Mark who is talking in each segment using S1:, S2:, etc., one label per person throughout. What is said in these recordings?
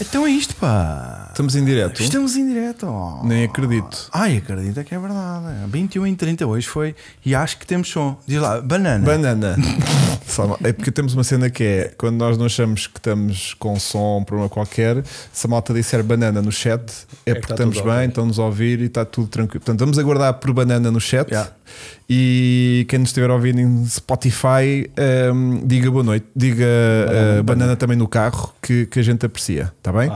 S1: Então é isto, pá.
S2: Estamos em direto.
S1: Estamos em direto. oh.
S2: Então? Nem acredito.
S1: Ai, acredita que é verdade. 21 em 30 hoje foi. E acho que temos som. Diz lá, é banana.
S2: Banana. Sabe, é porque temos uma cena que é quando nós não achamos que estamos com som, um problema qualquer. Se a malta disser banana no chat, é, porque
S3: tá
S2: estamos
S3: tudo
S2: bem,
S3: ok.
S2: estão-nos a ouvir e está tudo tranquilo. Portanto, vamos aguardar por banana no chat.
S1: Yeah.
S2: E quem nos estiver ouvindo em Spotify, hum, diga boa noite. Diga uh, banana, também no carro, que, que a gente aprecia. Está bem?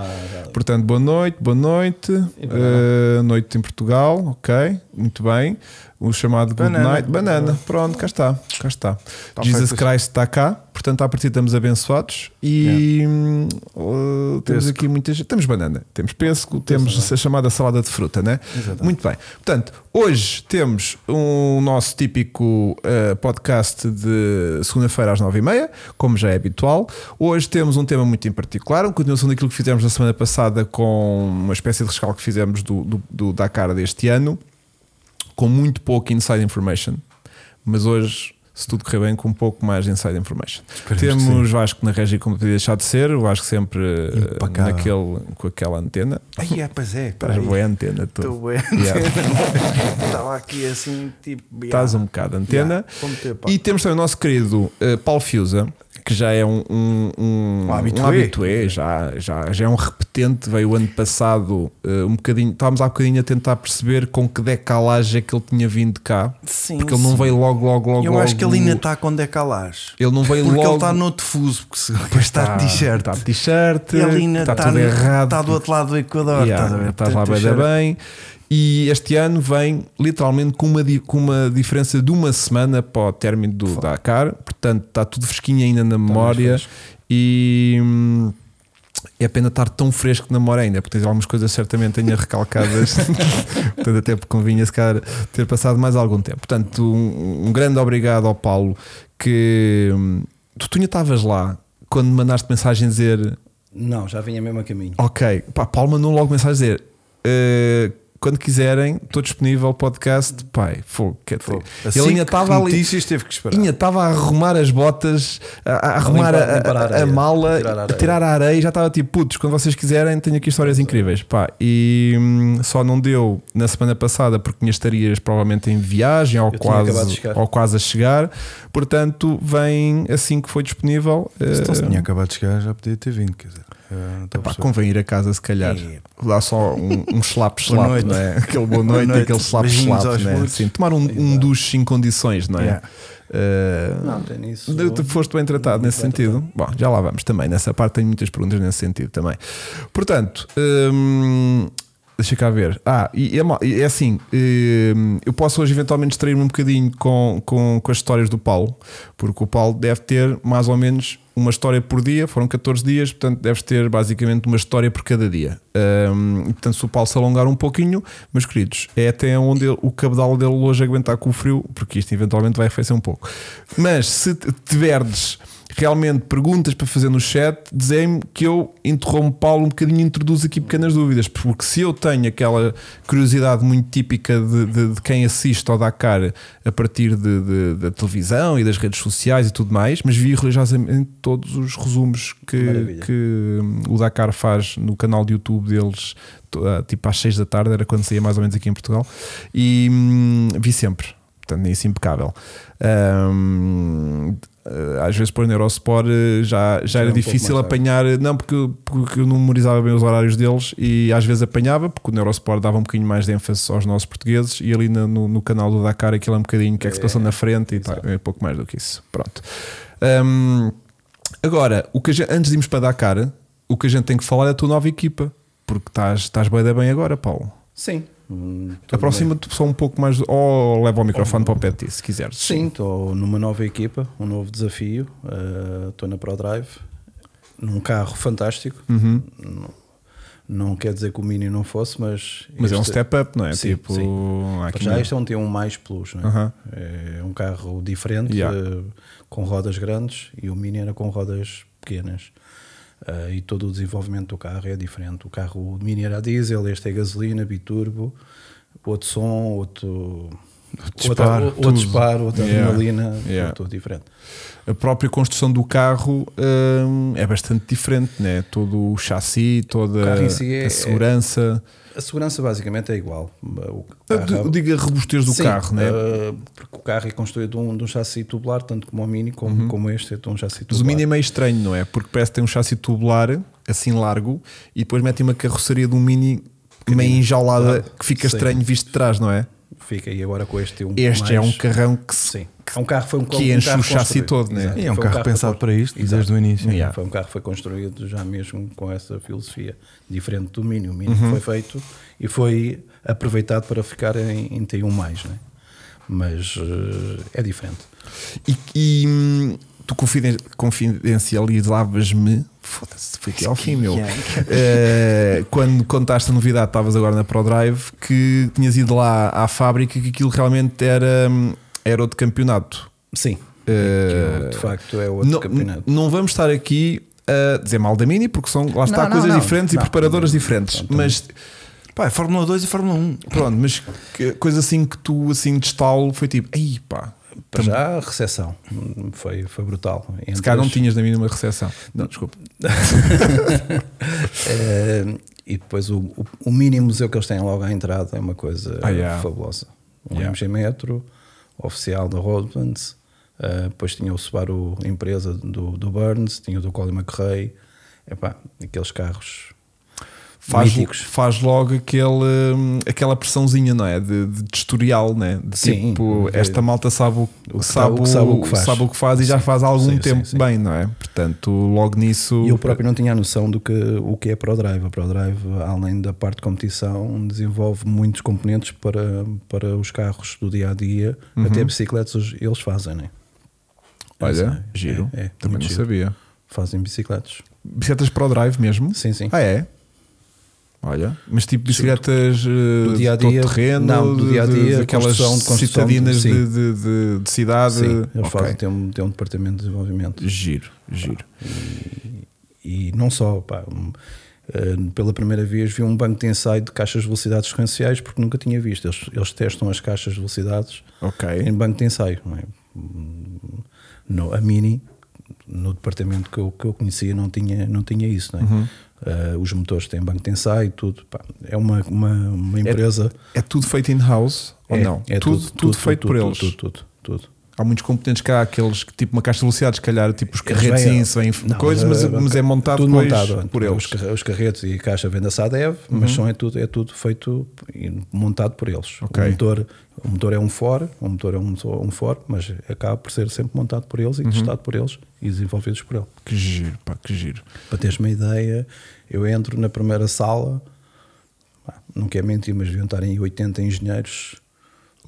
S2: Portanto, boa noite, boa noite. Uh, noite em Portugal, ok, muito bem. O chamado Good
S1: Banana.
S2: Night. Banana, pronto, cá está, cá está.
S1: Uhum. Tá
S2: Jesus
S1: feito.
S2: Christ está cá, portanto, à partida estamos abençoados e hum, uh, temos
S1: Pesco.
S2: aqui muita gente. Temos banana, temos pesco, temos a chamada salada de fruta, né?
S1: Exatamente.
S2: Muito bem. Portanto, hoje temos o nosso típico uh, podcast de segunda-feira às nove e meia, como já é habitual. Hoje temos um tema muito em particular, uma continuação daquilo que fizemos na semana passada com uma espécie de rescaldo que fizemos do, do, do Dakar deste ano, com muito pouco inside information. Mas hoje, se tudo correr bem, com um pouco mais de inside information.
S1: Esperemos que sim.
S2: temos Vasco na régia, como podia deixar de ser, o Vasco sempre uh,
S1: Impecável.
S2: naquele, com aquela antena.
S1: Ai, é, pois é.
S2: Estás boa antena, tu.
S1: Estou bem.
S2: Yeah.
S1: Estava aqui assim, tipo.
S2: Estás um bocado antena.
S1: Yeah, vou meter pau.
S2: E temos também o nosso querido eh, Paulo Fiusa, que já é um, um, um,
S1: Um habitué.
S2: habitué, já, já, já é um repetente. Veio o ano passado eh, um bocadinho. Estávamos há bocadinho a tentar perceber com que decalagem é que ele tinha vindo cá.
S1: Sim,
S2: Porque ele não
S1: sim.
S2: veio logo, logo, logo.
S1: Eu acho que
S2: logo-
S1: ele ainda está com decalagem.
S2: Ele não veio
S1: Porque
S2: logo.
S1: ele está no outro fuso, porque se está de t-shirt.
S2: Está de t-shirt.
S1: Ele ainda
S2: Está
S1: está, tá
S2: tudo
S1: no-
S2: errado.
S1: está do outro lado do Equador.
S2: Yeah,
S1: estás a ver?
S2: estás lá
S1: Portanto,
S2: bem,
S1: o cheiro-
S2: bem. E este ano vem literalmente com uma, di- com uma diferença de uma semana para o término do Dakar, portanto está tudo fresquinho ainda na memória e hum, é pena estar tão fresco na memória ainda, porque tens algumas coisas certamente tenha recalcadas, portanto até porque convinha se calhar ter passado mais algum tempo. Portanto, um, um grande obrigado ao Paulo que hum, tu, tu ainda estavas lá quando me mandaste mensagem dizer
S3: Não, já vinha mesmo a caminho.
S2: Ok, pá, Paulo mandou logo mensagem a dizer: "Eh, quando quiserem, estou disponível. Podcast, pai, fogo, quer dizer.
S1: Pô,
S2: ele
S1: assim
S2: ainda
S1: que
S2: estava ali,
S1: notícias teve que esperar.
S2: ainda estava a arrumar as botas, a, a arrumar a,
S3: limpar- limpar a
S2: a- a
S3: areia,
S2: mala,
S3: tirar a
S2: a
S3: areia.
S2: tirar a areia. e Já estava tipo, putz, quando vocês quiserem, tenho aqui histórias incríveis, pá. E hum, só não deu na semana passada porque tinha estarias provavelmente em viagem ou
S3: tinha acabado de
S2: quase,
S3: chegar.
S2: ou quase a chegar. Portanto, vem assim que foi disponível.
S1: Se
S3: Então,
S1: não se
S2: eh,
S1: tinha acabado de chegar, já podia ter vindo. Quer dizer, eu não estou a
S2: Pá,
S1: perceber.
S2: convém ir a casa, se calhar.
S1: É.
S2: Dá só um, um
S1: Boa
S2: slap slap,
S1: noite.
S2: não é? Aquele boa noite,
S1: noite.
S2: aquele slap
S1: Beijinhos
S2: slap,
S1: aos
S2: né?
S1: putos.
S2: Sim, tomar um, um duche em condições, não é?
S1: Yeah.
S2: Eh,
S3: Não, tem isso.
S2: de- Tu foste bem tratado nesse sentido. Bom, já lá vamos também. Nessa parte tenho muitas perguntas nesse sentido também. Portanto, hum, deixa cá ver. Ah, e é, mal- e é assim: hum, eu posso hoje eventualmente distrair-me um bocadinho com, com, com as histórias do Paulo, porque o Paulo deve ter mais ou menos uma história por dia. Foram 14 dias, portanto, deves ter basicamente uma história por cada dia. Hum, e, portanto, se o Paulo se alongar um pouquinho, meus queridos, é até onde ele- o cabedal dele hoje aguentar com o frio, porque isto eventualmente vai arrefecer um pouco. Mas se t- tiveres realmente perguntas para fazer no chat, dizem-me que eu interrompo Paulo um bocadinho e introduzo aqui pequenas dúvidas, porque se eu tenho aquela curiosidade muito típica de, de- de quem assiste ao Dakar a partir de- de- da televisão e das redes sociais e tudo mais, mas vi religiosamente todos os resumos que,
S3: Maravilha.
S2: que hum, o Dakar faz no canal de YouTube deles, to- ah, tipo às 6 da tarde, era quando saía mais ou menos aqui em Portugal, e hum, vi sempre. Portanto, isso é impecável. Hum, eh, às vezes, por no Eurosport eh, já, já era
S3: um pouco
S2: difícil
S3: mais
S2: apanhar, não porque, porque eu não memorizava bem os horários deles e às vezes apanhava, porque o Eurosport dava um bocadinho mais de ênfase aos nossos portugueses e ali na- no, no canal do Dakar aquilo é um bocadinho o que é que se passou na frente e tal, é pouco mais do que isso. Pronto. Hum, agora, o que a gente- antes de irmos para Dakar, o que a gente tem que falar é da tua nova equipa, porque estás, estás bem, da bem agora, Paulo.
S3: Sim. Hum, tudo bem.
S2: Aproxima-te só um pouco mais, ou leva o microfone para o pé de ti, se quiseres.
S3: Sim, estou numa nova equipa, um novo desafio. eh, Estou na ProDrive, num carro fantástico.
S2: Uhum.
S3: Não, não quer dizer que o Mini não fosse, mas.
S2: Mas é um
S3: este-
S2: step up, não é?
S3: Sim,
S2: tipo,
S3: sim.
S2: há
S3: Para
S2: aqui
S3: já
S2: não.
S3: este é um T1 mais plus, né?
S2: Aham.
S3: é um carro diferente,
S2: Yeah.
S3: eh, com rodas grandes e o Mini era com rodas pequenas. Eh, e todo o desenvolvimento do carro é diferente. O carro o Mini era a diesel, este é gasolina, biturbo, outro som, outro,
S1: Disparo,
S3: outra, outro
S1: tudo.
S3: disparo, outra
S2: Yeah.
S3: adrenalina,
S2: Yeah.
S3: tudo diferente.
S2: A própria construção do carro hum, é bastante diferente, né? Todo o chassi,
S3: O
S2: toda
S3: carro em si é-
S2: a segurança.
S3: A segurança basicamente é igual. O
S2: Eu
S3: carro-
S2: digo- Diga a robustez Ah, do
S3: é Sim,
S2: carro, né?
S3: eh, porque o carro é construído de um, de um chassi tubular, tanto como o Mini, como, como este, é de um chassi
S2: Uhum. Mas
S3: tubular.
S2: o Mini é meio estranho, não é? Porque parece que tem um chassi tubular, assim largo, e depois metem uma carroceria de um Mini meio enjaulada que fica
S3: Ah, Sim.
S2: estranho visto de trás, não é?
S3: Fica e agora com este um
S2: Este
S3: mais-
S2: é um carrão que se.
S3: Sim. É um carro foi um
S2: que
S3: um
S2: enche
S3: carro
S2: o chassi
S3: construído.
S2: todo, né?
S3: Exato.
S1: E é um
S3: Foi
S1: carro pensado
S3: foi-
S1: para isto
S3: Exato.
S1: desde o início.
S2: Yeah.
S3: Foi um carro que foi construído já mesmo com essa filosofia diferente do Mini. O Mini
S2: Uhum.
S3: foi feito e foi aproveitado para ficar em, em T1 mais, né? Mas eh, é diferente.
S2: E, e, hum, tu confiden- confidencializavas-me. Foda-se, foi aqui ao fim, meu. Eh, quando contaste a novidade, estavas agora na ProDrive, que tinhas ido lá à fábrica que aquilo realmente era, hum, era outro campeonato.
S3: Sim.
S2: Eh,
S3: Aquilo, de facto é outro
S2: não,
S3: campeonato.
S2: não vamos estar aqui a dizer mal da Mini, porque são lá está
S3: Não, não,
S2: coisas
S3: não.
S2: diferentes e
S3: Não. então,
S2: preparadoras diferentes. Mas
S1: Pá, é Fórmula 2 e Fórmula 1.
S2: pronto, mas que- coisa assim que tu assim de estalo foi tipo, aí pá,
S3: Para já a recepção hum, foi, foi brutal.
S2: se
S3: Entre
S2: calhar não
S3: as-
S2: tinhas na Mini uma recepção. Não, desculpa.
S3: Eh, e depois o, o, o mini museu que eles têm logo à entrada é uma coisa
S2: Ah, yeah.
S3: fabulosa. Um
S2: Yeah.
S3: MG Metro, oficial da Rodlands, eh, depois tinha o Subaru empresa do, do Burns, tinha o do Colin McRae, epá, aqueles carros
S2: faz,
S3: míticos.
S2: faz logo aquele, hum, aquela pressãozinha, não é? De, de tutorial, né? De
S3: Sim.
S2: tipo, esta malta sabe o,
S3: O que
S2: sabe,
S3: tá- o que sabe o que faz.
S2: sabe o que faz e já faz há algum
S3: Sim, sim,
S2: tempo
S3: sim.
S2: bem, não é? Portanto, logo nisso.
S3: E eu próprio não tinha a noção do que, o que é ProDrive. A ProDrive, além da parte de competição, desenvolve muitos componentes para, para os carros do dia a dia, até bicicletas eles fazem, né?
S2: Uhum. eh, Olha,
S3: É,
S2: giro.
S3: é, é,
S2: Também
S3: muito
S2: não
S3: giro.
S2: sabia.
S3: Fazem bicicletas.
S2: Bicicletas para o drive mesmo?
S3: Sim, sim.
S2: Ah, é? Olha, mas tipo bicicletas eh, do
S3: dia a dia,
S2: terreno,
S3: não, do dia a dia,
S2: aquelas
S3: construção, de construção,
S2: citadinas de,
S3: sim.
S2: de, de- de cidade.
S3: Sim, eles
S2: Ok.
S3: fazem, tem um, tem um departamento de desenvolvimento.
S2: Giro, giro.
S3: E não só, pá, um, eh, pela primeira vez vi um banco de ensaio de caixas de velocidades sequenciais, porque nunca tinha visto. Eles, eles testam as caixas de velocidades
S2: Ok.
S3: em banco de ensaio, não é? Hum, No, a Mini, no departamento que eu, que eu conhecia, não tinha, não tinha isso, não é?
S2: Uhum.
S3: Eh, os motores têm banco de ensaio, tudo. pá, é uma, uma, uma empresa.
S2: É tudo feito in-house ou
S3: É,
S2: não?
S3: é
S2: tudo, tudo, feito por
S3: tudo,
S2: eles.
S3: Tudo, tudo, tudo.
S2: Há muitos componentes que há aqueles que, tipo uma caixa de velocidades, se calhar, tipo os
S3: Eles
S2: carretes
S3: vêm-
S2: e isso, vêm
S3: não,
S2: coisas, mas, mas é montado,
S3: tudo
S2: depois
S3: montado
S2: por
S3: Os,
S2: eles. Uhum.
S3: carre- os carretos e a caixa vem da SADEV, mas são, é, tudo, é tudo feito e montado por eles.
S2: Ok.
S3: O, motor, o motor é um Ford, o motor é um, motor- um Ford, mas acaba por ser sempre montado por eles e
S2: Uhum.
S3: testado por eles e desenvolvidos por eles.
S2: Que giro, pá, que giro.
S3: Para teres uma ideia, eu entro na primeira sala, pá, não quero mentir, mas deviam estar em 80 engenheiros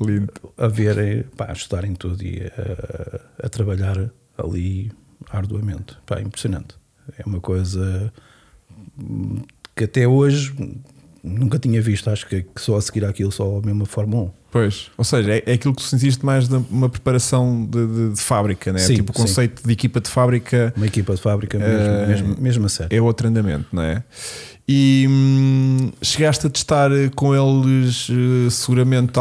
S2: Lindo.
S3: a verem, pá, a estudarem tudo e a, a trabalhar ali arduamente. Pá, impressionante. É uma coisa hum, que até hoje nunca tinha visto. Acho que, que só a seguir àquilo, só a mesma Fórmula um.
S2: Pois, ou seja, é, é aquilo que tu sentiste mais de uma preparação de, de- de fábrica, né?
S3: Sim,
S2: tipo o
S3: sim.
S2: conceito de equipa de fábrica
S3: 1. Uma equipa de fábrica, mesmo,
S2: Eh,
S3: mesmo, mesmo a sério.
S2: é outro andamento, não é? E hum, chegaste a testar eh, com eles eh, seguramente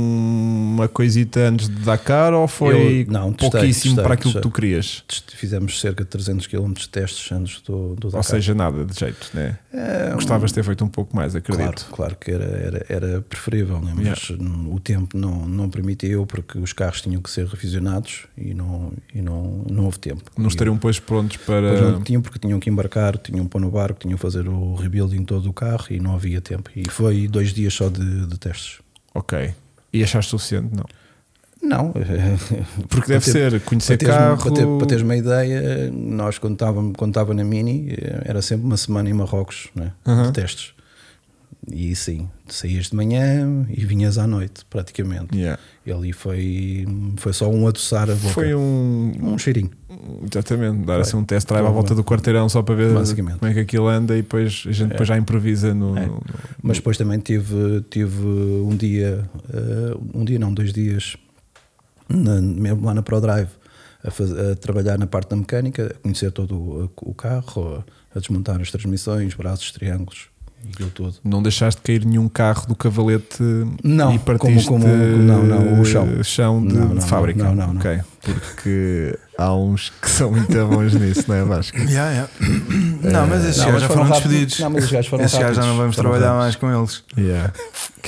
S2: alguma coisita antes de Dakar ou foi
S3: Eu- não, testei,
S2: pouquíssimo
S3: testei,
S2: para aquilo que
S3: testei.
S2: tu querias?
S3: Test- Fizemos cerca de 300 km de testes antes do, do
S2: Ou
S3: Dakar.
S2: seja, nada de jeito, né?
S3: É,
S2: Gostavas de ter feito um pouco mais,
S3: Claro,
S2: acredito.
S3: claro que era, era, era preferível, né? mas hum, o tempo não, não permitiu porque os carros tinham que ser revisionados e não, e não, não houve tempo.
S2: Não
S3: E
S2: estariam depois prontos para.
S3: depois não tinham porque tinham que embarcar, tinham que pôr no barco, tinham que fazer o rebuilding todo do carro e não havia tempo. E foi dois dias só de, de testes.
S2: Ok. E achaste suficiente? Não.
S3: Não,
S2: Porque deve ser conhecer
S3: Para teres, um-
S2: carro.
S3: para, ter- para teres uma ideia, nós quando estava, quando estava na Mini, eh, era sempre uma semana em Marrocos né,
S2: Aham.
S3: de testes. E sim, saías de manhã e vinhas à noite, praticamente.
S2: Yeah.
S3: E ali foi, foi só um adoçar a boca.
S2: Foi um.
S3: um cheirinho.
S2: Exatamente, dar
S3: Foi.
S2: assim um test drive à
S3: Foi.
S2: volta do quarteirão só para ver
S3: Basicamente.
S2: como é que aquilo anda e depois a gente depois já improvisa no.
S3: É.
S2: no-
S3: Mas depois também tive, tive um dia, eh, um dia não, dois dias, na- mesmo lá na ProDrive, a, faz- a trabalhar na parte da mecânica, a conhecer todo o, o carro, a desmontar as transmissões, braços, triângulos, e aquilo todo.
S2: Não deixaste cair nenhum carro do cavalete
S3: Não,
S2: e partiste
S3: como- como- não, não, o chão.
S2: de,
S3: Não, não,
S2: de fábrica.
S3: não, não, não.
S2: Ok. Porque há uns que são muito bons nisso, não é Vasco?
S1: Yeah, yeah. Não, mas esses
S2: Eh,
S1: gajos
S3: Não, mas
S1: já
S3: foram
S1: foram
S3: rápido.
S1: despedidos.
S3: Não, mas os gajos foram
S1: Esses gajos já
S3: rápidos.
S1: não vamos
S3: Foram
S1: trabalhar
S3: rápidos.
S1: mais com eles.
S2: Yeah.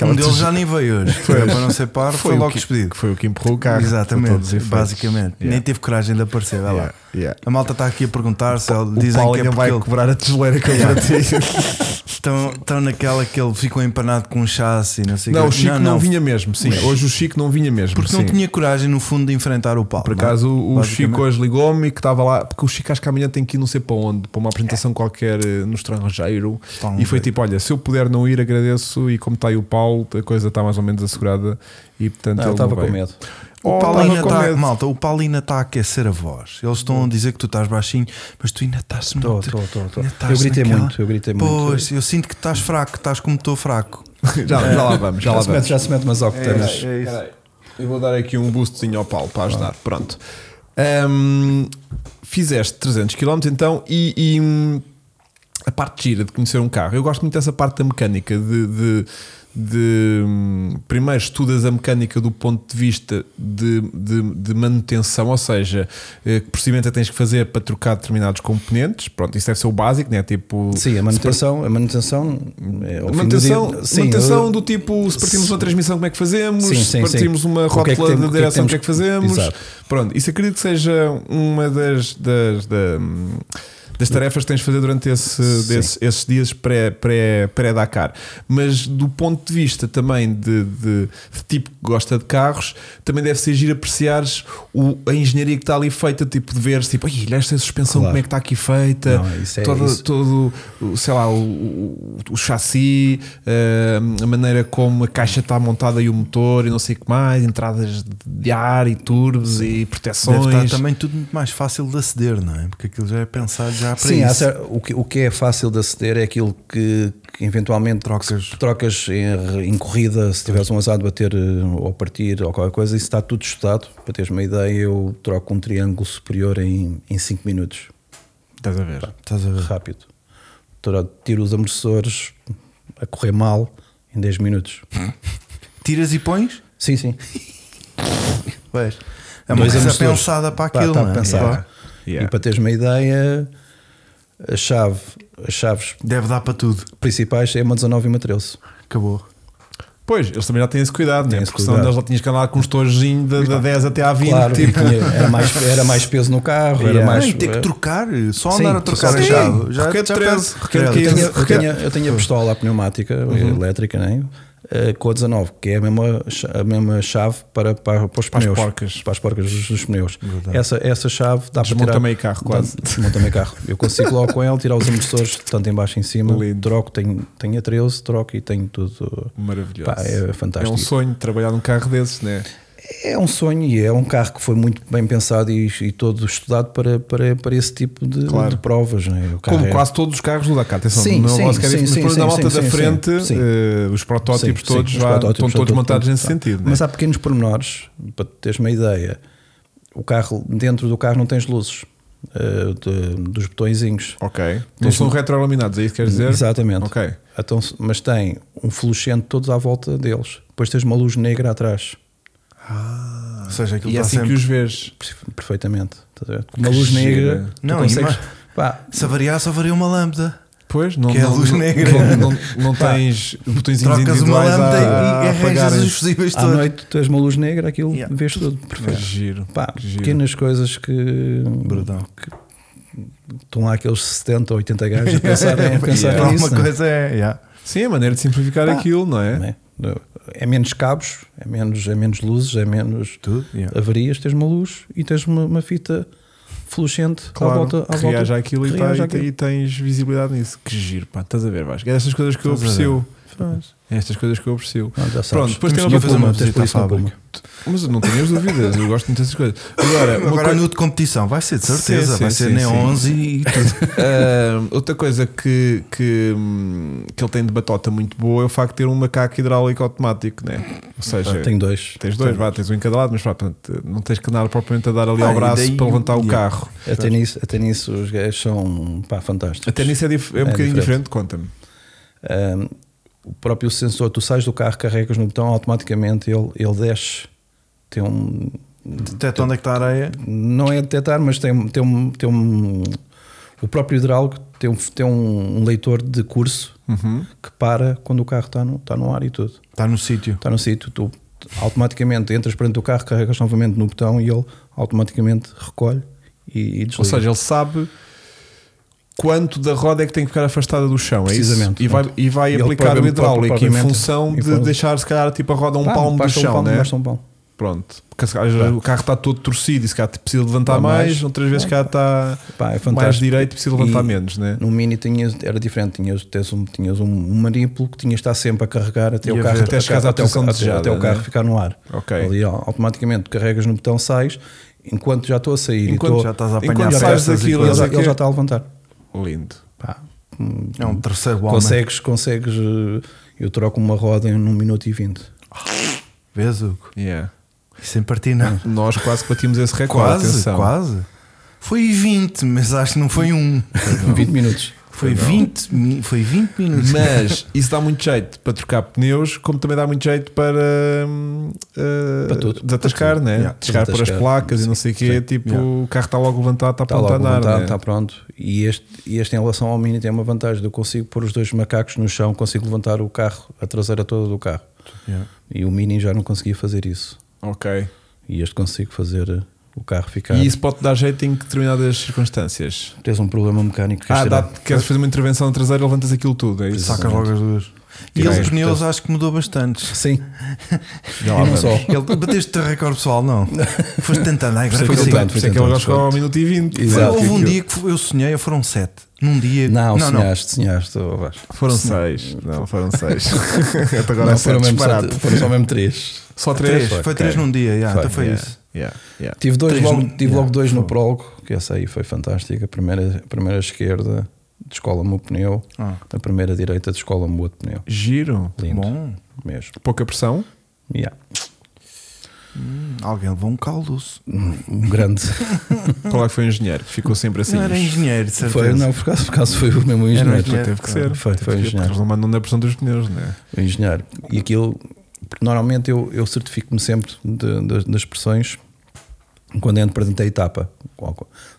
S1: um deles já nem veio hoje. Foi para não ser par, foi,
S2: o
S1: logo
S2: que,
S1: despedido.
S2: que foi o que empurrou o carro. por todos os
S1: Exatamente,
S2: efeitos.
S1: basicamente.
S2: Yeah.
S1: Nem teve coragem de aparecer. Vai
S2: Yeah,
S1: lá.
S2: yeah.
S1: A malta está aqui a perguntar se ele-
S2: O
S1: dizem
S2: Paulo
S1: que é
S2: ainda
S1: porque
S2: vai
S1: ele-
S2: cobrar a teseleira que eu
S1: Yeah.
S2: bati.
S1: estão, estão naquela que ele ficou empanado com um chasse e não sei
S2: Não,
S1: quê.
S2: o Chico não, vinha mesmo. Sim, hoje o Chico não vinha mesmo.
S1: Porque
S2: sim.
S1: não tinha coragem, no fundo, de enfrentar o Paulo.
S2: Por
S1: não é?
S2: acaso o- o
S1: Basicamente.
S2: Chico hoje ligou-me que estava lá, porque o Chico acho que amanhã tem que ir não sei para onde, para uma apresentação qualquer eh, no estrangeiro.
S3: Tá,
S1: Estrangeiro.
S2: E foi tipo: olha, se eu puder não ir, agradeço. E como está aí o Paulo, a coisa está mais ou menos assegurada. E portanto
S3: Não,
S2: ele
S3: ele estava
S2: não
S3: com
S2: veio.
S3: medo.
S2: Oh,
S1: O tá Paulo ainda
S2: estava com
S1: está,
S2: medo.
S1: malta, o Paulo ainda está a aquecer a voz. Eles estão a dizer que tu estás baixinho, mas tu ainda estás
S3: Tô,
S1: muito.
S3: tô, tô, tô.
S1: ainda estás
S3: Eu gritei
S1: naquela-
S3: muito, eu gritei muito.
S1: Pois, eu sinto que estás fraco, estás como estou fraco.
S2: já, já lá vamos, já,
S3: Já,
S2: lá
S3: se mete,
S2: vamos. É.
S3: já se mete tá? umas
S2: Espera
S3: octanas.
S2: aí, espera aí. Eu vou dar aqui um boostzinho ao Paulo para ajudar. Pronto. Ahm, fizeste 300 km então e, e, hum, a parte gira de conhecer um carro. Eu gosto muito dessa parte da mecânica de. de- de, hum, primeiro estudas a mecânica do ponto de vista de, de- de manutenção, ou seja, eh, que procedimento é que tens que fazer para trocar determinados componentes. Pronto, isso deve ser o básico, né? Tipo,
S3: Sim, a manutenção, a manutenção, é, ao fim do
S2: Manutenção,
S3: dia- sim,
S2: manutenção
S3: eu-
S2: do tipo se partimos
S3: se-
S2: uma transmissão, como é que fazemos?
S3: Sim,
S2: se
S3: sim,
S2: partimos
S3: sim.
S2: uma
S3: O que é que
S2: rótula
S3: tem- o
S2: de
S3: que é que
S2: direção, o
S3: temos
S2: que é que
S3: que-
S2: fazemos?
S3: Exato.
S2: Pronto, isso acredito que seja uma das, das, da- das tarefas que tens de fazer durante esse,
S3: Sim.
S2: desse- esses dias pré-Dakar. Pré, pré pré-Dakar. Mas do ponto de vista também de, de- de tipo que gosta de carros, também deve ser giro apreciares o, a engenharia que está ali feita, tipo de ver, tipo, "Ai, olha esta suspensão,
S3: Claro.
S2: como é que está aqui feita,
S3: Não, isso é-
S2: Toda-
S3: isso-
S2: todo, o- sei lá, o, o- o chassi, eh, a maneira como a caixa está montada e o motor e não sei o que mais, entradas de ar e turbos e proteções.
S1: Deve estar tá também tudo muito mais fácil de aceder, não é? Porque aquilo já é pensado já para
S3: Sim, há
S1: isso.
S3: cer- o, que, o que é fácil de aceder é aquilo que, que eventualmente
S1: Trocas.
S3: trocas em, em corrida, se tiveres um azar de bater eh, ou partir ou qualquer coisa, isso está tudo estudado. Para teres uma ideia, eu troco um triângulo superior em 5 minutos,
S2: Estás a
S3: Tá.
S2: ver?
S1: Estás a ver?
S3: rápido. Tro- Tiro os amortecedores a correr mal em 10 minutos.
S1: Tiras e pões?
S3: Sim, sim.
S1: Pois. É uma
S3: Dois
S1: coisa
S3: amortecedores.
S1: pensada para
S3: Pá,
S1: aquilo,
S3: está
S1: não é?
S3: Tá, pensado.
S1: Pá,
S2: Yeah.
S3: E para teres uma ideia, a chave, as chaves
S1: Deve dar para tudo.
S3: principais é uma 19 e uma 13.
S1: Acabou.
S2: Pois, eles também já têm esse cuidado, né?
S3: Têm esse
S2: porque senão
S3: cuidado.
S2: eles já tinhas que andar com um estojinho da, da 10 até à 20.
S3: Claro,
S2: tipo,
S3: tinha- era, mais, era mais peso no carro,
S2: Yeah.
S3: era mais.
S1: Nem ter que trocar, só
S3: Sim,
S1: andar a trocar
S3: trocar
S1: a
S3: a
S1: chave.
S2: chave. Requer 13, requer
S1: perde.
S3: eu, tinha,
S2: 15.
S3: eu, tinha, eu tinha a pistola à pneumática
S2: Uhum.
S3: elétrica, né? Eh, com a 19, que é a mesma, cha- a mesma chave para, para, para os
S2: as
S3: pneus.
S2: porcas.
S3: Para as porcas dos, dos pneus. Essa, essa chave dá
S2: Desmonta
S3: para tirar.
S2: meio carro, quase.
S3: Dá- Desmonta meio carro. Eu consigo logo com ela tirar os amortecedores, tanto em baixo e em cima.
S2: Lindo.
S3: Troco, tenho, tenho a 13, troco e tenho tudo.
S2: Maravilhoso.
S3: Pá, é
S2: É
S3: fantástico.
S2: um sonho trabalhar num carro desses, né?
S3: É um sonho e é um carro que foi muito bem pensado e, e todo estudado para, para, para esse tipo de,
S2: Claro.
S3: de provas. Né? O carro
S2: Como
S3: é-
S2: quase todos os carros do Dakar. Atenção,
S3: Sim,
S2: não
S3: sim,
S2: posso querer
S3: sim,
S2: isso, mas depois
S3: sim,
S2: da
S3: sim,
S2: malta
S3: sim,
S2: da
S3: sim,
S2: frente,
S3: sim.
S2: eh, os protótipos
S3: Sim, sim,
S2: todos já
S3: os protótipos
S2: estão
S3: já
S2: todos
S3: estão-
S2: montados nesse
S3: tá.
S2: sentido. né?
S3: Mas há pequenos pormenores, para teres uma ideia. O carro, dentro do carro não tens luzes eh, de- dos botõezinhos.
S2: Ok. Não são retroiluminados, é isso que queres dizer?
S3: Exatamente.
S2: Ok.
S3: Então, se- mas tem um fluorescente todos à volta deles. Depois tens uma luz negra atrás.
S1: Ou seja, aquilo
S2: E é
S1: está
S2: assim
S1: tá sempre.
S2: que os vês.
S3: Perfe- Perfeitamente. Estás a ver? Com uma luz negra.
S2: gira.
S3: tu
S1: Não,
S3: consegues,
S1: ima-
S3: pá,
S1: Se avariar, só avaria uma lâmpada.
S2: Pois, não,
S1: Que é a
S2: não-
S1: luz
S2: não-
S1: negra.
S2: Não, não- não tens botõezinhos
S1: Trocas uma
S2: individuais
S1: lâmpada
S2: a, a
S1: e arranjas
S2: apagarem.
S1: os fusíveis
S3: à
S1: todos.
S3: noite tens uma luz negra, aquilo
S1: Yeah.
S3: vês tudo.
S2: Que
S3: Perfeito.
S2: giro.
S3: Pá,
S2: que giro.
S3: pequenas coisas que,
S1: Brutal.
S3: que estão lá aqueles 70 ou 80 gajos a pensar, em- a pensar
S2: Yeah.
S1: Alguma
S3: nisso. não é?
S1: coisa é. yeah.
S2: Sim, a maneira de simplificar
S3: Pá.
S2: aquilo, não é?
S3: Não é? É menos cabos, é menos, é menos luzes, é menos
S1: Tudo, yeah.
S3: avarias. Tens uma luz e tens uma, uma fita fluorescente à
S2: Claro,
S3: volta. À
S2: que
S3: volta
S2: reage àquilo e,
S3: que
S2: tá-
S3: reage
S2: e-
S3: àquilo.
S2: e tens visibilidade nisso. Que giro, pá, estás a ver, Vasco. É estas coisas que eu
S1: Estás a
S2: aprecio.
S3: Pois.
S2: É estas coisas que eu aprecio.
S3: Não, já sabes.
S2: Pronto, depois tem
S1: Temos
S2: outra
S1: que fazer uma
S2: Puma.
S1: visita
S3: Tens por
S1: à
S3: isso uma
S1: fábrica.
S2: Mas eu não tenho as dúvidas, eu gosto muito dessas coisas. Agora, uma
S1: Agora
S2: coisa-
S1: no de competição, vai ser de certeza.
S2: Sim, sim,
S1: vai ser
S2: sim,
S1: nem
S2: sim.
S1: 11 e tudo.
S2: Ah, outra coisa que, que, hum, que ele tem de batota muito boa é o facto de ter um macaco hidráulico automático, né?
S3: Ah,
S2: Ou seja,
S3: Tenho dois.
S2: tens dois, vá, tens um em cada lado, mas pá, portanto, não tens que andar propriamente a dar ali
S1: Ah,
S2: ao
S1: e
S2: braço
S1: daí-
S2: para levantar o
S1: yeah.
S2: carro.
S3: Até nisso, até nisso os gajos são pá, fantásticos.
S2: Até nisso é, dif- é um
S3: É
S2: bocadinho
S3: diferente.
S2: diferente, conta-me.
S3: Ahm, o próprio sensor, tu sais do carro, carregas no botão, automaticamente ele, ele desce. Tem um.
S1: Detecta onde é que está a areia.
S3: Não é detectar, mas tem, tem, um, tem um. O próprio hidráulico tem um, tem um leitor de curso
S2: Uhum.
S3: que para quando o carro está no, está no ar e tudo.
S1: Está no sítio.
S3: Está no sítio, tu automaticamente entras perante o carro, carregas novamente no botão e ele automaticamente recolhe e, e desliga.
S2: Ou seja, ele sabe quanto da roda é que tem que ficar afastada do chão, é isso?
S3: Precisamente.
S2: E vai, e vai
S3: Ele
S2: aplicar o
S3: próprio-
S2: hidráulico em
S3: propriamente.
S2: função
S3: E
S2: de
S3: pode-
S2: deixar, se calhar, tipo a roda um
S3: Pá,
S2: palmo do
S3: basta
S2: chão,
S3: palmo,
S2: né?
S3: basta um palmo.
S2: Pronto. Porque se calhar, o carro está todo torcido e se calhar precisa levantar
S3: Dá
S2: mais,
S3: mais.
S2: outras vezes se calhar está
S3: Pá, é
S2: mais
S3: fantástico.
S2: direito e precisa levantar
S3: E-
S2: menos, né?
S3: No Mini tinhas, era diferente, tinhas, tens um, tinhas um manipulo que tinhas de estar sempre a carregar até
S1: E
S3: o
S1: a
S3: carro,
S1: ver,
S2: até chegares
S3: até,
S2: à
S3: o,
S2: posição
S3: até,
S2: desejada,
S3: até o carro
S2: né?
S3: ficar no ar.
S2: Ok.
S3: Ali ó, automaticamente carregas no botão, sais, enquanto já estou a sair, e
S1: Enquanto
S3: estou-
S1: já estás a apanhar
S2: enquanto
S3: já
S2: sais
S1: peças e
S2: daquilo,
S1: coisas.
S2: Mas é
S3: ele, já-
S2: que-
S3: ele já está a levantar.
S2: Lindo.
S3: Pá,
S1: É um terceiro homem.
S3: consegues, consegues. eh, Eu troco uma roda em 1 minuto e 20.
S1: Vês, Hugo?
S2: Yeah.
S1: Sem partir, não.
S2: Nós quase que batimos esse recorde.
S1: Quase,
S2: Hum. atenção.
S1: quase. Foi 20, mas acho que não foi um.
S3: 20 minutos.
S1: Foi 20, mi- foi 20 minutos.
S2: Mas isso dá muito jeito para trocar pneus, como também dá muito jeito para, hum, uh,
S3: Para tudo.
S2: desatascar, né?
S1: Yeah.
S2: Descar por as
S3: Desatascar.
S2: placas e não sei o quê.
S3: Sim.
S2: Tipo,
S1: Yeah.
S2: o carro está logo levantado, está
S3: Está
S2: pronto a
S3: logo
S2: andar.
S3: levantado,
S2: né?
S3: está pronto. E este, e este, em relação ao Mini, tem uma vantagem: eu consigo pôr os dois macacos no chão, consigo levantar o carro, a traseira toda do carro.
S1: Yeah.
S3: E o Mini já não conseguia fazer isso.
S2: Ok.
S3: E este consigo fazer eh, o carro ficar.
S2: E isso pode dar jeito em determinadas circunstâncias.
S3: Tens um problema mecânico que
S2: Ah,
S3: este
S2: dá,
S3: era-
S2: queres fazer uma intervenção na traseira, levantas aquilo tudo. É isso?
S1: Sacas logo as duas. E
S2: Tirei
S1: ele
S2: as
S1: de pneus acho que mudou bastante.
S3: Sim,
S2: Já
S3: e
S2: lá
S3: não
S2: vamos.
S3: só.
S1: Ele bateste o teu recorde pessoal, não? Foste tentando, ai, agora
S2: Por isso é que ele
S1: consigo.
S2: tanto, por isso é que ele
S3: Foi
S2: agora
S3: tentando,
S2: chegou ao minuto e vinte.
S1: Foi-
S3: Exato.
S1: Houve um dia que eu sonhei, foram 7. Num dia.
S3: Não, sonhaste, sonhaste. oh, Vasco.
S2: Foram seis. Não, foram seis. Até agora
S3: Não,
S2: é sete
S3: foram, mesmo só,
S2: disparado.
S3: foram só mesmo três.
S2: Só três.
S1: Três, foi 3 num dia, yeah, então foi
S2: Yeah,
S1: isso.
S2: yeah, yeah.
S3: Tive, dois
S1: Três
S3: logo,
S1: no-
S3: tive
S1: yeah,
S3: logo dois no
S1: foi.
S3: prólogo, que essa aí foi fantástica. A primeira, a primeira esquerda descola-me o pneu,
S1: Ah.
S3: a primeira direita descola-me o outro pneu.
S2: Giro.
S3: Lindo
S1: Bom,
S3: mesmo.
S2: Pouca pressão.
S3: Yeah.
S1: alguém levou um caldoço.
S3: Um grande.
S2: Qual é que foi o engenheiro? que Ficou sempre assim.
S1: Não era engenheiro, de certeza.
S3: foi, não, por acaso, por acaso foi o mesmo
S1: Era um
S3: engenheiro.
S1: engenheiro.
S2: Teve que ser.
S3: Foi, foi um
S2: Porque
S3: engenheiro.
S2: Eles não mandam na pressão dos pneus, né?
S3: O Um engenheiro. E aquilo, porque normalmente eu, eu certifico-me sempre de- das- das pressões quando entro para dentro da etapa.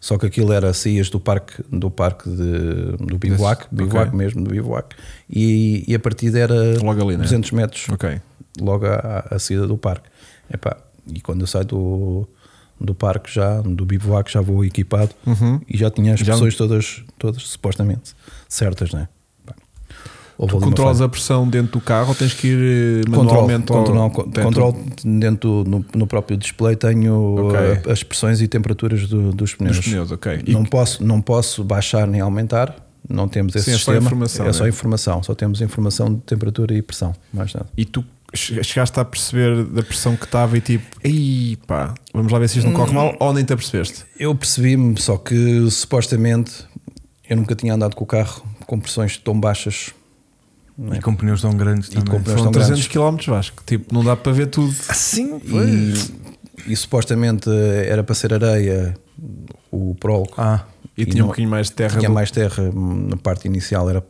S3: Só que aquilo era saías do parque, do parque de, do bivouac,
S2: Desse-
S3: bivouac
S2: ok.
S3: mesmo, do bivouac, e, e a partida era
S2: Logo ali, né?
S3: 200 metros,
S2: Ok.
S3: logo à, à saída do parque. Epá, e quando eu saio do, do parque já, do bivouac, já vou equipado e já tinha as
S2: Uhum. Já-
S3: pressões todas, todas supostamente certas, né? Pá, houve
S2: Tu
S3: ali uma
S2: controlas
S3: falha.
S2: a pressão dentro do carro ou tens que ir eh,
S3: Controlo,
S2: manualmente
S3: controlo,
S2: ao...
S3: con-
S2: dentro-
S3: controlo dentro do- no, no próprio display tenho
S2: Ok.
S3: eh, as pressões e temperaturas do- dos pneus.
S2: Dos pneus, ok. E-
S3: Não posso, não posso baixar nem aumentar. Não temos esse
S2: Sim, é só
S3: sistema.
S2: informação,
S3: é só
S2: né?
S3: informação. Só temos informação de temperatura e pressão. Mais nada.
S2: E tu che- chegaste a perceber da pressão que estava e tipo, ei pá, vamos lá ver se isto não corre mal ou nem te apercebeste.
S3: Eu percebi-me, só que supostamente eu nunca tinha andado com o carro com pressões tão baixas.
S1: E com pneus tão grandes
S3: com
S1: também. um
S3: pneus- Mas
S2: Foram
S3: estão
S2: 300
S3: grandes.
S2: km, Vasco. Tipo, não dá para ver tudo.
S1: Assim, foi.
S3: E, e supostamente eh, era para ser areia o prólogo.
S1: Ah,
S2: E,
S3: E
S2: tinha um
S3: não-
S2: pouquinho mais de terra.
S3: tinha
S2: do-
S3: mais terra hum, na parte inicial era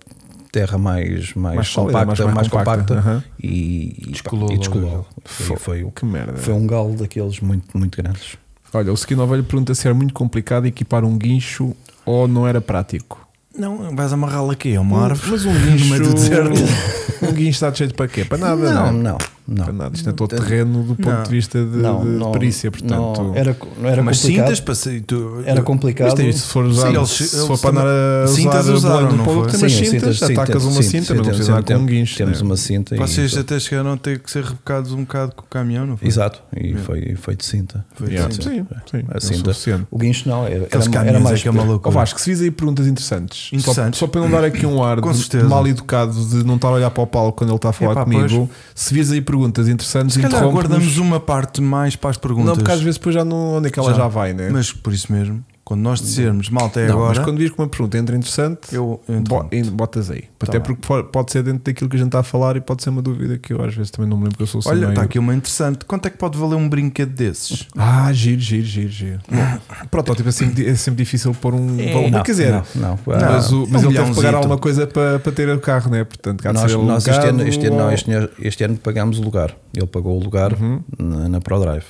S3: terra mais mais,
S2: Mais sólida,
S3: compacta
S2: mais-
S3: mais,
S2: mais compacta,
S3: compacta,
S2: aham.
S3: e, e
S1: Descolou
S3: pá, e
S1: logo.
S3: descolou foi, foi, o-
S2: Que merda.
S3: foi um galo daqueles muito muito grandes
S2: Olha, o seguinte ovelho pergunta se era muito complicado equipar um guincho ou não era prático.
S1: não, vais amarrá-lo aqui, é uma árvore.
S2: Mas um
S1: No
S2: guincho.
S1: meio do deserto.
S2: um guincho está de jeito para quê? Para nada,
S3: não
S2: é?
S3: não não
S2: Para nada. Isto é todo
S3: Não,
S2: terreno do ponto
S1: não.
S2: de vista de,
S3: não,
S2: de
S3: não,
S2: perícia, portanto.
S3: não, era co- não era
S1: Mas
S3: complicado
S1: cintas para sair. tu-
S3: era complicado
S2: Mas tem isto, se for usar,
S1: Sim, eles-
S2: se
S1: eles
S2: for para
S1: também-
S2: andar a
S1: cintas
S2: usar
S1: usaram,
S2: bolando
S1: não
S2: para o
S1: foi?
S2: outro, tem umas
S3: Sim,
S2: cintas,
S3: sim,
S2: atacas
S3: temos-
S2: uma
S3: sim,
S2: cinta,
S3: sim,
S2: não precisas andar
S3: temos-
S2: com um guincho.
S3: temos
S2: né?
S3: uma cinta e-
S1: Vocês até chegaram a ter que ser rebocados um bocado com o caminhão, não foi?
S3: exato e foi foi de cinta
S1: Foi de
S2: Yeah.
S1: cinta.
S2: Sim, sim, é
S3: a
S2: o
S3: cinta
S2: suficiente.
S3: o guincho não era
S1: Aqueles
S3: era, era
S1: caminhões
S3: mais
S1: é que é uma
S2: Ó
S1: loucura.
S2: Vasco, se fiz aí perguntas interessantes, Só-
S1: Interessantes.
S2: Só, para eu não dar aqui um ar
S1: Com
S2: de-
S1: certeza.
S2: mal educado de não estar a olhar para o palco quando ele está a falar
S1: Epá,
S2: comigo, se fiz aí perguntas interessantes,
S1: Se calhar
S2: interrompe-nos.
S1: guardamos uma parte mais para as perguntas.
S2: Não, porque às vezes depois já não onde é que ela já, vai, né?
S1: Mas por isso mesmo. Quando nós dizermos malta é
S2: Não,
S1: agora,
S2: mas quando vires com uma pergunta entre interessante,
S1: eu, eu
S2: bo-
S1: interrompo.
S2: botas aí.
S1: Tá
S2: Até
S1: bem.
S2: porque po- pode ser dentro daquilo que a gente está a falar e pode ser uma dúvida que eu às vezes também não me lembro que eu sou assim
S1: Olha,
S2: meio-
S1: está aqui uma interessante. Quanto é que pode valer um brinquedo desses?
S2: Ah, giro, giro, giro, giro. Bom, Protótipo é sempre, é sempre difícil pôr um valor.
S3: Não,
S2: Quer dizer,
S3: não, não.
S2: mas, o-
S1: um
S2: mas ele teve que pagar
S1: milhãozito.
S2: alguma coisa para, para ter o carro, né? Portanto, cá de
S3: nós,
S2: ser
S3: nós este,
S2: alugado
S3: ano, este, ano,
S2: ou-
S3: não, este, ano, este ano pagámos o lugar. Ele pagou o lugar
S2: Uhum.
S3: na, na ProDrive.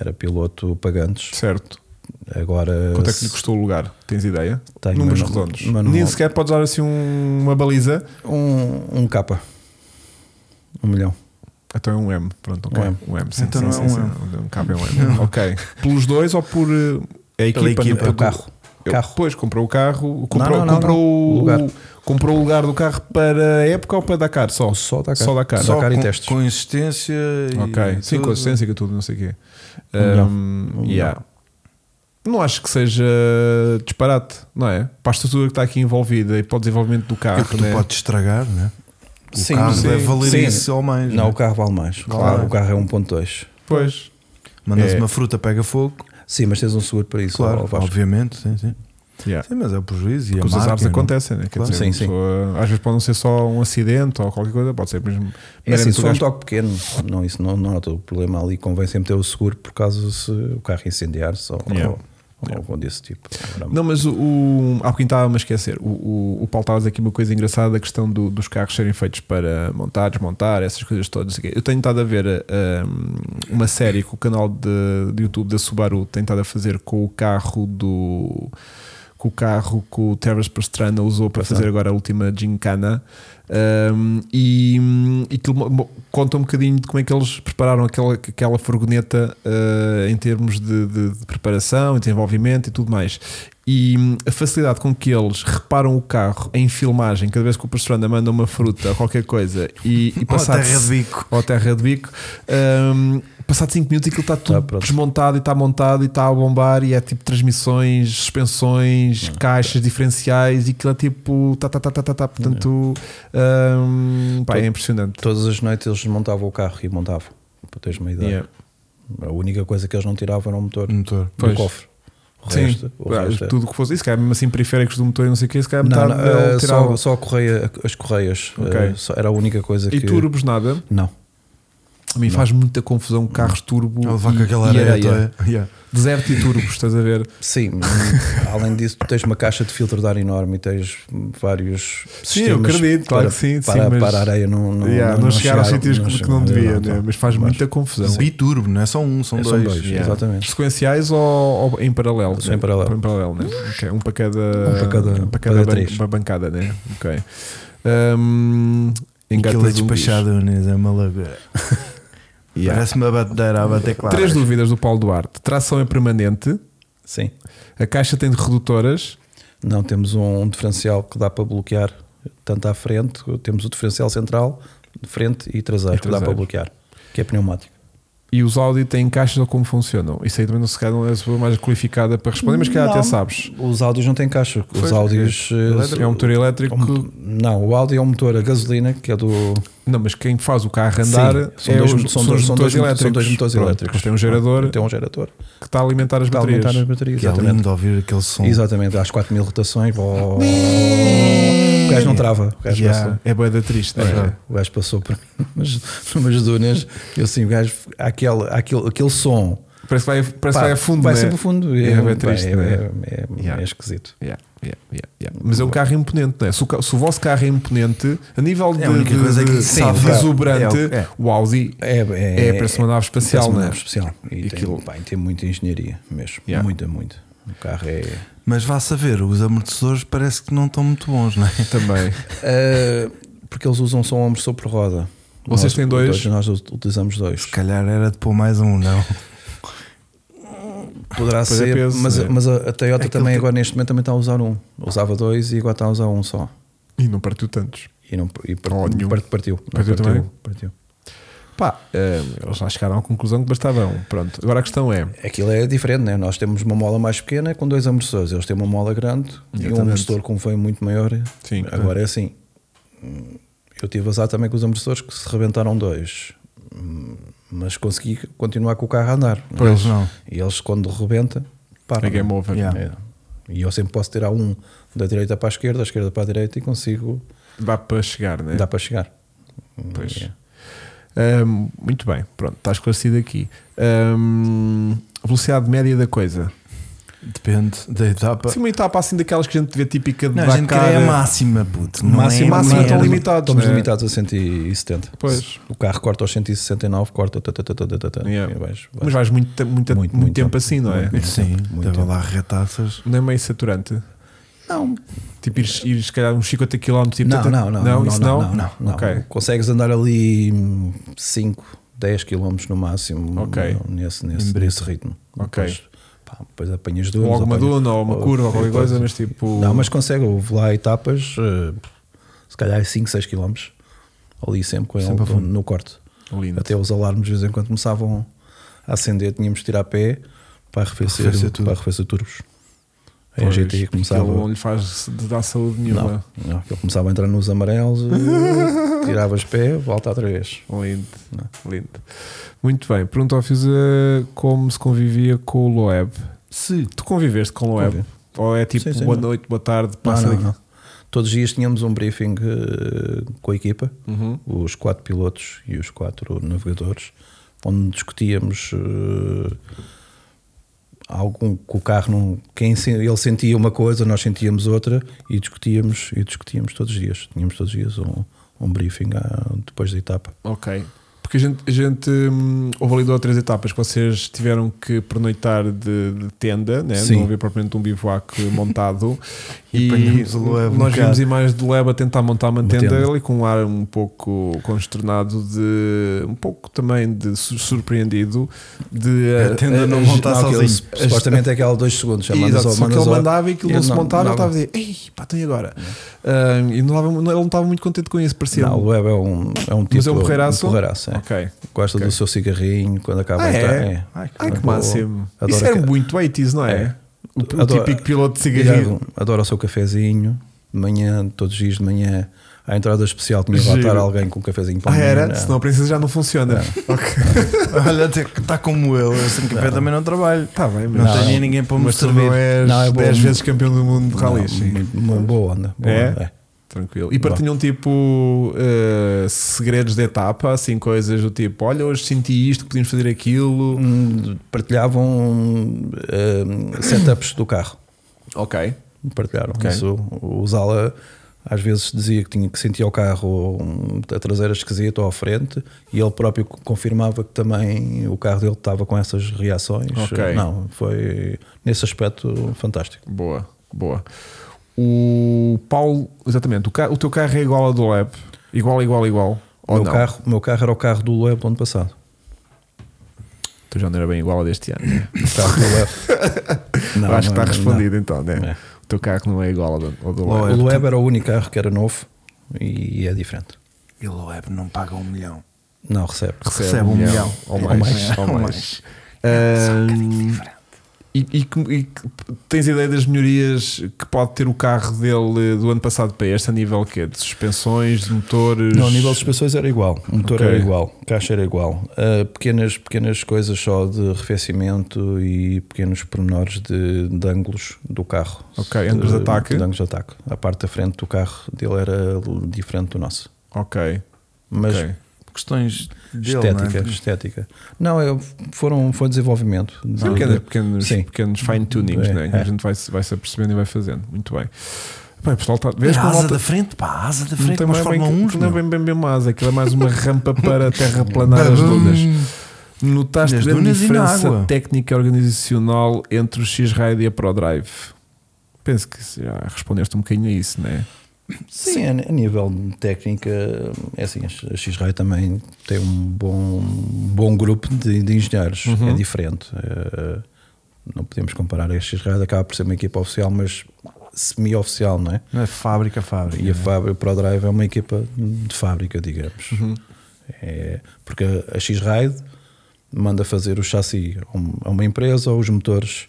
S3: Era piloto pagantes.
S2: Certo.
S3: Agora
S2: Quanto é que lhe custou o lugar? Tens ideia?
S3: Tenho,
S2: Números
S3: mas não-
S2: redondos.
S3: mas não-
S2: Nem sequer podes dar assim um- uma baliza.
S3: um, um capa. Um milhão.
S2: Então é um M. Pronto, ok.
S3: Um M.
S2: Um M. Sim,
S1: Então
S2: sim,
S1: não
S2: sim,
S1: é um
S2: sim. Um cabo é um M. ok. Pelos dois ou por. eh, A equipa,
S1: Pela equipa,
S2: né?
S1: o
S3: carro.
S2: Eu-
S3: Carro.
S2: Pois, comprou o carro. Comprou,
S3: não, não,
S2: comprou
S3: não.
S2: O,
S3: O lugar.
S2: comprou o lugar do carro para a época ou para Dakar? Só.
S3: Só Dakar.
S2: Só Dakar.
S3: Só cara e
S1: com,
S3: testes.
S1: com insistência e
S2: Ok, sim,
S1: tudo.
S2: consistência que tudo, não sei o quê.
S3: milhão.
S2: Um,
S3: Um
S2: yeah. Não acho que seja disparate, não é? Para a estrutura que está aqui envolvida e para o desenvolvimento do
S1: E o
S2: carro,
S1: é que tu
S2: né?
S1: podes estragar, né? O carro
S2: sim,
S1: deve valer
S3: sim.
S1: isso ou mais.
S3: Não,
S1: né?
S3: o carro vale mais.
S1: Claro.
S3: O carro é 1.2.
S2: Pois.
S1: Mandas
S2: É.
S1: uma fruta, pega fogo,
S3: Sim, mas tens um seguro para isso.
S1: claro,
S3: ó, Vasco.
S1: obviamente, sim, sim.
S2: Yeah.
S1: Sim, mas é o prejuízo e a
S2: Porque os
S1: marca,
S2: azares
S1: não é?
S2: acontecem, né? Quer
S1: Claro.
S2: dizer,
S3: Sim,
S2: uma
S3: sim.
S2: pessoa- às vezes pode não ser só um acidente ou qualquer coisa, pode ser mesmo.
S3: É assim,
S2: meramente
S3: se
S2: o
S3: for um
S2: gajo-
S3: toque pequeno, não, isso não, não há todo o problema ali. Convém sempre ter o seguro por caso se o carro incendiar-se ou,
S2: Yeah.
S3: ou- ou algo desse tipo. Agora,
S2: Não, mas o, o, há bocadinho estava a me esquecer. O, o, o Paulo estava aqui uma coisa engraçada, a questão do- dos carros serem feitos para montar, desmontar, essas coisas todas. não sei o quê. Eu tenho estado a ver ah, uma série que o canal de, de YouTube da Subaru tem estado a fazer com o carro do. Com o carro que o Terrace Pastrana usou para fazer agora a última Gincana. Um, e, e aquilo mo- mo- conta um bocadinho de como é que eles prepararam aquela, aquela furgoneta uh, em termos de, de- de preparação, desenvolvimento e tudo mais. E hum, a facilidade com que eles reparam o carro em filmagem, cada vez que o Pastrana manda uma fruta ou qualquer coisa e, e
S1: Ou a
S2: passado
S1: terra de bico.
S2: ou a terra de bico. Um, passado 5 minutos aquilo está tudo
S3: Ah, pronto.
S2: desmontado e está montado e está a bombar e é tipo transmissões,
S3: Hum,
S2: suspensões, caixas diferenciais e aquilo é tipo tá, tá, tá, tá, tá, tá. portanto um, pá, é impressionante.
S3: Todas as noites eles desmontavam o carro e montavam, para teres uma ideia.
S2: Yeah. Hum,
S3: A única coisa que eles não tiravam era o motor
S1: Um motor.
S2: Pois.
S3: do cofre. O
S2: Sim,
S3: resto, o
S2: Ah,
S3: resto é-
S2: tudo o que fosse isso, que é mesmo assim periféricos do motor e não sei o que, se calhar
S3: Não,
S2: metade
S3: não,
S2: dele
S3: eh,
S2: tirava.
S3: só, só a correia, as correias.
S2: Ok.
S3: eh, só- era a única coisa
S2: E
S3: que.
S2: turbos nada,
S3: Não.
S2: a mim faz muita confusão carros turbo
S3: É
S1: Ele vai
S2: e,
S1: com aquela
S2: e
S1: areia.
S2: areia.
S1: toda. Yeah.
S2: Deserto e turbos, estás a ver?
S3: Sim, mas, além disso, tu tens uma caixa de filtro de ar enorme e tens vários.
S2: Sim, eu
S3: sistemas
S2: acredito, claro
S3: para,
S2: que sim, sim,
S3: Para,
S2: mas-
S3: para a areia não, não,
S2: Yeah, não, chegar aos sítios
S3: não
S2: que que
S3: chegar,
S2: não devia,
S3: não,
S2: né? mas faz muita confusão.
S1: Biturbo, não é só um, são
S3: É,
S1: dois.
S3: são dois,
S1: Yeah.
S3: exatamente.
S2: Sequenciais ou, ou em paralelo?
S3: Só em paralelo.
S2: Em paralelo, né? Ok, Um para cada,
S3: Um para cada-
S2: para
S3: cada
S2: ban-
S3: três.
S2: para bancada, né? Ok. Um, engatas
S1: Aquilo é
S2: um
S1: despachado, Nunes, é uma lagoa.
S2: bicho. Yeah.
S1: Parece uma batedeira a bater claro.
S2: Três dúvidas do Paulo Duarte: tração é permanente,
S3: Sim.
S2: a caixa tem redutoras.
S3: Não, temos um, um diferencial que dá para bloquear tanto à frente, temos o diferencial central, de frente e traseiro,
S2: E
S3: que dá
S2: traseiro.
S3: para bloquear, que é pneumático.
S2: E os Audi têm caixas ou como funcionam? Isso aí também não se calhar não é a pessoa mais qualificada para responder, mas que até
S3: Não.
S2: sabes.
S3: Os áudios não têm caixa, os
S2: Pois,
S3: áudios. eh,
S2: É um motor elétrico.
S3: um- Não, o Audi é um motor a gasolina, que é do.
S2: Não, mas quem faz o carro andar
S3: Sim, são
S2: é
S3: dois-
S2: os,
S3: são dois-
S2: os
S3: são
S2: motores
S3: dois-
S2: elétricos.
S3: são dois motores
S2: Pronto,
S3: elétricos.
S2: Tem um gerador
S3: Tem um gerador.
S2: que está a alimentar as
S3: Está a
S2: baterias.
S3: aumentar as baterias.
S1: Que é
S3: exatamente.
S1: lindo ouvir aquele som.
S3: Exatamente, às 4 mil rotações. ó. O gajo não trava. O gajo,
S2: Yeah, É boeda triste, não
S3: passou,
S2: é?
S3: é, o gajo passou por umas, umas dunas. Eu assim, o gajo, aquele, aquele, aquele som.
S2: Parece que vai, parece que
S3: Pá,
S2: vai a fundo.
S3: Vai
S2: né?
S3: sempre a fundo.
S2: É,
S3: É,
S2: bem
S3: é,
S2: triste,
S3: é,
S2: né?
S3: é- é
S2: Yeah.
S3: esquisito.
S2: Yeah, yeah, yeah, yeah. Mas é um carro imponente, não é? Se o, ca- se o vosso carro é imponente, a nível de,
S1: É a única
S2: de-
S1: coisa que
S2: de-
S1: sim,
S2: de
S1: é o-
S2: exuberante,
S1: é o- é.
S2: o Audi
S3: É,
S2: é, parece uma nave espacial,
S3: parece uma
S2: não é?
S3: nave especial. E
S2: Aquilo-
S3: tem, pá, e tem muita engenharia mesmo.
S2: Yeah.
S3: Muita, muita. O carro é.
S1: Mas vá saber, os amortecedores parece que não estão muito bons, não é?
S2: Também.
S3: Ah, porque eles usam só um amortecedor por roda.
S2: Vocês
S3: Nós-
S2: têm dois?
S3: Nós utilizamos dois.
S1: Se calhar era de pôr mais um, não.
S3: Poderá
S2: Depois é
S3: ser,
S2: peso,
S3: mas,
S2: é.
S3: mas a, a Toyota
S2: Aquilo
S3: também
S2: tem-
S3: agora neste momento também está a usar um. Usava dois e agora está a usar um só.
S2: E não partiu tantos.
S3: E não e par-
S2: Oh, nenhum.
S3: par- partiu. Não,
S2: Partiu também?
S3: partiu.
S2: Pá, eh, eles já chegaram à conclusão que bastava um. Pronto, agora a questão é:
S3: Aquilo é diferente, né? Nós temos uma mola mais pequena com dois amortecedores. Eles têm uma mola grande e
S2: Exatamente.
S3: um amortecedor com um veio muito maior.
S2: Sim,
S3: agora é assim. hum, Eu tive azar também com os amortecedores que se rebentaram dois. Hum, Mas consegui continuar com o carro a andar. né?
S1: Pois não.
S3: E eles quando rebenta, param.
S2: é game over.
S1: Yeah.
S3: É, E eu sempre posso tirar um da direita para a esquerda, da esquerda para a direita e consigo.
S2: Dá para chegar, né?
S3: dá para chegar. É.
S2: Pois.
S3: Yeah.
S2: Ahm, muito bem, pronto, está esclarecido aqui. Ahm, velocidade média da coisa.
S1: Depende da etapa.
S2: Se uma etapa assim daquelas que a gente vê típica de
S1: Não, a gente
S2: Dakar,
S1: quer é
S2: é-
S1: a máxima, puto. Não
S2: Máxima,
S1: é
S2: máxima,
S1: merda.
S2: estão limitados,
S3: Estamos
S2: né?
S3: limitados a 170.
S2: Pois.
S3: O carro corta aos 169, corta. Tá, tá, tá, tá, tá, tá,
S2: Yeah.
S3: e vais- vais.
S2: Mas vais muito, te- muito, muito,
S3: Muito, muito
S2: tempo
S3: tempo.
S2: assim, não é?
S1: Sim,
S3: Muito
S1: estava
S3: tempo.
S1: lá retaças.
S2: Não é meio saturante? Não. Tipo, ir, ir se calhar uns 50 km tipo,
S3: Não,
S2: tata-
S3: não, não,
S2: não, isso não,
S3: não, não.
S2: Ok.
S3: Consegues andar ali 5, 10 km no máximo
S2: Ok.
S3: no- nesse, nesse,
S1: Brito.
S3: nesse ritmo.
S2: Ok.
S3: Depois, pá, depois apanhas duas.
S2: Ou alguma
S3: apanhas-
S2: duna, ou uma curva, ou qualquer
S3: depois-
S2: coisa, mas tipo.
S3: Não, mas consegue. Houve lá etapas, eh, se calhar 5, 6 km. Ali sempre, com ele,
S1: Sempre a fundo.
S3: no corte.
S2: Lindo.
S3: Até os alarmes de vez em quando começavam a acender, tínhamos de tirar a pé para arrefecer,
S1: Arrefecer tudo. é
S3: para arrefecer turbos. Aí a
S2: Pois,
S3: GTI começava.
S2: aquilo Não lhe faz de dar saúde
S3: Não,
S2: nenhuma.
S3: não, ele começava a entrar nos amarelos, eh, tiravas pé, volta outra vez.
S2: Lindo,
S3: Não.
S2: lindo. é? Muito bem. Pergunta ao Fiusa como se convivia com o Loeb.
S1: Se
S2: Tu conviveste com o Loeb?
S3: Convivi.
S2: Ou é tipo
S3: Sim, sim,
S2: boa
S3: não.
S2: noite, boa tarde,
S3: Não,
S2: passa
S3: não,
S2: daqui?
S3: não. Todos os dias tínhamos um briefing eh, com a equipa,
S2: Uhum.
S3: os quatro pilotos e os quatro navegadores, onde discutíamos eh, algum que o carro não, quem se- ele sentia uma coisa, nós sentíamos outra e discutíamos e discutíamos todos os dias. Tínhamos todos os dias um, um briefing ah, depois da etapa.
S2: Ok. Porque a gente, a gente hum, houve ali duas ou três etapas que vocês tiveram que pernoitar de, de tenda, né?
S3: Sim.
S2: não havia propriamente um bivouac montado.
S1: E apanhamos o Loeb um
S2: nós vimos
S1: bocado.
S2: imagens de Leba tentar montar uma
S3: Uma
S2: tenda,
S3: tenda.
S2: ali com um ar um pouco consternado, de um pouco também de su- surpreendido. De,
S1: A tenda não montar
S3: Não, aquele-
S1: sozinho.
S3: supostamente é aquela dois segundos, já mandas
S2: Exato,
S3: ao-
S2: só que
S3: mandas
S2: ele
S3: ao-
S2: mandava e aquilo
S3: e
S2: não, se
S3: não-
S2: montava, eu
S3: não-
S2: estava a dizer, ei, pá, tem agora. Ah, e não estava- ele não estava muito contente com isso, parecia.
S3: Não, o Web é um, é um tipo.
S2: Mas é um porreiraço?
S3: um porreiraço, é.
S2: ok.
S3: Gosta
S2: Ok.
S3: do seu cigarrinho quando acaba
S2: Ah,
S3: a
S2: é?
S3: entrar.
S1: Ai,
S2: Ai que
S3: Adoro-
S2: máximo.
S3: adoro
S2: Isso era
S3: que-
S2: muito 80s, não é?
S3: É.
S2: O, o
S3: Adoro-
S2: típico piloto de cigarrinho.
S3: Adoro, adoro o seu cafezinho. De manhã, todos os dias de manhã, à entrada especial, tinha de lá
S2: Giro.
S3: estar alguém com um cafezinho para
S2: Ah,
S3: o
S2: era?
S3: menino.
S2: Senão a princesa já não funciona.
S1: olha, está como eu, eu sem café também não trabalho.
S2: Está Tá bem, mas
S1: Não, tenho ninguém para me
S2: mas tu não
S1: servir.
S2: és
S3: Não, é bom.
S2: 10 vezes campeão do mundo de
S3: Não,
S2: rallies. sim.
S3: muito- Uma boa onda. boa
S2: É?
S3: onda, é.
S2: Tranquilo. E partilham tipo eh, segredos de etapa, assim, coisas do tipo: olha, hoje senti isto, podíamos fazer aquilo.
S3: Hum, Partilhavam hum, setups do carro.
S2: Ok.
S3: partilharam.
S2: Ok.
S3: Isso, o Zala às vezes dizia que tinha que sentia o carro hum, a traseira esquisita ou à frente e ele próprio co- confirmava que também o carro dele estava com essas reações.
S2: Ok.
S3: Não, foi nesse aspecto fantástico.
S2: Boa, boa. O Paulo, exatamente, o, ca- o teu carro é igual ao do Lab? Igual, igual, igual.
S3: O
S2: Ou
S3: meu
S2: não?
S3: carro, o meu carro era o carro do Loeb do ano passado.
S2: Tu já não era bem igual ao deste ano. né?
S3: O carro do Loeb. Não,
S2: Acho que
S3: não,
S2: está
S3: não, não.
S2: respondido então, né?
S3: É.
S2: O teu carro não é igual ao do, ao do
S1: Não é
S2: Loeb.
S3: O Loeb era o único carro que era novo e é diferente.
S1: E o Loeb não paga um milhão.
S3: Não recebe.
S1: recebe um É milhão.
S2: ou
S1: É,
S2: mais.
S1: mais,
S2: ou
S1: ou
S2: mais. É um
S1: mais. um
S2: Ahm, e, e que- e que- tens ideia das melhorias que pode ter o carro dele eh, do ano passado para este a nível que De suspensões, de motores?
S3: Não, o nível de suspensões era igual, o motor
S2: Ok.
S3: era igual, caixa era igual. Ah, pequenas, pequenas coisas só de arrefecimento e pequenos pormenores de, de ângulos do carro. Ah,
S2: Ok, ângulos de ataque.
S3: de ângulos de ataque. A parte da frente do carro dele era diferente do nosso.
S2: Ok.
S3: Mas
S2: ok.
S1: Questões dele,
S3: estética,
S1: não é?
S3: estética. Não, é, foram, foi desenvolvimento.
S2: São
S3: De-
S2: pequenos,
S3: de-
S2: pequenos,
S3: Sim.
S2: pequenos fine-tunings,
S3: É,
S2: né? que a
S3: é.
S2: gente vai, se- vai se apercebendo e vai fazendo. Muito bem. Bem, pessoal, tá,
S1: Vê
S2: vês
S1: a
S2: como
S1: asa
S2: volta-
S1: da frente, pá, a asa da
S2: não
S1: frente,
S2: tem
S1: mas
S2: mais bem
S1: Fórmula
S2: que-
S1: 1
S2: não é bem, bem, bem uma asa, aquilo é mais uma rampa para terraplanar as dunas. Notaste
S1: Nas
S2: grande
S1: dunas e na
S2: diferença
S1: água.
S2: técnica e organizacional entre o X-Ride e a ProDrive? Penso que já respondeste um bocadinho a isso, né?
S3: Sim, a, a nível de técnica, é assim, a X-Ray também tem um bom, bom grupo de, de engenheiros, é diferente. Eh, não podemos comparar a X-Ray, acaba por ser uma equipa oficial, mas semi-oficial, não é?
S1: Não é fábrica, fábrica.
S3: E a
S1: né?
S3: Fábio ProDrive é uma equipa de fábrica, digamos.
S1: Uhum.
S3: É, porque a X-Ride manda fazer o chassi a um- a uma empresa, os motores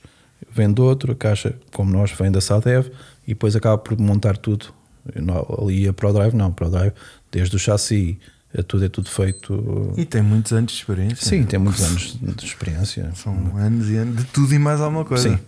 S3: vêm de outro, a caixa, como nós, vem da Sadev e depois acaba por montar tudo. E no- Ali é a ProDrive não, a ProDrive, desde o chassi, a tudo é tudo feito.
S1: E tem muitos anos de experiência. né?
S3: Sim, tem muitos anos de experiência.
S1: São anos e anos de tudo e mais alguma coisa.
S3: Sim,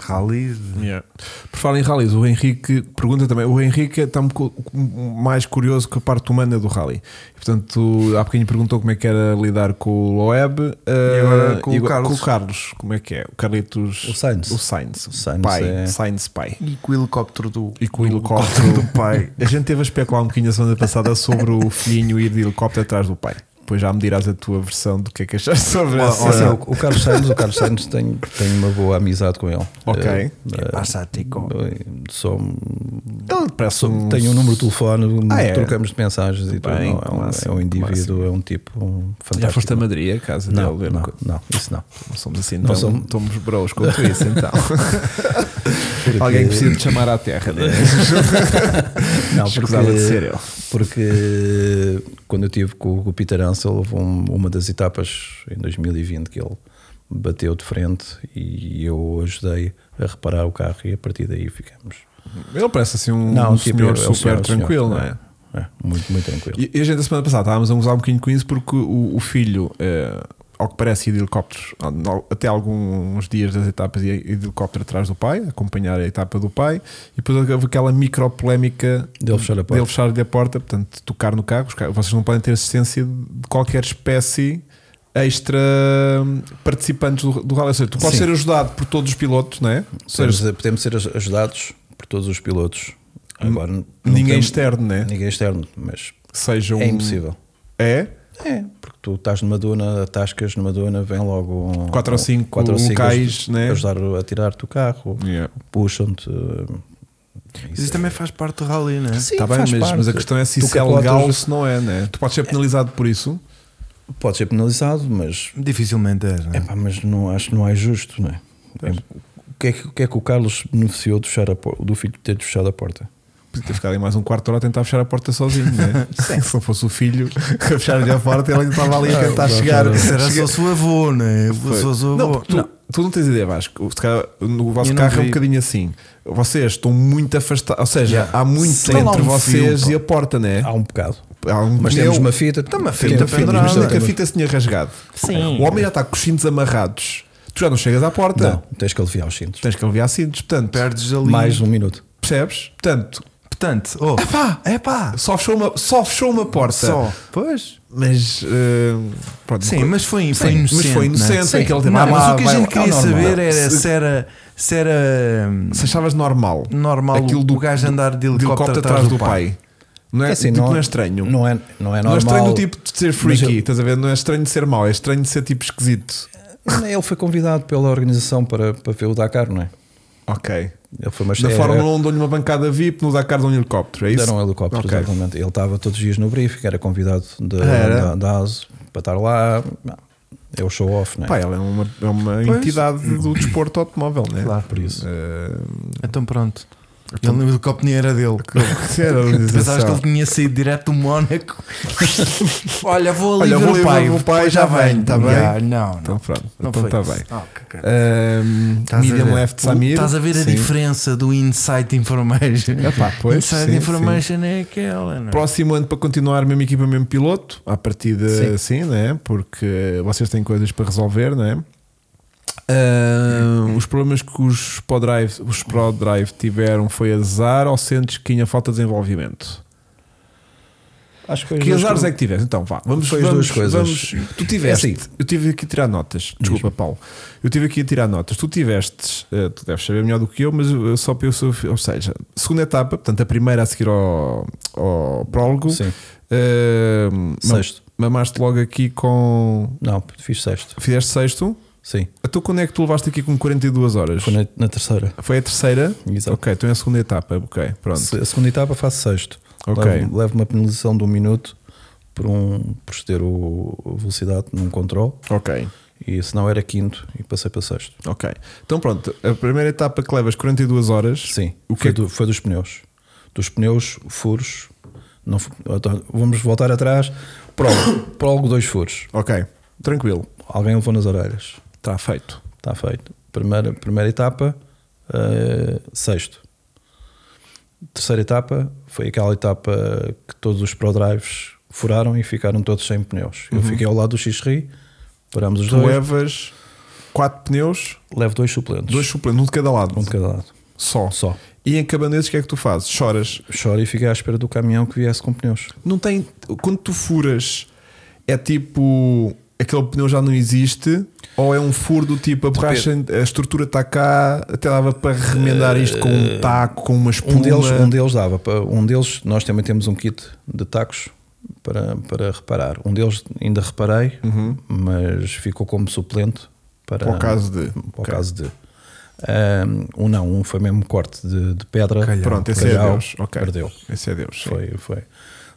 S1: Rally.
S2: Yeah. Por falar em rallies, o Henrique pergunta também. O Henrique está um pouco mais curioso com a parte humana do rally. E, portanto, há bocadinho perguntou como é que era lidar com o Loeb eh,
S1: agora com o Carlos.
S2: Carlos. Como é que é? O Carlitos.
S3: O Sainz.
S2: O Sainz.
S3: O Sainz
S2: pai.
S3: é-
S2: Sainz pai.
S1: E com o helicóptero do.
S2: E com o helicóptero
S1: do pai.
S2: A gente teve a especular um bocadinho a semana passada sobre o filhinho ir de helicóptero atrás do pai. Depois já me dirás a tua versão do que é que achaste sobre
S1: Ah, Olha,
S2: essa.
S3: Sim, o, o Carlos Sainz, o Carlos Sainz tem, tem uma boa amizade com ele.
S2: Ok.
S3: Eh,
S1: É, Passa a Tico.
S3: eh, só
S2: Ele parece um.
S3: tenho um número de telefone,
S2: Ah, é?
S3: trocamos de mensagens e tudo.
S2: Bem,
S3: Não, é, um,
S2: clássico,
S3: é um indivíduo,
S2: clássico.
S3: é um tipo um fantástico.
S2: Já foste a Madrid, a casa
S3: Não,
S2: dele? ver
S3: não,
S2: co-
S3: não, isso não.
S2: Não somos assim, não
S3: somos-
S2: somos, somos bros como tu isso, então. Alguém que precisa de chamar à terra, né?
S3: Não,
S2: Escusava de ser eu.
S3: Porque quando eu estive com, o Peter Ansel, houve um- uma das etapas em 2020 que ele bateu de frente e eu ajudei a reparar o carro e a partir daí ficamos.
S2: Ele parece assim um,
S3: Não,
S2: um
S3: tipo,
S2: senhor
S3: é um
S2: super
S3: senhor, é um
S2: tranquilo,
S3: senhor,
S2: não é?
S3: É, muito, muito tranquilo.
S2: E, e a gente, a semana passada, estávamos a usar um bocadinho com isso porque o, o filho, eh, ao que parece, ia de helicópteros ah, no- até alguns dias das etapas, ia ia de helicóptero atrás do pai, acompanhar a etapa do pai, e depois houve aquela micro polémica
S3: Dele fechar a porta.
S2: dele fechar-lhe a porta, portanto, tocar no carro. os carros- Vocês não podem ter assistência de qualquer espécie extra hum, participantes do, do rally. Ou seja, tu podes
S3: Sim.
S2: ser ajudado por todos os pilotos, não é? Ou seja,
S3: Podemos, podemos ser aj- ajudados por todos os pilotos. Agora, não
S2: ninguém
S3: temos-
S2: externo, não é?
S3: um Ninguém externo, mas
S2: Seja um-
S3: é impossível.
S2: É?
S3: É, porque tu estás numa duna, atascas numa duna, vem logo um,
S2: Quatro ou cinco
S3: quatro ou cinco
S2: locais,
S3: aj-
S2: né?
S3: ajudar a tirar-te o carro,
S2: Yeah.
S3: puxam-te.
S1: Mas isso também faz parte do rally, né?
S3: Sim,
S2: Tá bem,
S3: faz
S2: mas,
S3: parte.
S2: mas a questão é se
S3: Tu
S2: isso é
S3: capotas-
S2: legal ou se não é, né? Tu podes ser penalizado por isso.
S3: Pode ser penalizado, mas,
S1: Dificilmente és,
S2: É.
S1: né?
S3: epá, mas não, acho que não é justo, não é? É, o, que é que, o que é que o Carlos beneficiou de fechar a por- do filho ter fechado a porta?
S2: Podia ter ficado aí mais um quarto de hora a tentar fechar a porta sozinho, né? se não fosse o filho a fechar-lhe a porta, ele ainda estava
S3: Ah,
S2: ali a tentar chegar.
S1: Isso era
S2: Chega-
S1: só sua avô, né?
S2: Foi.
S1: Só sua
S2: Não,
S1: avô.
S2: porque tu não. tu não tens ideia, Vasco. Se calhar, no vosso
S1: Eu não
S2: carro é um
S1: vi.
S2: bocadinho assim. Vocês estão muito afastados, ou seja,
S1: Yeah.
S2: há muito
S1: Sei lá,
S2: entre
S1: um
S2: vocês
S1: fio,
S2: e a porta, né?
S3: Há um bocado.
S2: Há um
S3: Mas
S2: pneu-
S3: temos uma fita.
S1: Tem uma
S2: Tem
S1: fita
S2: uma
S3: temos-
S2: fita,
S1: pendurada.
S3: temos-
S2: mas é que a
S3: temos-
S2: fita se tinha rasgado.
S3: Sim.
S2: O homem já está com os cintos amarrados. Tu já não chegas à porta.
S3: Não, tens que aliviar os cintos.
S2: Tens que aliviar cintos. Portanto,
S1: Perdes ali.
S3: Mais um minuto.
S2: percebes? Portanto,
S1: Portanto, oh,
S2: Epá!
S1: epá,
S2: só fechou uma, só fechou uma porta.
S1: só. Pois.
S2: Mas. eh, pronto,
S1: Sim,
S2: uma
S1: mas foi, foi
S2: Sim, mas
S1: inocente.
S2: foi inocente,
S1: né?
S2: foi aquele
S1: Não,
S2: tema, ah,
S1: mas
S2: lá,
S1: o que a
S2: vai
S1: gente
S2: lá,
S1: queria
S2: é normal.
S1: saber era
S2: Se-
S1: se era, se era hum,
S2: coisa- Se achavas normal.
S1: normal
S2: Aquilo
S1: o-
S2: do-
S1: o gajo andar de
S2: De
S1: helicóptero,
S2: atrás do, pai. Não é,
S3: assim,
S2: tipo, não é estranho. Não,
S3: Não é, não é normal.
S2: é estranho do tipo de ser freaky,
S3: Mas ele-
S2: estás a ver? Não é estranho de ser mau, é estranho de ser tipo esquisito.
S3: Ele foi convidado pela organização para, para ver o Dakar, não é?
S2: Ok.
S3: Ele foi uma
S2: Na
S3: é,
S2: Fórmula 1 dão-lhe uma bancada VIP, no Dakar dão-lhe um helicóptero, é isso?
S3: Deram um helicóptero,
S2: Ok. Ah,
S3: exatamente. Ele estava todos os dias no briefing, era convidado da,
S2: Era.
S3: da, da ASO para estar lá. Não, É o show off, não é?
S2: Pá, ela é uma, é uma entidade do desporto automóvel, né?
S1: Claro.
S3: É por isso.
S2: Eh,
S1: Então pronto. Ele
S2: Então-
S1: no helicóptero nem era dele.
S2: era a
S1: Tu pensavas que
S2: organização.
S1: ele tinha saído direto do Mónaco. Olha, vou ali
S2: Olha,
S1: ver
S2: vou
S1: o
S2: ali
S1: pai.
S2: ver o pai,
S1: depois
S2: já venho, tá bem?
S1: Yeah, não,
S2: Então
S1: não.
S2: pronto,
S1: Não
S2: então
S1: foi
S2: está
S1: isso.
S2: bem.
S1: Ah, ok, ok.
S2: Um,
S1: Estás a
S2: medium
S1: ver.
S2: left
S1: O-
S2: Samir.
S1: Estás a ver a
S2: Sim.
S1: diferença do Insight Information.
S2: Epá, pois,
S1: insight
S2: sim,
S1: Information é aquela, não é?
S2: Próximo ano para continuar, mesma equipa, mesmo piloto, à partida sim. assim, né? Porque vocês têm coisas para resolver, né? Ah, os problemas que os ProDrive, os ProDrive tiveram foi azar ou sentes que tinha falta de desenvolvimento?
S3: Acho foi as
S2: Que
S3: duas
S2: azares
S3: coisas.
S2: é que tiveste? Então vá, vamos
S3: Foi as
S2: vamos,
S3: duas coisas.
S2: vamos- Tu tiveste,
S3: É assim.
S2: eu tive aqui a tirar notas. Desculpa, Paulo. Eu tive aqui a tirar notas. Tu tiveste, eh, tu deves saber melhor do que eu, mas eh, só para eu. saber- Ou seja, segunda etapa, portanto, a primeira a seguir ao, ao prólogo.
S3: Sim.
S2: eh, mam-
S3: Sexto.
S2: Mamaste logo aqui com.
S3: Não, fiz sexto.
S2: Fizeste sexto.
S3: Sim.
S2: Então, quando é que tu levaste aqui com 42 horas?
S3: Foi na, na terceira.
S2: Foi a terceira?
S3: é- Exato.
S2: Ok, então é a segunda etapa. Ok, pronto.
S3: Se- A segunda etapa faço sexto.
S2: Ok.
S3: Levo, levo uma penalização de um minuto por, um, por ter o, a velocidade num controle.
S2: Ok.
S3: E se não era quinto e passei para sexto.
S2: Ok, então pronto, a primeira etapa que levas 42 horas.
S3: Sim,
S2: O que
S3: foi,
S2: é que-
S3: do- foi dos pneus. Dos pneus, furos. Não, fu- então, vamos voltar atrás. Prólogo, prólogo dois furos.
S2: Ok, tranquilo,
S3: Alguém levou nas orelhas.
S2: está feito.
S3: Está feito. Primeira, primeira etapa, eh, sexto. Terceira etapa foi aquela etapa que todos os ProDrives furaram e ficaram todos sem pneus. Eu fiquei ao lado do Xri, paramos os
S2: Uhum. Tu
S3: dois.
S2: levas quatro pneus,
S3: Levo dois suplentes.
S2: dois suplentes, um de cada lado.
S3: Um de cada lado.
S2: Só.
S3: Só.
S2: E acabando esses, o que é que tu fazes? Choras.
S3: Choro e fiquei à espera do caminhão que viesse com pneus.
S2: Não tem. Quando tu furas, é tipo. Aquele pneu já não existe? Ou é um furo do tipo a borracha, a estrutura está cá, até dava para remendar isto com um taco, com uma espuma?
S3: Eh, Um deles, um deles dava. para- Um deles, nós também temos um kit de tacos para, para reparar. Um deles ainda reparei,
S2: Uhum.
S3: mas ficou como suplente para,
S2: Para o caso de.
S3: para o
S2: Ok.
S3: caso de. Ahm, Um, não, um foi mesmo corte de, de pedra.
S1: Calhau.
S2: Pronto, esse é
S3: Calhau,
S2: Deus. Ok.
S3: Perdeu.
S2: Esse é Deus. sim.
S3: Foi, foi.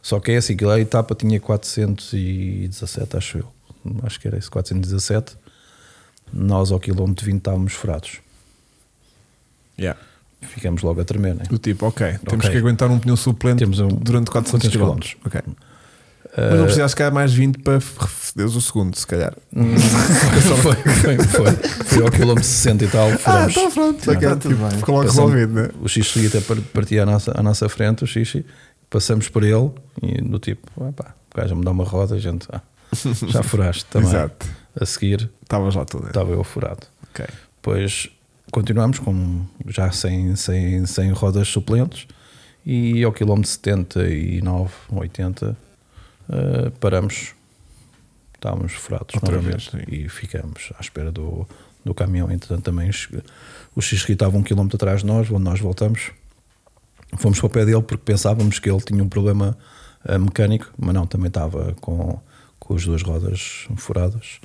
S3: Só que é assim, aquilo a etapa tinha 417, acho eu. Acho que era isso, 417. Nós ao quilómetro 20 estávamos furados.
S2: Yeah.
S3: Ficamos logo a tremer, né?
S2: Do tipo, ok, temos
S3: Ok.
S2: que aguentar um pneu suplente
S3: Temos um-
S2: durante 400
S3: 400
S2: km. Ok. Mas
S3: Eh,
S2: não precisaste cá mais 20 para foderes o segundo, se calhar.
S1: Tá, Hum.
S3: foi, foi, foi. Foi ao quilómetro 60 e tal. Furamos.
S2: pronto.
S1: Tá tudo bem.
S2: é, tipo, Ficou Ah, então logo
S3: Passamos-
S2: resolvido, né?
S3: O xixi até par- partia à nossa, à nossa frente, o xixi. Passamos por ele e do tipo, "Ah, pá, o gajo me dá uma roda, a gente, "Ah, já furaste também.
S2: Exato.
S3: A seguir
S2: Estavas lá tudo.
S3: estava eu furado.
S2: Ok.
S3: Depois continuamos com, já sem, sem, sem rodas suplentes e ao quilómetro 79, 80 eh, paramos. Estávamos furados
S2: Outra
S3: novamente e ficamos à espera do, do caminhão. Entretanto, também che- o Xisqui estava um quilómetro atrás de nós, quando nós voltamos. Fomos para o pé dele porque pensávamos que ele tinha um problema eh, mecânico, mas não, também estava com, com as duas rodas furadas.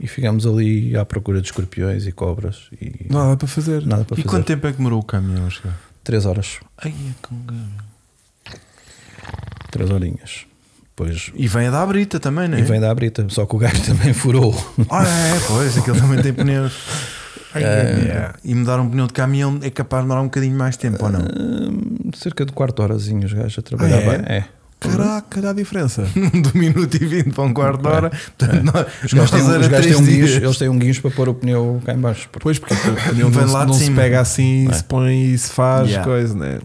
S3: E ficámos ali à procura de escorpiões e cobras e
S2: Não há nada para fazer.
S3: nada para
S1: E
S3: fazer.
S1: quanto tempo é que demorou o caminhão a chegar?
S3: Três horas,
S1: Ai, é com-
S3: três horinhas. Depois.
S1: E vem a da Brita também, não é?
S3: E vem da Abrita, só que o gajo também furou.
S1: Ah, é, pois, aquele também tem pneus. É.
S2: Ai, yeah.
S1: E mudar um pneu de caminhão é capaz de demorar um bocadinho mais tempo, ou não?
S3: Hum, cerca de quarto horazinho os gajos a trabalhar.
S2: Ah, é?
S3: bem. é.
S2: Caraca, olha a diferença.
S1: Do minuto e vinte para um quarto de hora. Portanto, nós,
S3: Os gajos têm,
S1: nós
S3: um-
S1: era
S3: os gajos
S1: três
S3: têm um
S1: dias.
S3: guincho, eles têm um guincho para pôr o pneu cá em baixo. porque-
S2: Pois, porque o pneu
S1: Vem
S2: não, se-
S1: lá de
S2: não se
S1: cima.
S2: pega assim,
S3: É.
S2: se põe e se faz
S1: Yeah.
S2: coisa, né?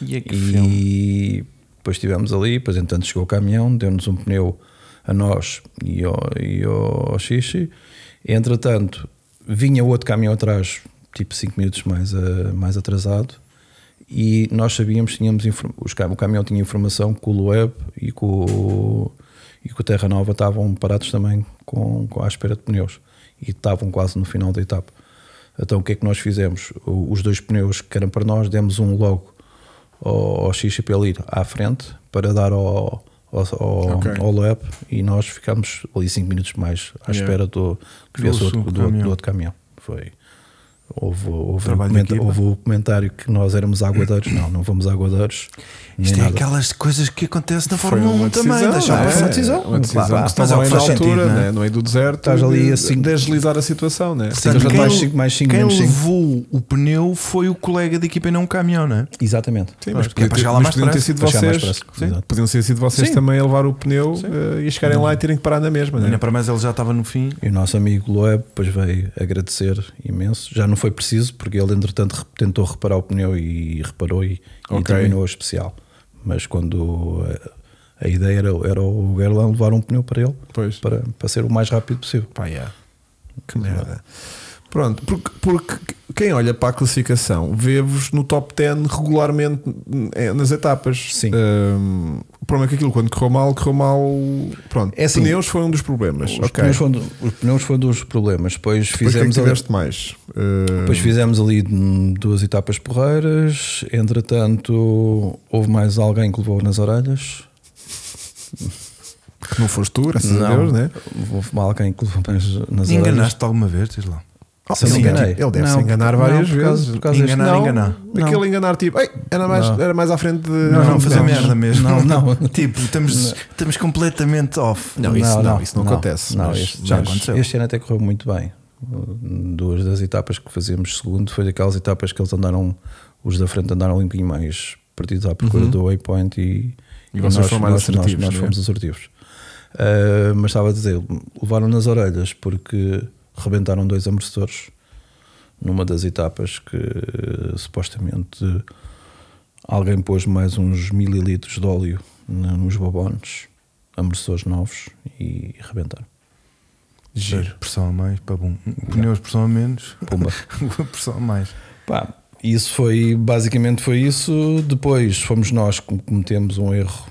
S1: E é que filme.
S3: E depois estivemos ali, depois entretanto chegou o caminhão, deu-nos um pneu a nós e ao, e ao Xixi. Entretanto, vinha outro caminhão atrás, tipo 5 minutos mais, a- mais atrasado, e nós sabíamos, tínhamos inform- os, cam- o caminhão tinha informação que o Loeb e que o, e que o Terra Nova estavam parados também com, com, à espera de pneus e estavam quase no final da etapa. Então o que é que nós fizemos? O- Os dois pneus que eram para nós, demos um logo ao, ao Xixi para ele ir à frente para dar ao, ao, ao,
S2: Ok.
S3: ao Loeb e nós ficámos ali 5 minutos mais à
S2: Yeah.
S3: espera do, que
S1: Do
S3: viesse outro,
S1: segundo
S3: do, outro-
S1: caminhão.
S3: do outro caminhão. Foi. Houve, houve, um
S1: Trabalho de
S3: comenta-
S1: equipa.
S3: houve o comentário que nós éramos aguadeiros. Não, não fomos aguadeiros. nem
S1: Isto é
S3: nada.
S1: aquelas coisas que acontecem na Fórmula
S2: uma
S1: 1 também.
S2: decisão,
S1: Deixa
S2: não é?
S1: para
S3: uma decisão.
S2: Uma decisão
S3: Claro,
S2: que se
S1: mas é o
S2: toma
S1: que
S2: na
S1: faz sentido,
S2: altura,
S1: não é?
S2: né? no meio do deserto,
S3: Estás ali
S2: de-
S3: assim-
S2: deslizar a situação, né?
S3: Sim, mas mais cinco, mais cinco,
S1: quem
S3: menos cinco.
S1: levou o pneu foi o colega de equipa e não o caminhão, não é?
S3: Exatamente.
S2: Sim, mas,
S1: Porque
S2: podia
S1: é para
S2: ter-
S1: chegar lá
S2: mas
S1: mais
S2: podiam ter
S1: depressa.
S2: sido
S3: Para chegar mais
S2: vocês,
S3: depressa,
S2: sim,
S3: exato.
S2: podiam ter sido vocês
S3: Sim.
S2: também a levar o pneu eh, e chegarem lá e terem que parar na mesma, né?
S1: Ainda para mais ele já estava no fim.
S3: E o nosso amigo Loeb depois veio agradecer imenso. Já não foi preciso, porque ele entretanto re- tentou reparar o pneu e reparou e, e
S2: Ok.
S3: terminou a especial. Mas quando eh, a, ideia era, era o Gerlão levar um pneu para ele,
S2: Pois.
S3: para, para ser o mais rápido possível.
S2: Pá, yeah. Que merda. Pronto, porque, porque quem olha para a classificação vê-vos no top 10 regularmente eh, nas etapas.
S3: Sim.
S2: Ahm, o problema é que aquilo, quando correu mal, correu mal. Pronto,
S3: É assim,
S2: pneus foi um dos problemas.
S3: Os,
S2: ok.
S3: pneus foram, os pneus foram dos problemas. Depois
S2: Depois o que é que
S3: fizemos a-
S2: tiveste mais. Ehm, Ahm,
S3: Depois fizemos ali hum, duas etapas porreiras. Entretanto, houve mais alguém que levou nas orelhas.
S2: que não foste tu, graças a Deus, né?
S3: Houve mais alguém que levou nas, nas orelhas.
S1: Enganaste-te alguma vez, diz lá.
S2: Oh,
S3: Se eu não
S2: sim,
S3: enganei.
S2: Ele deve se
S3: Não,
S2: enganar
S3: não,
S2: várias
S3: por causa-
S2: vezes.
S3: por causa deste-
S1: Enganar,
S2: não,
S1: enganar.
S2: Aquele enganar tipo, "Ei, era mais,
S3: Não.
S2: era mais à frente de.
S1: Não, não, fazer
S2: não.
S1: merda mesmo.
S3: Não, não. é
S1: Tipo, estamos, estamos completamente off.
S2: Não, isso não, isso não, acontece.
S3: Não,
S2: mas
S3: este,
S1: já
S3: mas
S1: aconteceu.
S3: Este ano até correu muito bem. Duas das etapas que fazíamos segundo foi daquelas etapas que eles andaram, os da frente andaram um bocadinho mais partidos à procura do waypoint e,
S2: Uhum. E vocês foram mais
S3: nós,
S2: assertivos,
S3: nós
S2: né?
S3: fomos assertivos. Ah, mas estava a dizer, levaram nas orelhas porque rebentaram dois amortecedores numa das etapas que supostamente alguém pôs mais uns mililitros de óleo na- nos babones, amortecedores novos e rebentaram.
S1: Giro. Pressão a mais, pá, bom. Pneus, pressão a menos.
S3: Pumba.
S1: pressão a mais.
S3: Pá, isso foi basicamente foi isso. Depois fomos nós que cometemos um erro,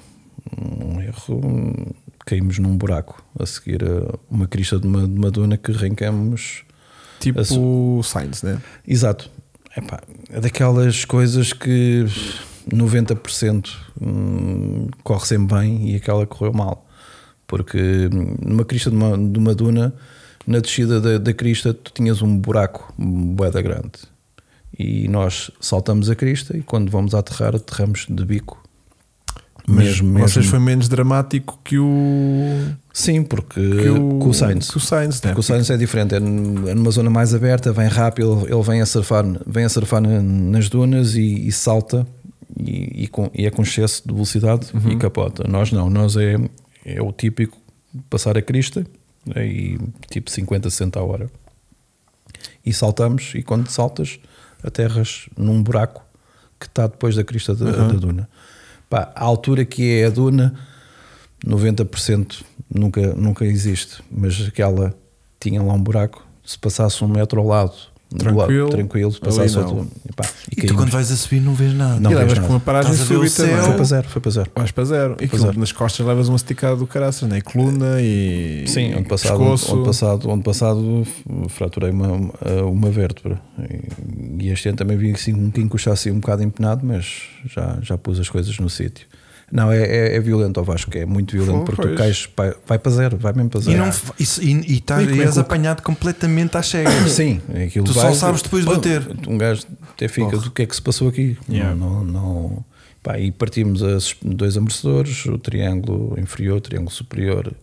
S3: um erro, um, caímos num buraco a seguir a uma crista de uma, de uma duna que arrancamos.
S2: Tipo
S3: A
S2: Sainz, né?
S3: Exato. Epá, é daquelas coisas que 90% hum, corre sempre bem e aquela correu mal. Porque hum, numa crista de uma, de uma duna, na descida da, da crista, tu tinhas um buraco boeda grande. E nós saltamos a crista e quando vamos aterrar, aterramos de bico. Mesmo, mesmo.
S2: Mas vocês foi menos dramático que o.
S3: Sim, porque
S2: Que o,
S3: Eh, com o Sainz.
S2: Que o Sainz, né?
S3: Porque o Sainz é diferente, é num- é numa zona mais aberta, vem rápido, ele, ele vem a surfar, vem a surfar na- nas dunas e, e salta e, e com- e é com excesso de velocidade e capota. Nós não, nós é, é o típico passar a crista né, e tipo 50, 60 a hora. E saltamos e quando saltas aterras num buraco que está depois da crista da,
S2: Uhum.
S3: da duna. Pá, a altura que é a duna, 90% nunca, nunca existe, mas aquela tinha lá um buraco, se passasse um metro ao lado, do
S2: Tranquilo,
S3: lado, tranquilo se
S2: ali
S3: passasse
S2: não.
S3: outro. E, pá, e
S1: E tu
S3: caímos.
S1: quando vais a subir não vês nada.
S3: Não
S2: e
S3: vês
S2: levas
S3: nada.
S2: com uma paragem
S1: Estás a ver o
S2: súbita,
S1: céu?
S2: não
S3: Foi
S2: é?
S3: para zero, foi para zero.
S2: Vais para zero. E aquilo
S3: zero.
S2: nas costas levas uma esticada do caraças, né? E coluna e.
S3: Sim, ano passado,
S2: pescoço.
S3: ano passado, ano passado f- fraturei uma, eh, uma vértebra E- e este ano também vi assim, um quinco já assim um bocado empenado, mas já, já pus as coisas no sítio. Não, é, é, é violento, ao Vasco, é muito violento,
S2: Pô,
S3: porque tu
S2: pois.
S3: cais, vai, vai para zero, vai mesmo para
S1: E,
S3: zero.
S1: não, f- isso- e, e, tá-
S2: E como é
S1: e és
S2: que o-
S1: apanhado completamente à cega.
S3: Sim, aquilo
S1: Tu só
S3: vai-
S1: sabes depois de
S3: Bom,
S1: bater.
S3: Um gajo até fica do que é que se passou aqui.
S2: Yeah.
S3: Não, não, não- pá, e partimos a sus- dois amortecedores, o triângulo inferior, o triângulo superior,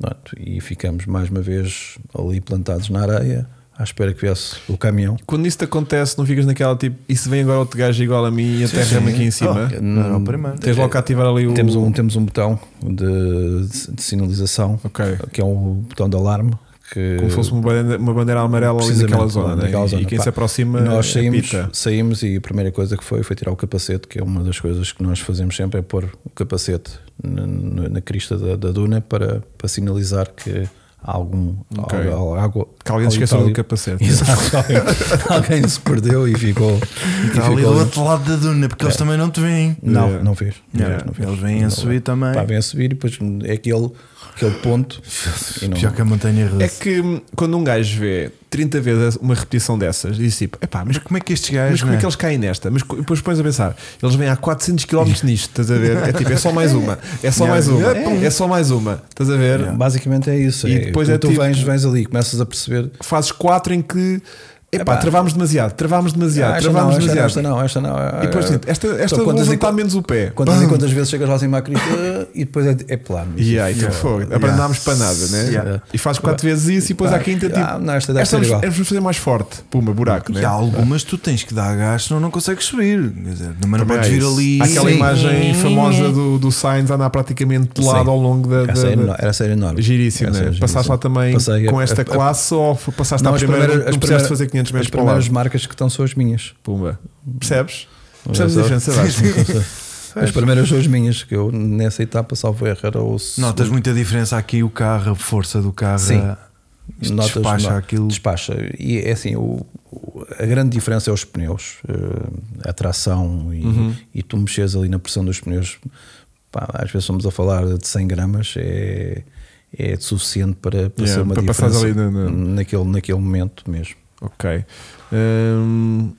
S3: pronto, e ficamos mais uma vez ali plantados na areia, à espera que viesse o caminhão.
S2: Quando isso te acontece, não ficas naquela tipo, e se vem agora outro gajo igual a mim e aterra-me aqui em cima?
S1: Oh, não era o primeiro.
S2: Tens logo que ativar ali o.
S3: Temos um, temos um botão de, de sinalização,
S2: Ok.
S3: que é um botão de alarme. Que
S2: Como se fosse uma bandeira, uma bandeira amarela ali
S3: Precisamente,
S2: naquela zona, né?
S3: naquela
S2: E-
S3: zona,
S2: E quem
S3: pá.
S2: se aproxima
S3: nós saímos,
S2: apita.
S3: saímos e a primeira coisa que foi foi tirar o capacete, que é uma das coisas que nós fazemos sempre, é pôr o capacete na, na- na crista da, da duna para, para sinalizar que há algum
S2: Ok.
S3: algo- algo- algo-
S2: Que alguém se
S3: algo
S2: esqueceu do
S3: itálico.
S2: capacete.
S3: Exato, alguém- alguém se perdeu e ficou. e
S1: Está Tá ali do
S3: ficou-
S1: outro lado da duna, porque eles também não te veem.
S3: Não,
S2: Yeah.
S3: não fez. Não
S1: Yeah.
S3: fez, não fez.
S1: Eles vêm a
S3: Não,
S1: subir também.
S3: Pá, vêm a subir e depois é aquele, aquele ponto. e não-
S1: Já que a montanha russa.
S2: É que hum, quando um gajo vê 30 vezes uma repetição dessas, diz tipo, epá, mas,
S1: Mas como é que estes gajos.
S2: mas como
S1: né?
S2: é que eles caem nesta? Mas co- depois pões a pensar, eles vêm há 400 km nisto, estás a ver? É tipo, é só mais uma, é só mais uma, é só mais uma, estás a ver?
S3: Basicamente é isso.
S2: E
S3: é,
S2: depois
S3: tu,
S2: é
S3: tu
S2: tipo-
S3: vens, vens ali e começas a perceber
S2: Fazes 4 em que, epá,
S3: Epá.
S2: travámos demasiado, travámos demasiado,
S3: Ah, esta não,
S2: travámos
S3: esta não,
S2: demasiado.
S3: esta não, esta não. ah,
S2: E depois,
S3: ah,
S2: tipo, esta, esta
S3: então,
S2: vou
S3: quantas, e
S2: levantar
S3: quan-
S2: menos o pé.
S3: quantas
S2: Pam!
S3: e quantas vezes chegas lá acima à crista ah, e depois é, é plano.
S2: E aí, então,
S1: Yeah.
S2: fogo,
S1: Yeah.
S2: aprendámos para nada, né?
S1: Yeah.
S2: E fazes quatro vezes isso e depois
S3: Pá,
S2: à quinta, tipo,
S3: ah, não, esta deve ser
S2: vamos,
S3: igual.
S2: vamos fazer mais forte. Puma, buraco, né?
S1: E há algumas tu tens que dar gás, senão não consegues subir. Quer dizer, também não
S2: Também
S1: podes
S2: há
S1: vir
S2: isso.
S1: ali.
S2: Há Aquela
S1: Sim.
S2: imagem famosa do, do Sainz andar praticamente de
S3: Sim.
S2: lado ao longo da. da,
S3: Essa era,
S2: da...
S3: eno- essa era enorme.
S2: Giríssimo,
S3: Essa
S2: né?
S3: era
S2: Passaste lá também
S3: Passei,
S2: com
S3: a-
S2: esta
S3: a-
S2: classe ou f- passaste
S3: Não,
S2: à
S3: as
S2: primeira?
S3: primeiras-
S2: não
S3: as
S2: precisaste
S3: primeiras-
S2: fazer 500 metros
S3: As
S2: para lá.
S3: primeiras marcas que estão são as minhas.
S2: Pumba. Percebes? Percebes a
S3: só.
S2: diferença? Vasco?
S3: As primeiras são as minhas, que eu nessa etapa, salvo erro, era o. segundo.
S1: Notas muita diferença aqui, o carro, a força do carro.
S3: Sim.
S1: a- isto despacha
S3: no-
S1: aquilo.
S3: Despacha. E é assim, o, o- a grande diferença é os pneus, eh, a tração e,
S2: Uhum.
S3: e tu mexes ali na pressão dos pneus. Pá, às vezes estamos a falar de 100 gramas, é, é suficiente para, para
S2: Yeah,
S3: ser uma
S2: para passares
S3: diferença
S2: ali na- na-
S3: Naquele, naquele momento mesmo.
S2: Ok. Hum,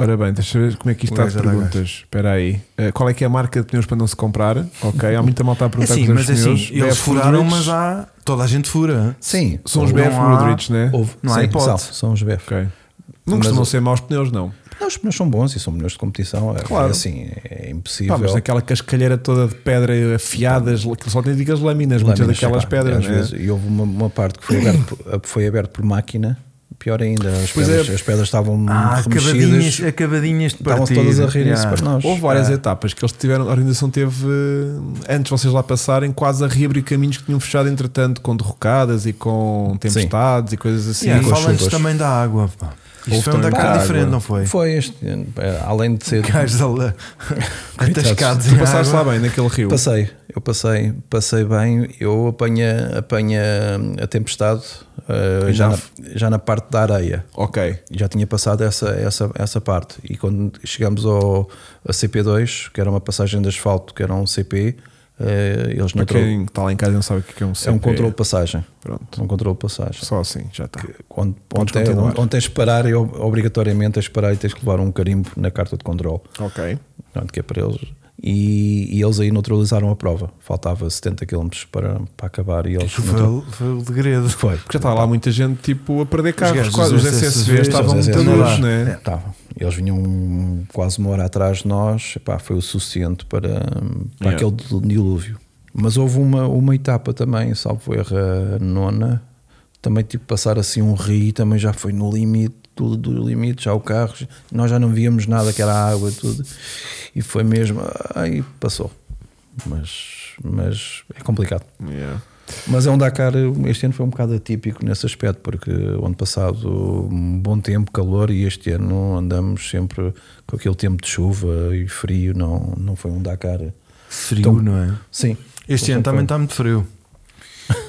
S2: ora bem, deixa eu ver como é que isto
S1: O
S2: está de
S1: gajo já dá
S2: perguntas. Espera aí. Eh, qual é que é a marca de pneus para não se comprar? Ok, há muita malta a
S1: É
S2: perguntar
S1: sim, mas
S2: quais são os
S1: assim,
S2: pneus.
S1: eles
S2: BF
S1: furaram,
S2: Goodrich.
S1: mas há. Toda a gente fura.
S3: Sim,
S2: São os
S1: Não
S2: BF
S1: há-
S2: Goodrich, né?
S3: houve-
S1: não há
S3: sim,
S1: hipótese.
S3: são- São os BF.
S2: Ok. Não
S3: Mas
S2: costumam
S3: o-
S2: ser maus pneus, não.
S3: Não, os pneus são bons e são pneus de competição. é-
S2: Claro.
S3: É, assim, é impossível.
S2: Pá, mas aquela cascalheira toda de pedra afiadas, aquilo só tem dicas lâminas, muitas
S3: Lâminas,
S2: daquelas
S3: pá,
S2: pedras,
S3: Às
S2: né?
S3: vezes, e houve uma, uma parte que foi aberto, por- foi aberto por máquina, pior ainda, as
S2: Pois
S3: pedras,
S2: é.
S3: as pedras estavam
S1: Ah, acabadinhas,
S3: remexidas.
S1: acabadinhas de
S3: Estavam
S1: partir.
S3: todas a rirem-se
S1: Yeah.
S3: para nós.
S2: Houve várias
S1: é.
S3: Ah,
S2: etapas que eles tiveram, a organização teve, eh, antes de vocês lá passarem, quase a reabrir caminhos que tinham fechado, entretanto, com derrocadas e com tempestades e coisas assim.
S1: Yeah,
S3: com as
S1: Falando
S3: chuvas.
S1: também da água. pá.
S2: Houve
S1: Isto foi um
S2: também
S1: Dakar
S2: da
S1: diferente,
S2: água.
S1: não foi?
S3: Foi este, eh, além de ser.
S1: Gajos a- atascados
S2: Tu
S1: em
S2: passaste
S1: água.
S2: lá bem naquele rio.
S3: Passei, Eu passei, passei bem, eu apanha, apanha a tempestade eh,
S2: E
S3: já,
S2: não
S3: na, já na parte da areia.
S2: Ok.
S3: Já tinha passado essa, essa, essa parte. E quando chegamos ao a CP2, que era uma passagem de asfalto, que era um CP, eh, eles
S2: Para
S3: não trouxeram.
S2: quem está lá em casa não sabe o que é um CP.
S3: É um controle de passagem.
S2: Pronto.
S3: Um controle de passagem.
S2: Só assim, já está.
S3: Onde,
S2: Podes
S3: onde,
S2: continuar.
S3: onde, tens de parar, e ob- obrigatoriamente tens de parar e tens que levar um carimbo na carta de controle.
S2: Ok.
S3: Pronto, que é para eles. E, e eles aí neutralizaram a prova. Faltava 70 km para, para acabar e eles.
S1: Isto Foi, o- foi o degredo.
S3: Foi.
S2: Porque já tá- estava lá muita gente tipo a perder carros,
S1: gajos
S2: quase. Os
S1: dos
S2: SSVs
S1: SSVs,
S2: estavam
S1: os
S2: muito
S1: SSVs.
S2: duros,
S3: É,
S2: né?
S3: tava. Eles vinham quase uma hora atrás de nós, Epá, foi o suficiente para, para
S2: Yeah.
S3: aquele dil- dilúvio. Mas houve uma, uma etapa também, salvo erro, a nona, também tive que passar assim um rio, também já foi no limite, tudo do limite, já o carro, nós já não víamos nada que era água, tudo. E foi mesmo, aí passou. Mas, mas é complicado.
S2: Yeah.
S3: Mas é um Dakar, este ano foi um bocado atípico nesse aspecto, porque o ano passado um bom tempo, calor, e este ano andamos sempre com aquele tempo de chuva e frio, não, não foi um Dakar.
S1: Frio,
S3: Então-
S1: não é?
S3: Sim.
S1: Este ano também está muito frio.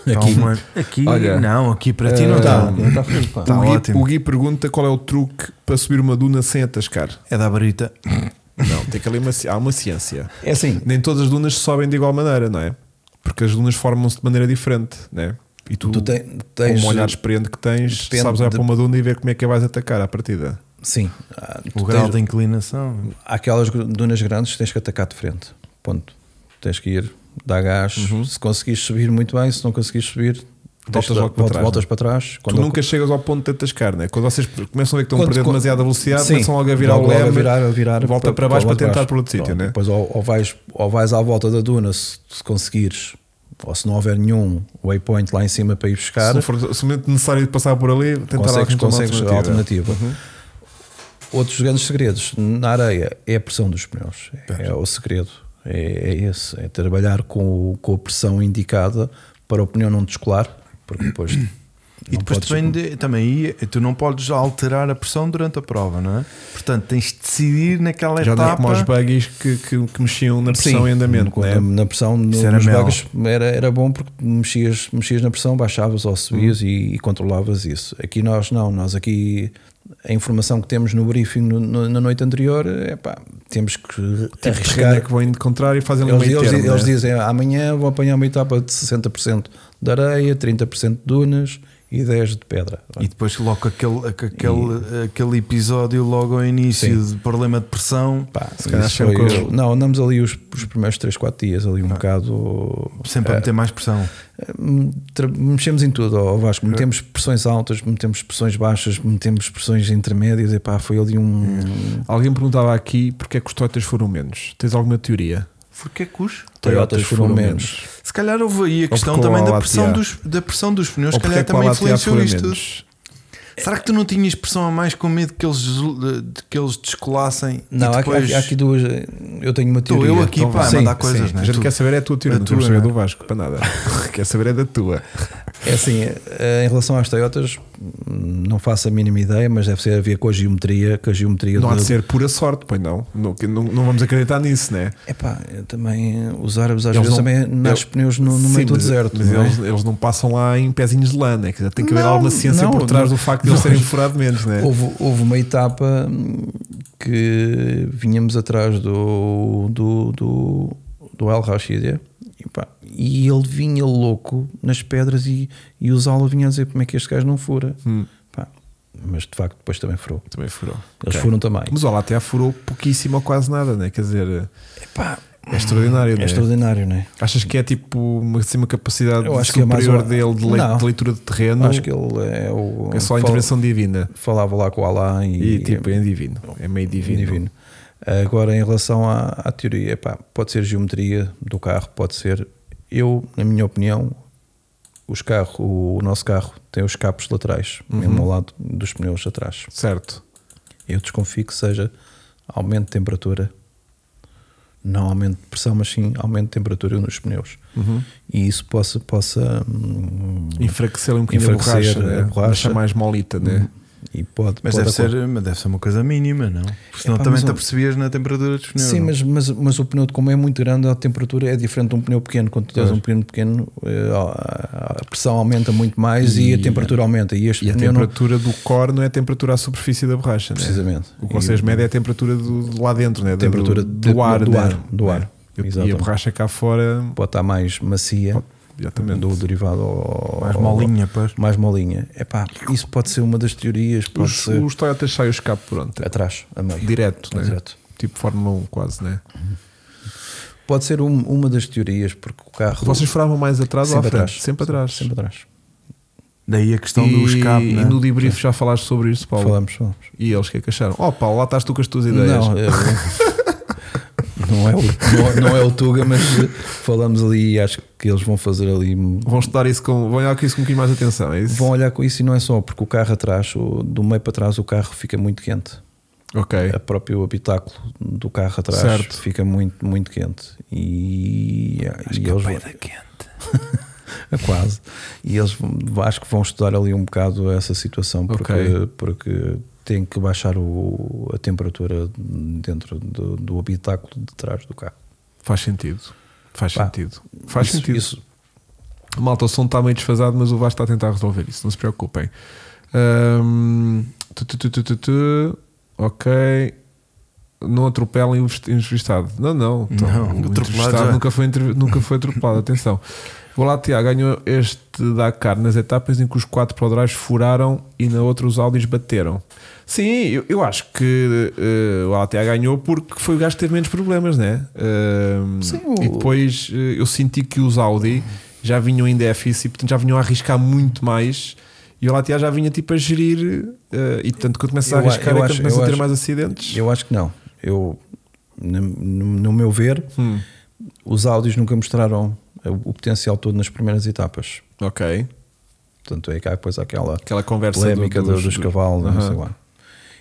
S1: Está um
S3: aqui.
S1: uma- aqui
S2: Olha,
S1: não, aqui para ti não
S2: eh,
S1: está.
S3: Não está frio, pá.
S1: Tá
S2: o, Gui,
S1: ótimo.
S2: o Gui pergunta qual é o truque para subir uma duna sem atascar.
S1: É da Brita.
S2: Não, tem que ali uma, ci- há uma ciência.
S3: É assim,
S2: Nem todas as dunas sobem de igual maneira, não é? Porque as dunas formam-se de maneira diferente, né? E tu, eh,
S3: tu te- tens.
S2: com o olhar experiente que tens,
S3: Depende
S2: sabes olhar
S3: de-
S2: para uma duna e ver como é que a vais atacar à partida.
S3: Sim. Ah, tu
S1: O grau
S3: tens-
S1: da inclinação.
S3: Há aquelas dunas grandes que tens que atacar de frente. Ponto. Tens que ir, dar gás. Se conseguires subir, muito bem. Se não conseguires subir, tens
S2: Uhum. Voltas
S3: que dar-
S2: logo para
S3: volta-
S2: trás, é?
S3: voltas para trás. Quando
S2: tu
S3: eu-
S2: nunca chegas ao ponto de atascar, né? Quando vocês começam a ver que estão a
S3: Quando-
S2: perder
S3: quando-
S2: demasiada velocidade,
S3: Sim.
S2: começam logo a virar
S3: Logo,
S2: o
S3: logo
S2: leme,
S3: a virar, a virar,
S2: volta para baixo para,
S3: logo
S2: tentar
S3: trás.
S2: para outro sítio,
S3: Pronto,
S2: né?
S3: Depois ou, ou vais, ou vais à volta da duna se, se conseguires, ou se não houver nenhum waypoint lá em cima para ir
S2: Se
S3: buscar,
S2: não for se mesmo necessário passar por ali, tentar Uhum.
S3: consegues,
S2: arranjar uma
S3: consegues a alternativa. Outros grandes segredos na areia é a pressão dos pneus, é, o segredo, é, é esse, é trabalhar com, o- com a pressão indicada para o pneu não descolar, porque depois.
S1: E
S3: não
S1: depois
S3: podes-
S1: também, de- também aí, eh, tu não podes alterar a pressão durante a prova, não é? Portanto, tens de decidir naquela
S2: Já não é
S1: etapa.
S2: como aos buggies que, que, que mexiam na pressão
S3: Sim,
S2: em andamento,
S3: no-
S2: né?
S3: na, na pressão no,
S1: Isso era
S3: nos
S1: mel.
S3: bugs era, era bom porque mexias, mexias na pressão, baixavas ou
S2: Hum.
S3: subias e, e controlavas isso. Aqui nós não, nós aqui a informação que temos no briefing no- no- na noite anterior é pá, temos que
S2: Arriscar é
S3: arriscar.
S2: que vão indo contrário e fazem um
S3: Eles,
S2: meio
S3: eles-
S2: termo,
S3: eles
S2: né?
S3: dizem "Ah, amanhã vou apanhar uma etapa de 60% de areia, 30% de dunas e 10% de pedra.
S1: E depois logo com aquele, com aquele, aquele episódio logo ao início de problema de pressão,
S3: Pá,
S2: Se calhar
S3: isso
S2: acham
S3: foi-
S2: que Ah. eu-
S3: Não, andamos ali os, os primeiros 3, 4 dias, ali um bocado
S1: sempre a meter mais pressão.
S3: Hum, tra- mexemos em tudo, ó Vasco. Metemos pressões altas, metemos pressões baixas, metemos pressões intermédias. E pá, foi ali um.
S2: Alguém perguntava aqui porque é que os Toyotas foram menos. Tens alguma teoria?
S1: Porque é cujo?
S3: Toyotas foram menos.
S1: Se calhar houve aí a questão
S2: porque o
S1: também da
S2: Alatea-
S1: pressão, dos, da pressão dos pneus, se
S2: Ou porque
S1: calhar
S2: é que o
S1: também
S2: Alatea
S1: influenciou
S2: foi
S1: isto. tudo.
S2: menos?
S1: Será que tu não tinhas pressão a mais com medo que eles, de- de- que eles descolassem?
S3: Não,
S1: e
S3: há,
S1: depois...
S3: aqui- há aqui duas. Eu tenho uma
S1: Estou
S3: teoria. Então
S1: eu aqui, pá, a
S3: Sim,
S1: mandar
S3: sim.
S1: coisas, não
S2: A
S1: é?
S2: gente
S1: Tu-
S2: quer saber é a tua teoria,
S1: A
S2: não queremos
S1: tua,
S2: saber
S1: não
S2: do Vasco, para nada. quer saber é da tua.
S3: É assim, eh, em relação às Toyotas, hum, não faço a mínima ideia, mas deve ser a ver com a geometria, que a geometria
S2: Não há
S3: da-
S2: de ser pura sorte, pois não. Não, que não- não vamos acreditar nisso, né?
S3: Epá, eu também os árabes às
S2: Eles
S3: vezes
S2: não-
S3: também nascem pneus no, no
S2: Sim,
S3: meio do
S2: mas-
S3: deserto.
S2: Mas
S3: não é?
S2: eles, eles não passam lá em pezinhos de lã, né? Quer dizer, tem que haver
S3: Não,
S2: alguma ciência
S3: não,
S2: por trás do
S3: não.
S2: facto de eles serem furados menos, né?
S3: Houve, houve uma etapa hum, que vinhamos atrás do, do, do, do El Rashid e, pá, e ele vinha louco nas pedras e, e o Zala vinha a dizer como é que este gajo não fura.
S2: Hum.
S3: Pá, mas de facto depois também furou.
S2: Também furou.
S3: Eles
S2: Ok.
S3: foram também.
S2: Mas olha, até furou pouquíssimo ou quase nada, né? Quer dizer,
S3: Pá,
S2: é extraordinário,
S3: é
S2: né?
S3: extraordinário, não é?
S2: Achas que é tipo uma, assim, uma capacidade
S3: Eu acho que é mais
S2: superior
S3: uma-
S2: dele de, lei-
S3: Não.
S2: de leitura de terreno?
S3: Acho que ele é o.
S2: é só a
S3: fal-
S2: intervenção divina.
S3: Falava lá com o Alain
S2: E,
S3: e,
S2: tipo, é divino. É meio divino.
S3: divino. Agora, em relação à, à teoria, epá, pode ser geometria do carro, pode ser. Eu, na minha opinião, os carros, o, o nosso carro tem os capos laterais,
S1: Uhum.
S3: mesmo ao lado dos pneus atrás.
S2: Certo.
S3: Eu desconfio que seja aumento de temperatura, não aumento de pressão, mas sim aumento de temperatura nos pneus.
S1: Uhum.
S3: E isso possa, possa hum,
S2: Enfraquecer um bocadinho
S3: Uhum. Enfraquecer
S2: a borracha,
S3: a
S2: né?
S3: borracha.
S2: Deixar mais molita, né?
S3: E pode,
S1: Mas
S3: pode
S1: deve
S3: acon-
S1: ser, mas deve ser uma coisa mínima, não? Porque senão
S3: Epá,
S1: também
S3: mas
S1: te
S3: eu-
S1: apercebias na temperatura dos pneus.
S3: Sim,
S1: não?
S3: mas, mas, mas o pneu, de como é muito grande, a temperatura é diferente de um pneu pequeno. Quando tu tens um pneu pequeno, eh, a a pressão aumenta muito mais e, a
S2: E-
S3: temperatura aumenta. E este
S2: E a
S3: pneu não.
S2: temperatura do core não é a temperatura à superfície da borracha, né?
S3: Precisamente.
S2: O que vocês medem é a temperatura do, de lá dentro, né? Da-
S3: Temperatura
S2: do,
S3: de-
S2: do ar,
S3: do
S2: né?
S3: ar, do ar.
S2: E a- E a
S3: Exatamente.
S2: borracha cá fora,
S3: Pode estar mais macia
S2: exatamente.
S3: do derivado ao,
S1: mais
S3: ao-
S1: molinha, pois.
S3: mais molinha. Epá, isso pode ser uma das teorias. Pode
S2: Os,
S3: ser
S2: os Toyotas saem o escape por onde?
S3: atrás, a meio.
S2: Direto, né?
S3: Direto.
S2: Tipo Fórmula 1, quase, né?
S3: Pode ser um- uma das teorias, porque o carro.
S2: Vocês furavam mais atrás ou à
S3: sempre
S2: frente?
S3: atrás.
S2: Sempre atrás. Então,
S3: Sempre atrás.
S1: Daí a questão do escape,
S2: e
S1: né?
S2: no debrief já falaste sobre isso, Paulo.
S3: Falamos, falamos.
S2: E eles o que é que acharam? Oh, Paulo, lá estás tu com as tuas ideias. É,
S3: Não, eu- não, é o, não, não é o Tuga, mas falamos ali e acho que eles vão fazer ali. um-
S2: Vão estudar isso com. Vão olhar com isso com um bocadinho mais atenção, é isso?
S3: Vão olhar com isso e não é só, porque o carro atrás, o- do meio para trás, o carro fica muito quente.
S2: Ok.
S3: O próprio habitáculo do carro atrás
S2: É. Certo.
S3: fica muito, muito quente. E, e
S2: é
S3: eles vão, é
S1: quente.
S3: quase. E eles vão- acho que vão estudar ali um bocado essa situação porque,
S2: Ok.
S3: porque tem que baixar o- a temperatura dentro do, do habitáculo de trás do carro.
S2: Faz sentido. Faz
S3: Pá,
S2: sentido. Faz
S3: Isso-
S2: sentido.
S3: isso
S2: Malta, o som está meio desfasado, mas o Vasco está a tentar resolver isso, não se preocupem. Ahm, tu, tu, tu, tu, tu, tu. ok. Não atropelem o vesti- entrevistado. Não, não.
S1: Não,
S2: então, o
S1: atropelado
S2: entrevistado
S1: já.
S2: nunca foi, entre- nunca foi atropelado, atenção. Vou lá, Tiago, ganhou este Dakar nas etapas em que os quatro prodrais furaram e na outra os Audis bateram. Sim, eu, eu acho que eh, o LTA ganhou porque foi o gajo que teve menos problemas, né? Ahm,
S3: Sim,
S2: E
S3: o-
S2: depois eh, eu senti que os Audi já vinham em déficit, portanto já vinham a arriscar muito mais. E o LTA já vinha tipo a gerir, eh, e tanto quando começas a
S3: Eu a-
S2: arriscar,
S3: eu
S2: é
S3: acho-
S2: quando começas
S3: eu
S2: a ter
S3: acho-
S2: mais acidentes.
S3: Eu acho que não. Eu, no, no- no meu ver,
S2: Hum,
S3: os áudios nunca mostraram o potencial todo nas primeiras etapas.
S2: ok,
S3: Portanto, é cá depois aquela
S2: aquela conversa
S3: polémica
S2: do-
S3: do- dos, cavalos, não
S2: Aham.
S3: sei lá.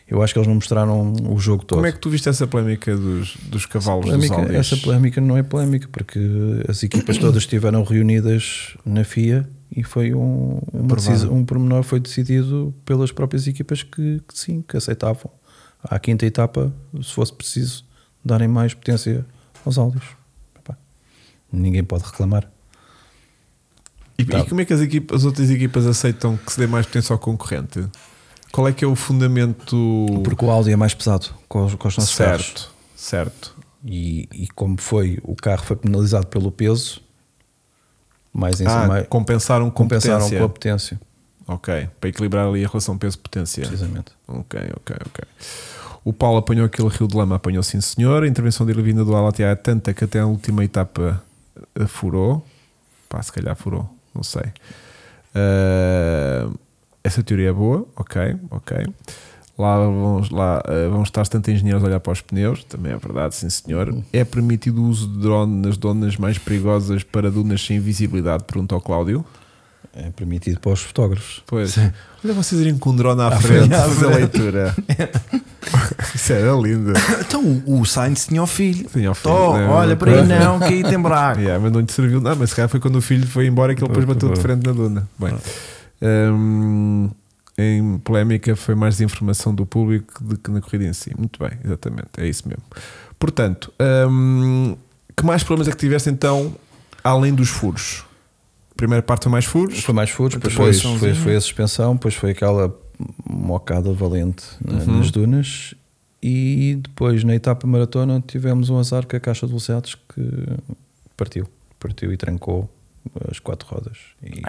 S3: Eu acho que eles não mostraram o jogo todo.
S2: Como é que tu viste essa polémica dos, dos cavalos
S3: Polémica-
S2: dos Audis?
S3: essa polémica não é polémica, porque as equipas todas estiveram reunidas na FIA e foi um, uma
S1: Aprovado.
S3: decisão, um pormenor foi decidido pelas próprias equipas que, que sim, que aceitavam à quinta etapa, se fosse preciso, darem mais potência aos áudios. Epá, Ninguém pode reclamar.
S2: E,
S3: Tá.
S2: e como é que as, equipas, as outras equipas aceitam que se dê mais potência ao concorrente? Qual é que é o fundamento
S3: Porque o áudio é mais pesado com os, com os nossos carros.
S2: certo? Certo.
S3: E, e como foi, o carro foi penalizado pelo peso, mais em
S2: Ah,
S3: cima,
S2: compensaram com
S3: é compensaram
S2: potência.
S3: com a potência,
S2: Ok, para equilibrar ali a relação peso-potência.
S3: precisamente.
S2: Ok, ok, ok. O Paulo apanhou aquele rio de lama, apanhou sim senhor. A intervenção dele vinda do Alatea é tanta que até a última etapa eh, furou. Pá, se calhar furou, não sei. Ah, essa teoria é boa, ok, ok. Lá vão, lá, ah, vão estar tanto engenheiros a olhar para os pneus, também é verdade, sim senhor. É permitido o uso de drone nas donas mais perigosas para dunas sem visibilidade? Pergunta ao Cláudio.
S3: É permitido para os fotógrafos.
S2: Pois. Olha vocês irem com um drone à, frente,
S1: frente, à
S2: fazer
S1: frente.
S2: leitura. Isso era lindo.
S1: Então o o Sainz tinha o filho.
S2: Tinha o filho,
S1: Tó,
S2: né?
S1: Oh, olha para aí, não, que aí tem buraco.
S2: Yeah, mas não lhe serviu nada, mas se calhar foi quando o filho foi embora que ele depois bateu de frente na duna. Bem, hum, em polémica foi mais desinformação do público do que na corrida em si. Muito bem, exatamente, é isso mesmo. Portanto, hum, que mais problemas é que tiveste então, além dos furos? Primeira parte foi mais furos,
S3: Foi mais furos,
S1: Outra
S3: depois foi,
S1: posiçãozinha.
S3: foi, foi a suspensão, depois foi aquela mocada valente na- nas dunas. E depois na etapa maratona tivemos um azar com a caixa de velocidades que partiu. Partiu e trancou as quatro rodas. E,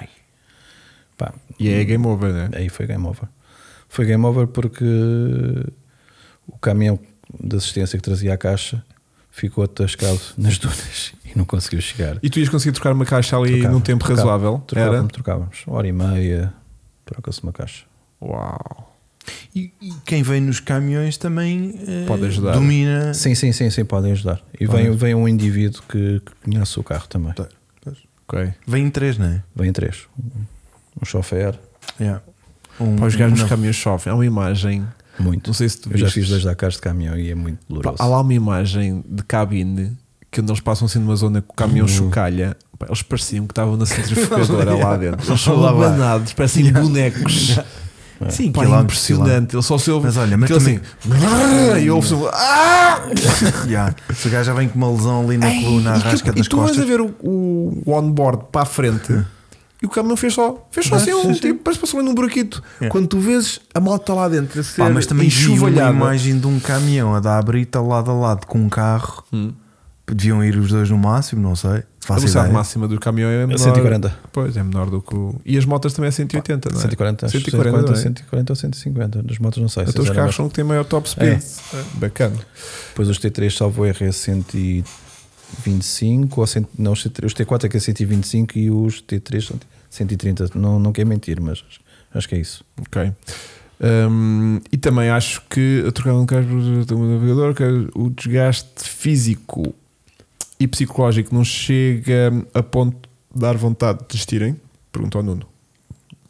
S3: pá,
S2: e é game over, né?
S3: Aí foi game over. Foi game over porque o caminhão de assistência que trazia a caixa ficou atascado nas dunas e não conseguiu chegar.
S2: E tu ias conseguir trocar uma caixa ali
S3: Trocava,
S2: num tempo
S3: trocava,
S2: razoável?
S3: Trocávamos,
S2: Era?
S3: trocávamos. Hora e meia, troca-se uma caixa.
S2: Uau!
S1: E, e quem vem nos caminhões também eh,
S2: Pode ajudar. É.
S1: domina.
S3: Sim, sim, sim, sim, podem ajudar. E vem, vem um indivíduo que, que conhece o carro também.
S1: Tá, pois.
S2: Ok.
S1: Vem em três, não é?
S3: Vem três. Um chofer,
S1: Yeah. Um,
S2: Para os gajos nos
S1: não.
S2: caminhões chovem. Há uma imagem.
S3: muito.
S2: Não sei se tu
S3: Eu já
S2: viste.
S3: fiz dois Dakars de caminhão e é muito
S2: Um Pá,
S3: doloroso.
S2: Há lá uma imagem de cabine que onde eles passam assim numa zona que o caminhão chocalha. Pá, Eles pareciam que estavam na centrifugadora lá dentro. Eles são
S1: Lá vai.
S2: abanados, parecem bonecos.
S1: Sim,
S2: Pá,
S1: aquilo é um-
S2: impressionante. Ele só se ouve.
S1: Mas olha, mas
S2: aquilo
S1: também-
S2: assim, e ouve-se um, "Ah!"
S1: Yeah. Se o gajo já vem com uma lesão ali na
S2: Ei,
S1: coluna,
S2: e tu-
S1: arrasca
S2: E
S1: nas
S2: tu vais a
S1: costas.
S2: ver o, o onboard para a frente e o caminhão fez só, fez só assim um tipo, parece que passou ali num buraquito. Quando tu vês a malta lá dentro, a ser
S1: Pá, mas também vi uma
S2: enxovalhada.
S1: imagem de um caminhão a dar a brita lado a lado com um carro. Deviam ir os dois no máximo, não sei.
S2: A
S1: Faço
S2: velocidade
S1: ideia.
S2: máxima do caminhão é menor.
S3: 140.
S2: Pois, é menor do que o. E as motas também é 180, não é?
S3: 140, acho que
S2: 140,
S3: 140,
S2: não é?
S3: 140 ou 150. Nas motos não sei.
S2: Então os
S3: sinceramente.
S2: carros são que têm maior top speed. É, Bacana.
S3: Depois os T3 salvo erro é 125 ou cento- não, os T3, os T4 é que é 125 e os T3 são 130. Não, não quero mentir, mas acho, acho que é isso.
S2: Ok. Hum, e também acho que a trocar um carro por um navegador, que o desgaste físico e psicológico não chega a ponto de dar vontade de desistirem? Pergunta ao Nuno.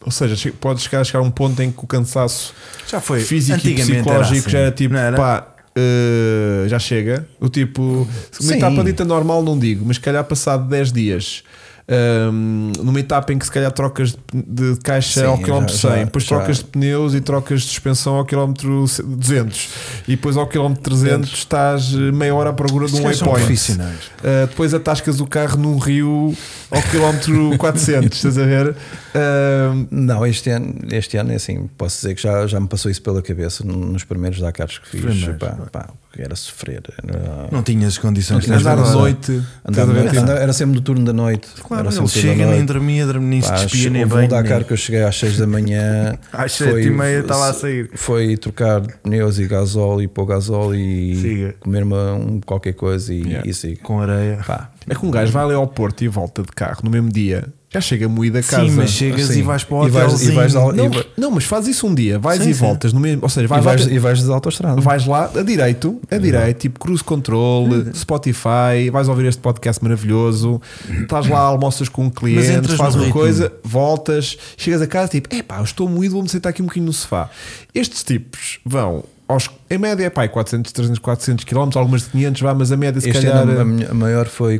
S2: Ou seja, che- pode chegar, chegar a um ponto em que o cansaço
S1: Já foi.
S2: físico e
S1: Antigamente era
S2: psicológico
S1: assim.
S2: já é tipo,
S1: Não era?
S2: pá, eh, já chega. O tipo, uma
S3: Sim.
S2: etapa dita normal não digo, mas se calhar passado 10 dias. hum, numa etapa em que se calhar trocas de, de caixa
S3: Sim,
S2: ao quilómetro
S3: já-
S2: 100,
S3: já-
S2: depois
S3: já-
S2: trocas de pneus e trocas de suspensão ao quilómetro 200, e depois ao quilómetro 300 estás eh, meia hora à procura de
S1: Estes
S2: um
S1: gajos são
S2: waypoint.
S1: profissionais.
S2: Uh, depois atascas o carro num rio ao quilómetro 400, estás a ver? Uh,
S3: Não, este ano, este ano é assim, posso dizer que já, já me passou isso pela cabeça nos primeiros Dakars que fiz.
S1: Primeiros,
S3: pá, pá, era sofrer. Era,
S1: Não tinha as condições. que
S3: Mas
S2: andar
S1: tens
S2: à
S1: agora.
S2: noite, estás
S3: andava-
S2: a ver? Tipo,
S3: andava- era sempre no turno da noite.
S1: Claro,
S3: era
S1: ele
S3: sempre turno da
S1: chega, nem
S3: noite.
S1: dormia, dormia, nem se
S3: Pá,
S1: despia, nem
S3: houve um
S1: bem.
S3: Dakar que eu cheguei às 6 da manhã.
S1: Às
S3: foi-
S1: 7h30 estava a sair.
S3: Foi trocar pneus e gasóleo e pôr gasóleo e
S1: Siga.
S3: comer uma, um qualquer coisa e,
S2: Yeah.
S3: e siga.
S1: Com areia.
S3: Pá,
S2: É que um gajo vai ali ao Porto e volta de carro no mesmo dia, já chega moído a casa.
S1: Sim, mas chegas
S3: Sim.
S1: e vais para o
S3: E vais-
S1: hotelzinho.
S3: e vais lá-
S2: não,
S3: e vai-
S2: não, mas faz isso um dia, vais
S1: Sim,
S2: e
S1: sim.
S2: voltas no mesmo, ou seja,
S3: e,
S2: vais,
S3: vais,
S2: lá,
S3: e vais da autostrada.
S2: vais lá a direito, a direito, tipo cruise control, Spotify, vais ouvir este podcast maravilhoso, estás lá, almoças com um cliente,
S1: entras
S2: faz
S1: no
S2: uma
S1: ritmo.
S2: coisa, voltas, chegas a casa tipo, epá, eu estou moído, vou-me sentar aqui um bocadinho no sofá. Estes tipos vão aos, em média é pá, 400, 300, 400 km, algumas de 500, vá, mas a média se
S3: este
S2: calhar.
S1: eh,
S3: ano a minha- a maior foi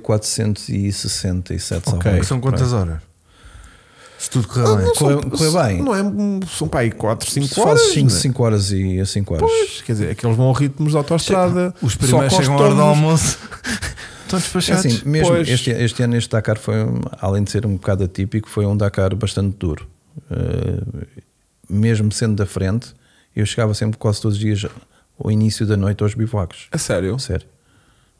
S3: 467
S2: Ok.
S3: salvo.
S1: Que são quantas horas? Se tudo correr
S2: Ah, Não
S1: bem.
S2: são-
S3: é? Correu- correu bem.
S2: Não é, um- são pá, 4, 5 horas.
S3: Fazes 5,
S2: não é?
S3: 5 horas e 5 horas.
S2: Pois, quer dizer, aqueles vão a ritmos de autostrada.
S1: Os
S2: Só
S1: primeiros
S2: com os
S1: chegam à hora do
S2: tornos-
S1: almoço. Estão
S3: É
S1: despachados.
S3: assim, mesmo
S2: Pois.
S3: este, este ano este Dakar foi, um- além de ser um bocado atípico, foi um Dakar bastante duro. Uh, mesmo sendo da frente, eu chegava sempre quase todos os dias ao início da noite aos bivacos.
S2: A sério?
S3: Sério.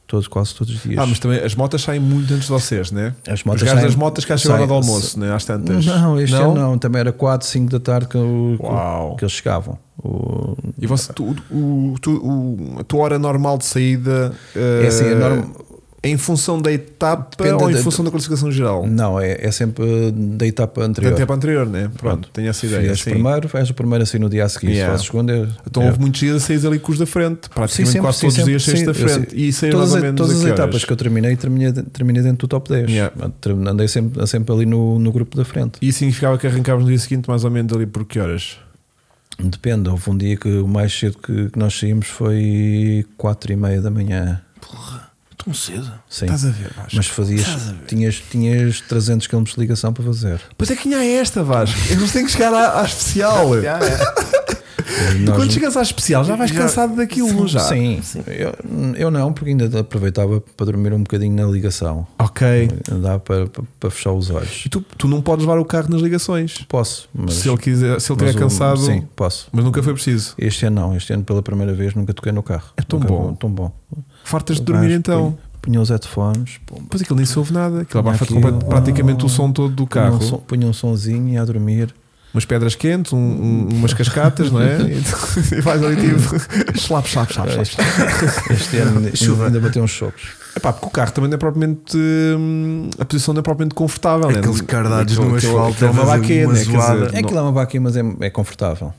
S3: Todos, quase todos os dias.
S2: Ah, mas também as motas saem muito antes de vocês, né?
S3: As motas
S2: Os gajos
S3: saem-
S2: das motas que acham a hora do
S3: saem-
S2: almoço, né? Às tantas.
S3: Não, este ano não, também era 4, 5 da tarde que, eu- que-
S2: Uau.
S3: que eles chegavam. O-
S2: E você, tu, o, tu- o- a tua hora normal de saída eh,
S3: É assim, é norm-
S2: em função da etapa
S3: Depende
S2: ou em
S3: da-
S2: função da classificação geral?
S3: Não, é, é sempre da etapa
S2: Da
S3: anterior.
S2: etapa anterior, né? Pronto, tenho essa ideia.
S3: Fizeste
S2: Sim.
S3: primeiro, faz o primeiro assim no dia a seguir.
S2: Yeah.
S3: Se faz o segundo, é-
S2: Então
S3: é-
S2: houve muitos dias a seis ali com os da frente,
S3: Sim,
S2: praticamente
S3: sempre,
S2: quase
S3: sim,
S2: todos os
S3: sempre,
S2: dias
S3: sim,
S2: seis da
S3: eu
S2: frente.
S3: sei.
S2: E saíram mais
S3: todas,
S2: ou
S3: a-
S2: menos
S3: todas
S2: a
S3: as
S2: que horas?
S3: etapas que eu terminei, terminei, de- terminei dentro do top 10.
S2: Yeah.
S3: Andei sempre, sempre ali no, no grupo da frente.
S2: E isso significava que arrancavas no dia seguinte, mais ou menos ali por que horas?
S3: Depende, houve um dia que o mais cedo que, que nós saímos foi 4 e meia da manhã.
S1: Tão cedo.
S3: Sim.
S2: Estás a ver, Vasco?
S3: Mas fazias, tinhas, tinhas 300 km de ligação para fazer.
S2: Pois é que ainda é esta, Vasco. Eles têm que chegar à, à especial.
S3: E
S2: Tu
S3: nós-
S2: quando chegas à especial já vais
S1: Já-
S2: cansado daquilo,
S3: Sim,
S2: já.
S3: Sim, Eu, eu não, porque ainda aproveitava para dormir um bocadinho na ligação.
S2: Ok.
S3: Andava para, para, para fechar os olhos.
S2: E tu, tu não podes levar o carro nas ligações.
S3: Posso, mas.
S2: se ele quiser, se ele
S3: mas
S2: estiver
S3: o-
S2: cansado.
S3: Sim, posso.
S2: Mas nunca foi preciso.
S3: Este ano não, este ano pela primeira vez nunca toquei no carro.
S2: É tão
S3: Nunca-
S2: bom.
S3: Tão bom.
S2: Fartas de dormir
S3: Mas
S2: então.
S3: punha- Punha os headphones, pum,
S2: Pois aquilo nem se ouve nada. Aquilo
S3: Punha
S2: abafa
S3: aquilo.
S2: complet- praticamente o som todo do
S3: punha,
S2: carro.
S3: um som, punha um sonzinho e ia a dormir.
S2: Umas pedras quentes, um- um- umas cascatas, não é? E, e vais ali tipo. Slap, slap, slap, slap.
S3: Este, É, este ano ainda-
S1: Chuva.
S3: ainda bateu uns chocos.
S2: Epá, porque o carro também não é propriamente. hum, a posição não é propriamente confortável, né?
S1: Aqueles cardados
S2: Aquilo-
S1: no
S2: aquilo-
S1: asfalto,
S2: aquilo é uma
S1: a fazer
S2: baquena,
S1: uma
S2: quer dizer,
S1: zoada.
S3: É
S2: não-
S3: aquilo é uma vaquinha, mas é, é confortável.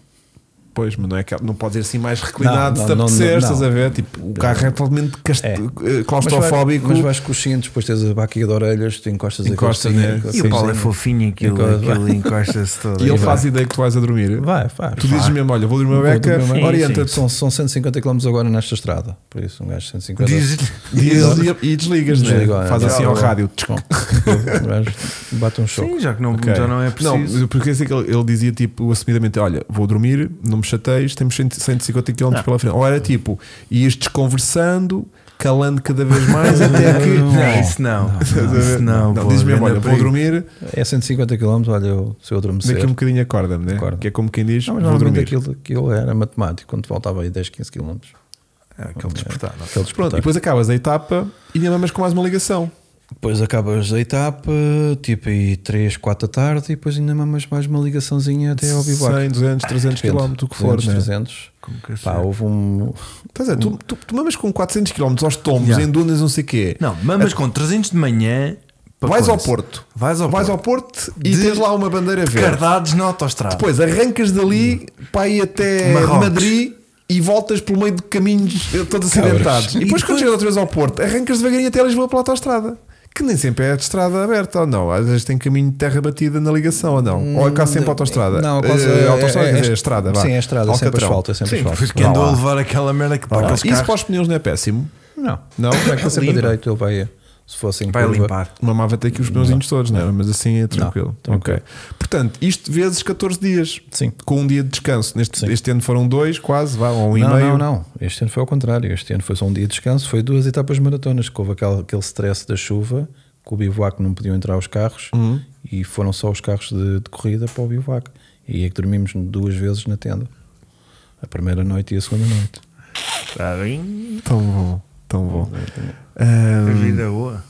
S2: Pois, mas não é que não pode ser assim mais reclinado
S3: Não,
S2: se
S3: não, não,
S2: apetecer,
S3: não.
S2: estás a ver? Tipo, o carro é totalmente cast-
S3: É.
S2: eh, claustrofóbico.
S3: Mas vais, mas vais com os cintos, depois tens a baquinha de orelhas, tu encostas a
S2: Encosta,
S3: calcinha,
S2: né?
S3: com a
S2: E
S1: E o Paulo é
S3: calcinha.
S1: fofinho, aquilo,
S3: Encosta- vai.
S1: aquilo encosta-se todo.
S2: e ele
S1: E
S2: faz ideia que tu vais a dormir.
S3: Vai, vai.
S2: Tu dizes mesmo: olha, vou dormir uma
S3: Vou dormir
S2: beca,
S3: uma
S1: beca.
S2: orienta-te.
S3: São, são 150 km agora nesta estrada, por isso um gajo de 150
S1: Diz-lhe.
S2: Diz- E desligas, né?
S3: Desliga,
S2: faz
S3: é,
S2: assim
S3: é,
S2: ao
S3: é.
S2: rádio.
S3: Bom, um gajo bate um choque.
S1: Sim, já que não,
S2: Ok.
S1: já não é preciso.
S2: Não, porque eu sei que ele, ele dizia tipo assumidamente: Olha, vou dormir, não me chateias, temos 100 150 km pela frente. Ou era tipo, ias desconversando, calando cada vez mais até que.
S1: Não, isso não.
S2: Estás a ver?
S1: Isso não. pô,
S2: diz mesmo:
S1: grande
S2: Olha, vou
S1: perigo.
S2: dormir,
S3: É 150 km, olha, eu, se eu adormecer.
S2: daqui um bocadinho acorda-me, né?
S3: Acorda.
S2: Que é como quem diz:
S3: Não, mas
S2: Vou
S3: normalmente
S2: dormir.
S3: aquilo, aquilo era matemático, quando faltava aí 10, 15 km.
S1: É, aquele despertar. não.
S3: Aquele
S2: Mas pronto, e
S3: despertar.
S2: depois acabas a etapa e ainda mamas com mais uma ligação.
S3: Depois acabas a etapa, tipo aí 3, 4 da tarde, e depois ainda mamas mais uma ligaçãozinha
S1: É
S3: até ao bivac.
S2: 100, 200, 300
S3: Depende,
S2: km, o que for,
S3: 200,
S2: né?
S3: 300.
S1: Como que é
S3: Pá,
S1: ser?
S3: houve um.
S2: Estás a ver, tu, tu, tu mamas com 400 km aos tombos,
S1: Yeah.
S2: em dunas, não sei o quê.
S1: Não, mamas com 300 de manhã. para
S2: Vais ao
S1: coisa.
S2: Porto.
S1: Vais ao
S2: Vais
S1: Porto.
S2: ao Porto e
S1: De-
S2: tens lá uma bandeira verde.
S1: Cardados na autostrada.
S2: Depois arrancas dali para ir até
S1: Marrocos.
S2: Madrid e voltas pelo meio de caminhos eh, todos acidentados. E depois, quando chegas outra vez ao Porto, arrancas devagarinho até Lisboa pela autostrada. Que nem sempre é a estrada aberta, ou não? Às vezes tem caminho de terra batida na ligação, ou não? ou é quase sempre autostrada?
S3: Hum, Não, quase-
S2: Eh,
S3: é-
S2: autostrada,
S3: é-
S2: quer dizer,
S3: é-
S2: a estrada, vá.
S3: Sim, é a estrada, é sempre
S2: Alcatrão.
S3: asfalto, é sempre
S1: Sim,
S3: asfalto.
S1: porque andou
S2: Vá
S1: a
S2: lá.
S1: levar aquela merda que para
S2: Vá lá.
S1: aqueles
S2: Isso para
S1: carros.
S2: os pneus não é péssimo?
S3: Não,
S2: Não?
S3: vai que é sempre
S1: Limpa.
S3: direito, ele vai, se fosse em
S1: Vai
S3: curva.
S1: limpar.
S2: Mamava até aqui os pneuzinhos todos, não era? Mas assim é tranquilo.
S3: tranquilo.
S2: Ok. Portanto, isto vezes 14 dias.
S3: Sim.
S2: Com um dia de descanso. Neste, este ano foram dois, quase, vá, ou um e
S3: não,
S2: meio.
S3: não, não. Este ano foi ao contrário. Este ano foi só um dia de descanso. Foi duas etapas maratonas. Que houve aquele, aquele stress da chuva, que o bivac não podiam entrar os carros
S2: Uhum.
S3: e foram só os carros de, de corrida para o bivac. E é que dormimos duas vezes na tenda. A primeira noite e a segunda noite.
S2: Tão bom, tão bom. Ahm,
S1: A vida é boa.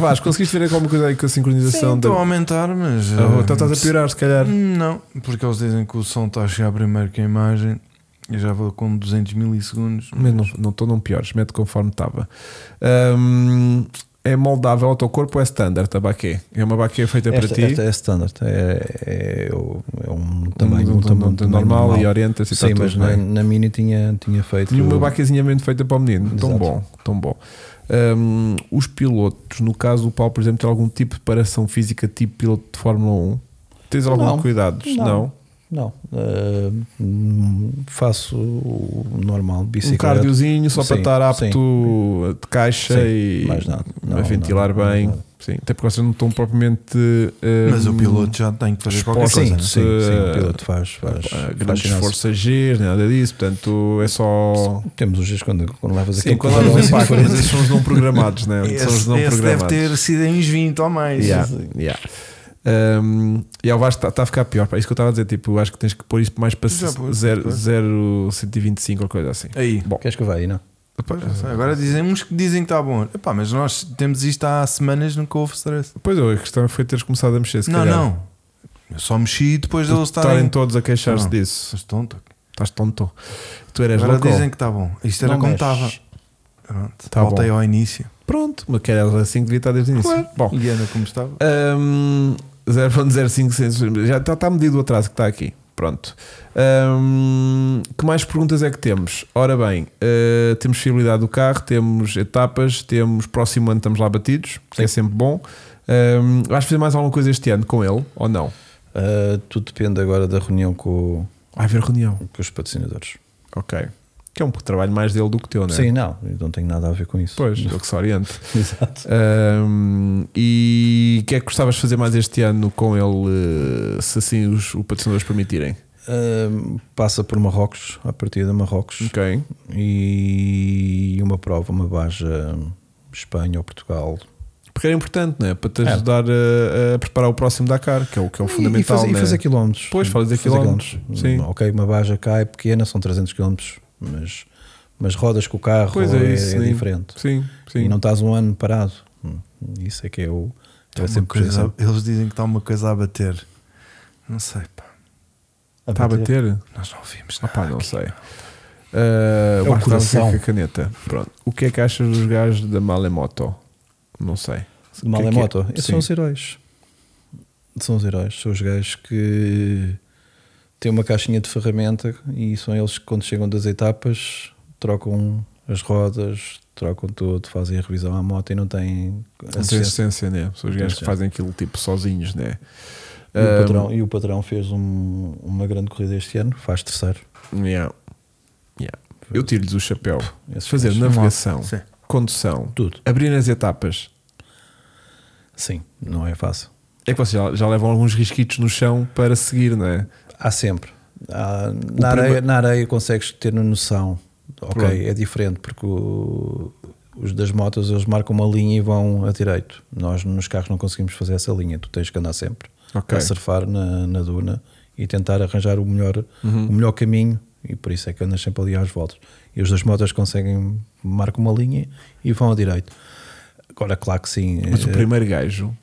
S2: Vasco, conseguiste ver alguma coisa aí com a sincronização?
S1: Sim,
S2: da...
S1: estou a aumentar, mas.
S2: Ah,
S1: eh,
S2: então estás a piorar, se calhar.
S1: Não, porque eles dizem que o som está a chegar primeiro que a imagem. Eu já vou com 200 milissegundos.
S2: Mas não estou não, tô não piores, mete conforme estava. Ahm, é moldável ao teu corpo ou é standard a baquê? É uma baquê feita para
S3: Esta,
S2: ti?
S3: esta é standard. É, é, o- é um tamanho, um,
S2: um-
S3: tamanho,
S2: um-
S3: tamanho
S2: normal, e orienta-se e
S3: Sim,
S2: está
S3: mas é
S2: tudo
S3: na,
S2: bem.
S3: na mini tinha, tinha feito.
S2: Tinha uma baquezinha mesmo feita para o menino. Tão
S3: Exato.
S2: bom, tão bom. Hum, os pilotos, no caso do Paulo, por exemplo, tem algum tipo de preparação física tipo piloto de Fórmula 1? Tens algum
S3: Não.
S2: cuidado? Não. Um
S3: Não. Um Não, eh, hum, faço o normal,
S2: Um
S3: bicicleta.
S2: cardiozinho só para
S3: Sim,
S2: estar apto de caixa
S3: Sim,
S2: e
S3: mais nada. Não,
S2: a ventilar
S3: não, não,
S2: bem.
S3: nada.
S2: Sim, até porque vocês não estão propriamente.
S1: Mas
S2: hum,
S1: o piloto já tem que fazer qualquer
S2: Expostos,
S1: coisa.
S3: Sim,
S1: né?
S3: sim, sim, o
S2: eh,
S3: piloto faz, faz,
S2: pá,
S3: faz
S2: grandes
S3: ginásio.
S2: esforços a agir, nada disso, portanto é só.
S3: Temos os dias quando, quando levas
S2: Sim,
S3: aquilo
S2: quando
S3: para
S2: há
S3: o
S2: os
S3: lado,
S2: impactos,
S3: assim,
S2: mas esses são os não programados, né? são os
S1: Esse,
S2: não
S1: esse deve
S2: programados.
S1: ter sido em uns 20 ou mais.
S2: Yeah, yeah. Um, e eu acho que está a ficar pior. pá. Isso que eu estava a dizer, tipo, eu acho que tens que pôr isso mais para
S1: Já pus,
S2: zero-
S1: pus.
S2: 0,125 ou coisa assim.
S1: Aí.
S2: Bom,
S3: Queres que eu vá aí, não?
S1: Pois, não sei, agora dizem uns que dizem que está bom. Epá, mas nós temos isto há semanas, nunca houve stress.
S2: depois a questão foi teres começado a mexer. Se
S1: não,
S2: calhar. tá
S1: não. Eu só mexi depois de eles
S2: Estarem
S1: estarem.
S2: todos a queixar-se
S1: Não.
S2: disso.
S1: Mas tonto.
S2: Estás tonto. Tu eras
S1: Agora
S2: local.
S1: dizem que está bom. Isto era
S3: Não
S1: como
S3: mexes.
S1: estava. Pronto,
S2: Tá
S1: Voltei
S2: bom.
S1: ao início.
S2: Pronto, mas que era assim que devia estar desde o início. Bom,
S1: E era como estava.
S2: Um, 0.05 já está tá medido o atraso que está aqui. Pronto. Um, que mais perguntas é que temos? Ora bem, uh, temos fiabilidade do carro, temos etapas, temos próximo ano estamos lá batidos, que é sempre bom. Um, vais fazer mais alguma coisa este ano com ele ou não?
S3: Ah, tudo depende agora da reunião com,
S2: Vai haver reunião.
S3: com os patrocinadores.
S2: Ok. Que é um trabalho mais dele do que teu, não é?
S3: Sim, não, eu não tenho nada a ver com isso.
S2: Pois, ele que se oriente.
S3: Exato.
S2: Um, e o que é que gostavas de fazer mais este ano com ele, uh, se assim os, os patrocinadores permitirem?
S3: Ah, passa por Marrocos, a partir de Marrocos.
S2: Ok.
S3: e uma prova, uma baja Espanha ou Portugal.
S2: Porque era importante, né? Para te
S3: É.
S2: ajudar a, a preparar o próximo Dakar, que é o que é o
S3: E
S2: fundamental.
S3: fazer, e
S2: né?
S3: fazer quilómetros.
S2: Pois, fazer quilómetros, sim.
S3: Hum, Ok, uma baja cá é pequena, são 300 quilómetros, mas, mas rodas com o carro
S2: Pois é
S3: é,
S2: isso,
S3: é
S2: sim.
S3: diferente.
S2: Sim, sim.
S3: E não estás um ano parado. Hum, Isso é que é o.
S1: Tá
S2: Então,
S1: uma
S3: é sempre
S1: coisa-
S3: coisa
S1: eles dizem que está uma coisa a bater. Não sei, pá.
S3: a
S2: Está a
S3: bater.
S2: bater?
S1: Nós não ouvimos
S2: Ah,
S1: nada.
S2: pá, não
S1: aqui.
S2: sei. Ah,
S3: o
S2: Marco,
S3: coração.
S2: dá-me aqui a caneta. Pronto. O que é que achas dos gajos da Malemoto? Não sei.
S3: De mal
S2: Que
S3: é
S2: é que é?
S3: moto. Esses
S2: Sim.
S3: São os heróis. São os heróis. São os gajos que tem uma caixinha de ferramenta e são eles que, quando chegam das etapas, trocam as rodas, trocam tudo, fazem a revisão à moto e não têm
S2: Não tem assistência, né? São os gajos que fazem aquilo tipo sozinhos, né?
S3: E o patrão, e o patrão fez um- uma grande corrida este ano, faz terceiro.
S2: Yeah. Yeah. Eu tiro-lhes o chapéu.
S3: Esses
S2: Fazer
S3: gajos-
S2: navegação,
S1: Sim.
S2: condução,
S3: Tudo.
S2: abrir as etapas.
S3: Sim, não é fácil.
S2: É que vocês já, já levam alguns risquitos no chão para seguir, não é?
S3: Há sempre. Há- na,
S2: prime-
S3: areia, na areia consegues ter uma noção. Ok,
S2: Pronto.
S3: é diferente porque o- os das motas eles marcam uma linha e vão a direito. Nós nos carros não conseguimos fazer essa linha. Tu tens que andar sempre
S2: Ok.
S3: a surfar na, na duna e tentar arranjar o melhor,
S2: Uhum.
S3: o melhor caminho. E por isso é que andas sempre ali às voltas. E os das motas conseguem, marcam uma linha e vão a direito. Agora, claro que sim.
S2: Mas o
S3: eh,
S2: primeiro gajo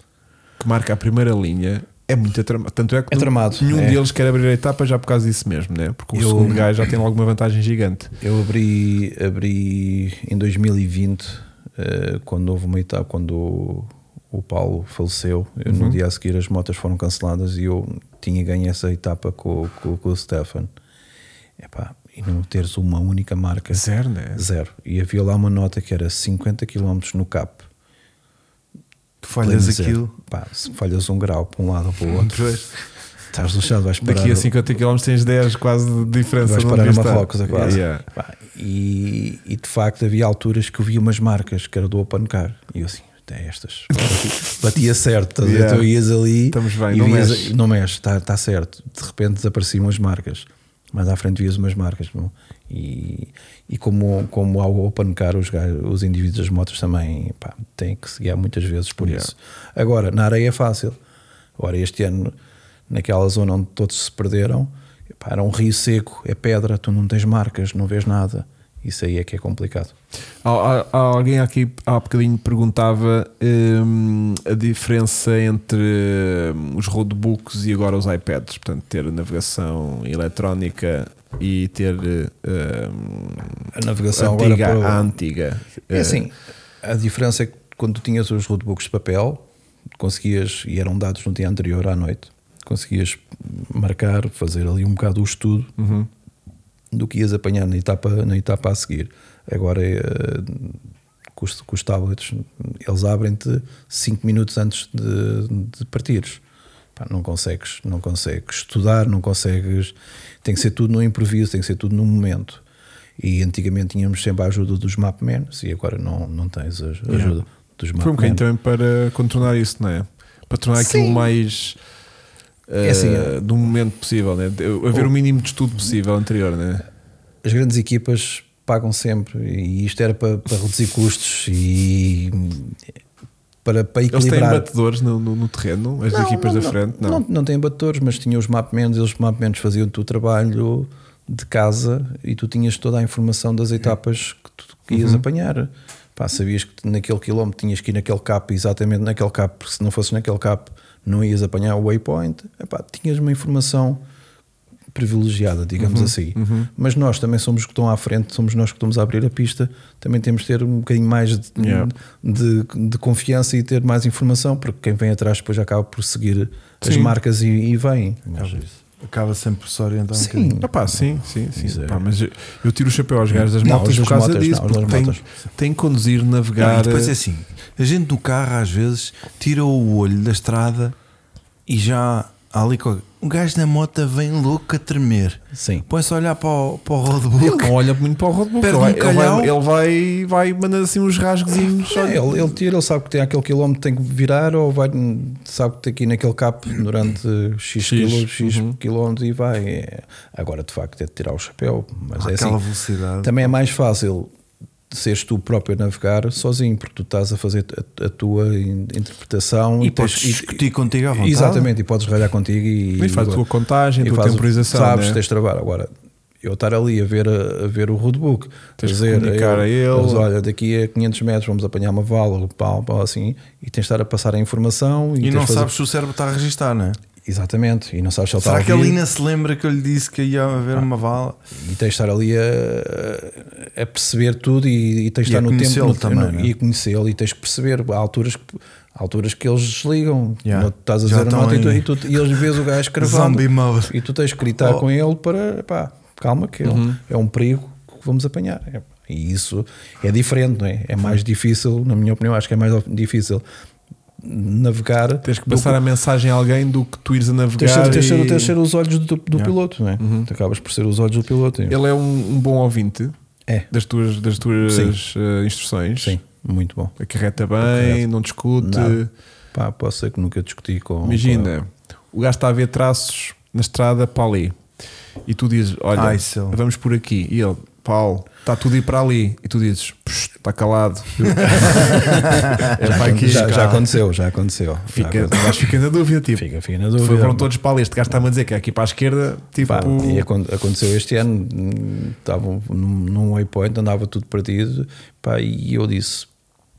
S2: que marca a primeira linha é muito tramado. Tanto é que
S3: É
S2: nu-
S3: tramado,
S2: nenhum
S3: é.
S2: deles quer abrir a etapa já por causa disso mesmo, né? Porque o
S3: Eu-
S2: segundo gajo já tem logo uma vantagem gigante.
S3: Eu abri, abri em 2020, eh, quando houve uma etapa, quando o, o Paulo faleceu. eu,
S2: Uhum.
S3: No dia a seguir, as motas foram canceladas e eu tinha ganho essa etapa com, com, com o Stefan. Epá, e não teres uma única marca,
S2: Zero, né?
S3: zero. E havia lá uma nota que era 50 km no cap.
S1: Tu falhas
S3: Pleno zero.
S1: aquilo.
S3: Pá, se falhas um grau para um lado ou para o outro, estás lixado, vais parar.
S2: Daqui a 50 km tens 10 quase de diferença.
S3: Vais
S2: de onde
S3: parar a
S2: está.
S3: Marrocos agora.
S2: Yeah.
S3: Pá, E, e de facto havia alturas que eu via umas marcas que era do Open Car e eu assim, até estas. Batia certo, estás a ver?
S2: Yeah.
S3: tu ias ali
S2: Estamos bem,
S3: e
S2: não
S3: vias-
S2: mexe.
S3: não mexe, está tá certo. De repente desapareciam as marcas, mas à frente vias umas marcas. não? E, e como, como há o Open Car, os, gajos- os indivíduos das motos também pá, têm que se guiar muitas vezes por
S2: Yeah.
S3: isso. Agora, na areia é fácil. Agora, este ano, naquela zona onde todos se perderam, pá, era um rio seco, é pedra, tu não tens marcas, não vês nada. Isso aí é que é complicado.
S2: Há, há- há alguém aqui há bocadinho perguntava hum, a diferença entre hum, os roadbooks e agora os iPads, portanto, ter navegação eletrónica e ter hum,
S3: A navegação
S2: antiga,
S3: agora para o-
S2: a antiga.
S3: É assim, a diferença é que quando tu tinhas os roadbooks de papel, conseguias, e eram dados no dia anterior à noite, conseguias marcar, fazer ali um bocado o estudo do que ias apanhar na etapa, na etapa a seguir. Agora, eh, com os, com os tablets, eles abrem-te 5 minutos antes de, de partires. Pá, não consegues, não consegues estudar, não consegues. Tem que ser tudo no improviso, tem que ser tudo no momento. E antigamente tínhamos sempre a ajuda dos mapmen e agora não, não tens a a ajuda
S2: Foi
S3: dos
S2: um
S3: mapmen.
S2: bocadinho também para contornar isso, não é? Para tornar aquilo
S3: Sim.
S2: mais eh,
S3: É assim, é. Oh.
S2: do momento possível, né? De- haver o mínimo de estudo possível anterior, né?
S3: as grandes equipas pagam sempre e isto era para, para reduzir custos e para, para
S2: Eles têm
S3: equilibrar.
S2: batedores no, no- no terreno, as
S3: Não,
S2: equipas
S3: não,
S2: da
S3: não,
S2: frente,
S3: não. não têm batedores, mas tinham os mapmans, eles os mapmans faziam-te o trabalho de casa e tu tinhas toda a informação das etapas que tu que
S2: Uhum.
S3: ias apanhar. Pá, sabias que naquele quilómetro tinhas que ir naquele cap, exatamente naquele cap, porque se não fosses naquele cap não ias apanhar o waypoint. Epá, tinhas uma informação privilegiada, digamos
S2: Uhum,
S3: assim. Mas nós também somos os que estão à frente, somos nós que estamos a abrir a pista, também temos de ter um bocadinho mais de,
S2: Yeah.
S3: de, de confiança e ter mais informação, porque quem vem atrás depois acaba por seguir as
S2: Sim.
S3: marcas e, e vem. Mas-
S1: Acaba sempre por se orientar um
S3: Sim.
S1: bocadinho.
S2: Ah, pá, sim, sim, sim.
S3: Isso é.
S2: Pá, mas eu, eu tiro o chapéu aos gajos das
S3: Não,
S2: motas
S3: os
S2: por
S3: das
S2: causa
S3: motas,
S2: disso,
S3: não, os
S2: porque
S3: das
S2: tem,
S3: motas.
S2: tem que conduzir,
S1: Não,
S2: navegar. eh,
S1: e depois é assim, a gente no carro às vezes tira o olho da estrada e já há ali qualquer... um gajo na moto vem louco a tremer.
S3: Sim.
S1: Põe-se a olhar para o, para o
S2: Ele
S1: roadbook.
S2: não olha muito para o roadbook.
S1: assim, Perde
S2: Ele vai,
S1: um
S2: ele
S1: calhau.
S2: vai- ele vai, vai mandando assim uns rasgozinhos.
S3: Não, É, ele, ele tira, ele sabe que tem aquele quilómetro que tem que virar, ou vai, sabe que tem que ir naquele cap durante X,
S2: X,
S3: quilos, X
S1: uhum.
S3: quilómetros e vai. É- Agora, de facto, é de tirar o chapéu. Mas
S1: Há
S3: é
S1: aquela
S3: assim,
S1: velocidade.
S3: Também é mais fácil seres tu próprio a navegar sozinho, porque tu estás a fazer a, a tua in- interpretação
S1: E
S3: tens-
S1: podes discutir contigo à vontade.
S3: Exatamente, e podes ralhar contigo e,
S2: E faz a tua contagem, a tua
S3: faz o-
S2: temporização,
S3: Sabes,
S2: né?
S3: tens de trabalhar. Agora, eu estar ali a ver, a, a ver o roadbook,
S2: Tens de
S3: dizer,
S2: comunicar a ele.
S3: eles, olha, daqui a 500 metros vamos apanhar uma vala, pau, pau, assim, e tens de estar a passar a informação.
S1: E
S3: tens
S1: não
S3: de fazer-
S1: sabes se o cérebro está a registrar, não é?
S3: Exatamente, e não sabes se ele está a
S1: Será que a
S3: ouvir.
S1: Lina se lembra que eu lhe disse que ia haver uma vala?
S3: E tens de estar ali a, a perceber tudo e, e tens de
S1: E
S3: estar
S1: a
S3: no tempo
S1: conhecê-lo
S3: no,
S1: também,
S3: no-
S1: né?
S3: e a conhecê-lo e tens de perceber. Há alturas que, há alturas que eles desligam.
S1: Yeah.
S3: Não Estás a
S1: Já
S3: dizer a
S1: estão
S3: nota e, tu,
S1: em-
S3: e, tu- e eles vês o gajo cravando.
S1: Zombie mode.
S3: E tu tens de gritar
S1: Oh.
S3: com ele para pá, calma, que é um-
S2: Uhum.
S3: é um perigo que vamos apanhar. É, E isso é diferente, não é? É mais difícil, na minha opinião, acho que é mais difícil navegar.
S2: Tens que
S3: do
S2: passar a mensagem a alguém do que tu ires a
S3: tens de ser-
S2: navegar.
S3: tens de ser-
S2: e- Uhum.
S3: tens de ser os olhos do, do piloto, não é? Tu acabas por ser os olhos do piloto.
S2: Ele é um, um bom ouvinte
S3: É.
S2: das tuas, das tuas eh, instruções.
S3: Sim, muito bom.
S2: Acarreta bem,
S3: Acarreta.
S2: não discute.
S3: Nada. Pá, posso ser que nunca discuti com.
S2: Imagina, o gajo está a ver traços na estrada para ali e tu dizes: Olha,
S1: Ai, seu.
S2: vamos por aqui. E ele, Paulo, está tudo a ir para ali. E tu dizes: "Pux, Está calado.
S3: com-
S2: é
S3: Já,
S2: para aqui.
S3: já, já
S2: Cara,
S3: aconteceu, já aconteceu. já
S2: Fica, o
S3: aconteceu.
S2: gajo fica na dúvida, tipo.
S3: fica, fica na dúvida. é?
S2: Foram todos para ali. Este gajo está-me a dizer que é aqui para a esquerda. Tipo,
S3: Pá, e é acon- aconteceu este ano, hum, estavam num, num waypoint, andava tudo perdido, pá, e eu disse: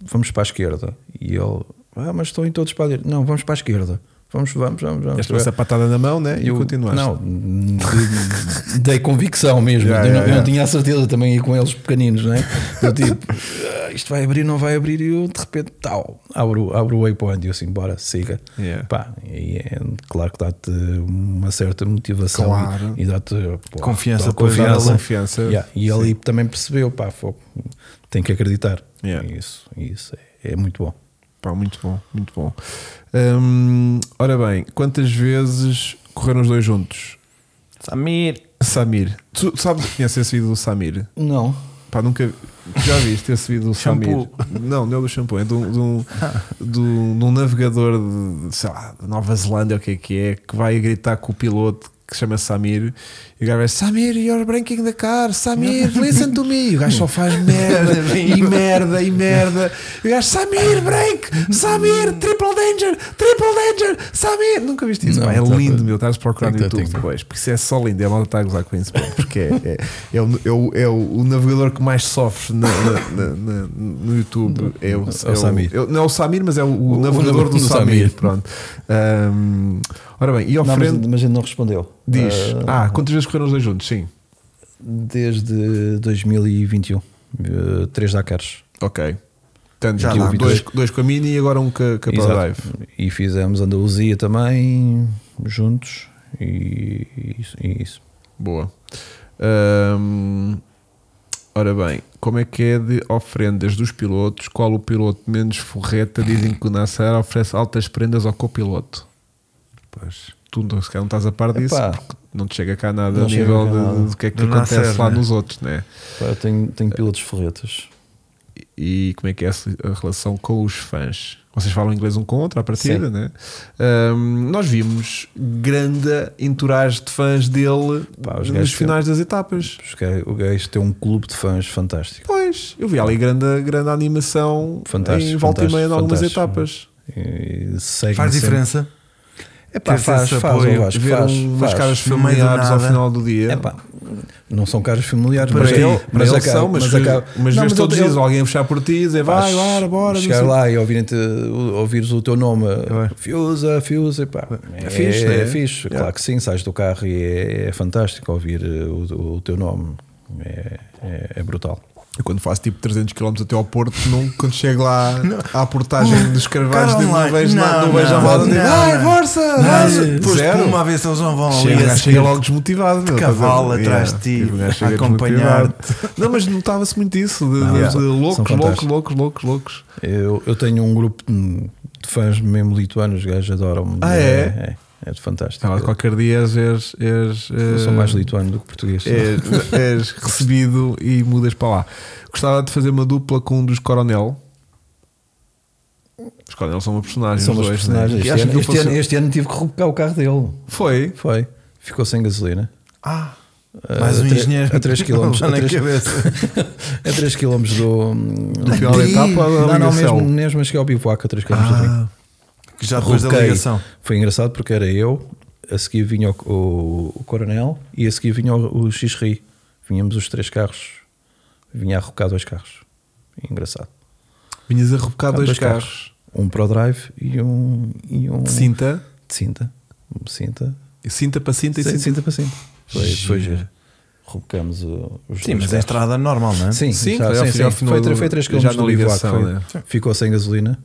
S3: Vamos para a esquerda. E ele, ah, mas estão em todos para a direita. Não, vamos para a esquerda. Vamos, vamos, vamos. vamos.
S2: esta uma sapatada na mão, né? E
S3: Eu-
S2: continuaste.
S3: é Não, de- dei convicção mesmo.
S2: Já,
S3: eu
S2: já,
S3: não,
S2: já.
S3: não tinha a certeza também ir com eles pequeninos, né? Eu tipo, "Ah, isto vai abrir, não vai abrir. E eu de repente, tal, abro, abro o waypoint e eu assim, bora, siga.
S2: Yeah.
S3: Pá, e é claro que dá-te uma certa motivação
S2: Claro.
S3: e, e dá-te pô,
S1: Confiança
S3: dá-te
S1: para
S2: Dá-lhe
S1: Confiança.
S2: confiança.
S3: Yeah, E ele também percebeu, pá, fogo, tem que acreditar.
S2: Yeah.
S3: Isso, isso é, é muito bom.
S2: Pá, muito bom, muito bom. Hum, ora bem, quantas vezes correram os dois juntos?
S1: Samir.
S2: Samir, tu sabes que conheces esse vídeo do Samir?
S3: Não,
S2: Pá, nunca já viste esse vídeo do
S1: Shampoo.
S2: Samir? Não, não é do shampoo, é de um, de um, de um- de um navegador de, sei lá, de Nova Zelândia, ou o que é que é, que vai gritar com o piloto que se chama Samir e o gajo vai Samir, you're breaking the car, Samir, listen to me. E o gajo só faz merda e merda e merda. E o gajo Samir, break, Samir, triple danger, triple danger, Samir. Nunca viste isso?
S3: Não,
S2: Pá, é
S3: tá, tá.
S2: lindo, meu. Estás a procurar no
S3: Tem que ter,
S2: YouTube
S3: tem que ter.
S2: depois, porque isso é só lindo. E a malta está a gozar com isso, pá, porque é, é, é o, é o- é o- o navegador que mais sofre na- na- na- na- no YouTube. É o,
S3: É o Samir.
S2: é o- não é o Samir, mas é o, o
S3: O
S2: navegador do,
S3: do
S2: Samir.
S3: Samir.
S2: Pronto. Ahm, ora bem, e ao
S3: não mas,
S2: frente
S3: mas ele não respondeu.
S2: Então, diz:
S3: Ah,
S2: Ah, quantas vezes correram os dois juntos? Sim.
S3: desde 2021. eh, Três Dakars.
S2: Ok. Portanto,
S1: Já
S2: dois,
S1: dá.
S2: dois, dois com a Mini e agora um com a, com a Drive.
S3: E fizemos Andaluzia também, juntos. E, e isso, e isso.
S2: Boa. Ahm, ora bem, como é que é de ofrendas dos pilotos? Qual o piloto menos forreta? Dizem que o Nasser oferece altas prendas ao copiloto.
S1: Pois.
S2: Tu não, se calhar não estás a par disso,
S3: Epá,
S2: porque não te chega cá nada
S3: Não
S2: a
S3: chega
S2: nível
S3: cá
S2: de-
S3: nada.
S2: do que é que
S1: Do
S2: acontece
S1: Nasser,
S2: lá
S1: né?
S2: nos outros, né?
S3: Pá, eu tenho, tenho pilotos ferretas.
S2: E como é que é essa- a relação com os fãs? Vocês falam inglês um com o outro à partida, né? Ahm, nós vimos grande entourage de fãs dele
S3: Pá, os
S2: nos
S3: gajos
S2: finais das etapas.
S3: Os ga- O gajo tem um clube de fãs fantástico.
S2: Pois, eu vi ali grande, grande animação
S3: Fantástico,
S2: em volta e
S3: fantástico,
S2: meia de algumas
S3: fantástico.
S2: etapas.
S3: E seguem
S1: Faz
S3: sempre-
S1: diferença?
S3: Epá,
S1: Ter
S3: faz,
S1: esse
S3: faz,
S1: apoio,
S3: eu acho que
S2: Ver um-
S3: faz,
S2: umas
S3: faz.
S2: caras
S1: No meio do
S2: familiares ao
S1: nada.
S2: final do dia.
S3: Epá, não são caras familiares,
S2: para
S3: mas,
S2: ele, para
S3: mas
S2: ele
S3: acaba-
S2: são, mas, mas,
S3: acaba-
S2: mas
S3: Não,
S2: vês
S3: mas
S2: todos os
S3: ele-
S2: dias alguém a puxar por ti e dizer vai,
S3: Pá,
S2: bora, bora. assim. não
S3: Chegar
S2: sei o quê.
S3: lá e ouvirem ouvires o teu nome,
S1: Ué.
S3: Fiusa, Fiusa, pá,
S2: É fixe, né?
S3: é fixe.
S2: Yeah.
S3: Claro que sim, sais do carro e é, é fantástico ouvir eh, o, o teu nome, é, é- é brutal.
S2: Eu quando faço tipo 300 km até ao Porto, não, quando chego lá à portagem dos carvalhos,
S1: Cara
S2: tipo, não,
S1: online.
S2: vejo nada, não,
S1: Não,
S2: vejo a
S1: não,
S2: malta. dizer,
S1: não,
S2: Vai,
S1: não.
S3: Ah,
S2: força! vai."
S1: Mas
S3: é
S1: depois de
S2: Zero.
S1: uma vez eles não vão ali
S2: Chega, o
S1: a
S2: gajo
S1: seguir.
S2: chega logo desmotivado, meu, estás a ver?
S1: cavalo atrás de ti,
S2: o gajo
S1: a
S2: chega
S1: acompanhar-te.
S2: desmotivado. Não, mas notava-se muito isso, de,
S3: Não,
S2: de-
S3: yeah.
S2: de
S3: São
S2: loucos, loucos,
S3: fantásticos.
S2: loucos, loucos, loucos.
S3: Eu, eu tenho um grupo de de fãs mesmo lituanos, os gajos adoram-me.
S2: Ah, é?
S3: é? É, é fantástico.
S2: Sei lá, qualquer dia és. és, és
S3: eu sou
S2: eh,
S3: mais lituano do que português.
S2: és- és recebido e mudas para lá. Gostava de fazer uma dupla com um dos Coronel. Os Coronel são uma personagem.
S3: são
S2: os
S3: meus
S2: dois,
S3: personagens.
S2: Né? E
S3: Este,
S2: acho que
S3: ano,
S2: eu
S3: este,
S2: fosse-
S3: ano, este ano tive que roubar o carro dele.
S2: Foi.
S3: Foi. Ficou sem gasolina.
S1: Ah,
S3: Ah,
S1: mais um
S3: a tre-
S1: engenheiro.
S3: a 3 km.
S1: Lá na
S3: a três-
S1: cabeça.
S3: A 3 km do.
S2: No final da etapa, a
S3: Não, não,
S2: ligação.
S3: mesmo, mesmo a chegar ao bivouac a 3 km do fim.
S2: Ah,
S1: Que já depois da
S3: Roquei.
S1: ligação.
S3: Foi engraçado porque era eu, a seguir vinha o, o- o Coronel e a seguir vinha o, o Xri. Vinhamos os três carros, vinha a arrocar dois carros. Engraçado.
S2: Vinhas a rebocar
S3: Há
S2: dois, carros.
S3: Um para o drive e um. E um
S2: De cinta,
S3: De cinta. Um de cinta.
S2: cinta para cinta e
S3: Sim,
S2: cinta.
S3: cinta para cinta. Foi, foi
S1: Giro.
S3: giro. Rebocamos o- os
S1: Sim,
S3: dois
S1: mas é
S3: carros.
S1: estrada normal, não é?
S3: Sim,
S2: Sim,
S3: sim,
S2: claro,
S3: sim,
S2: ao
S3: sim.
S2: final
S3: Foi,
S2: do-
S3: tre- foi 3 km
S2: já na
S3: de Livoac,
S2: ligação,
S3: foi-
S2: né?
S3: ficou sem gasolina.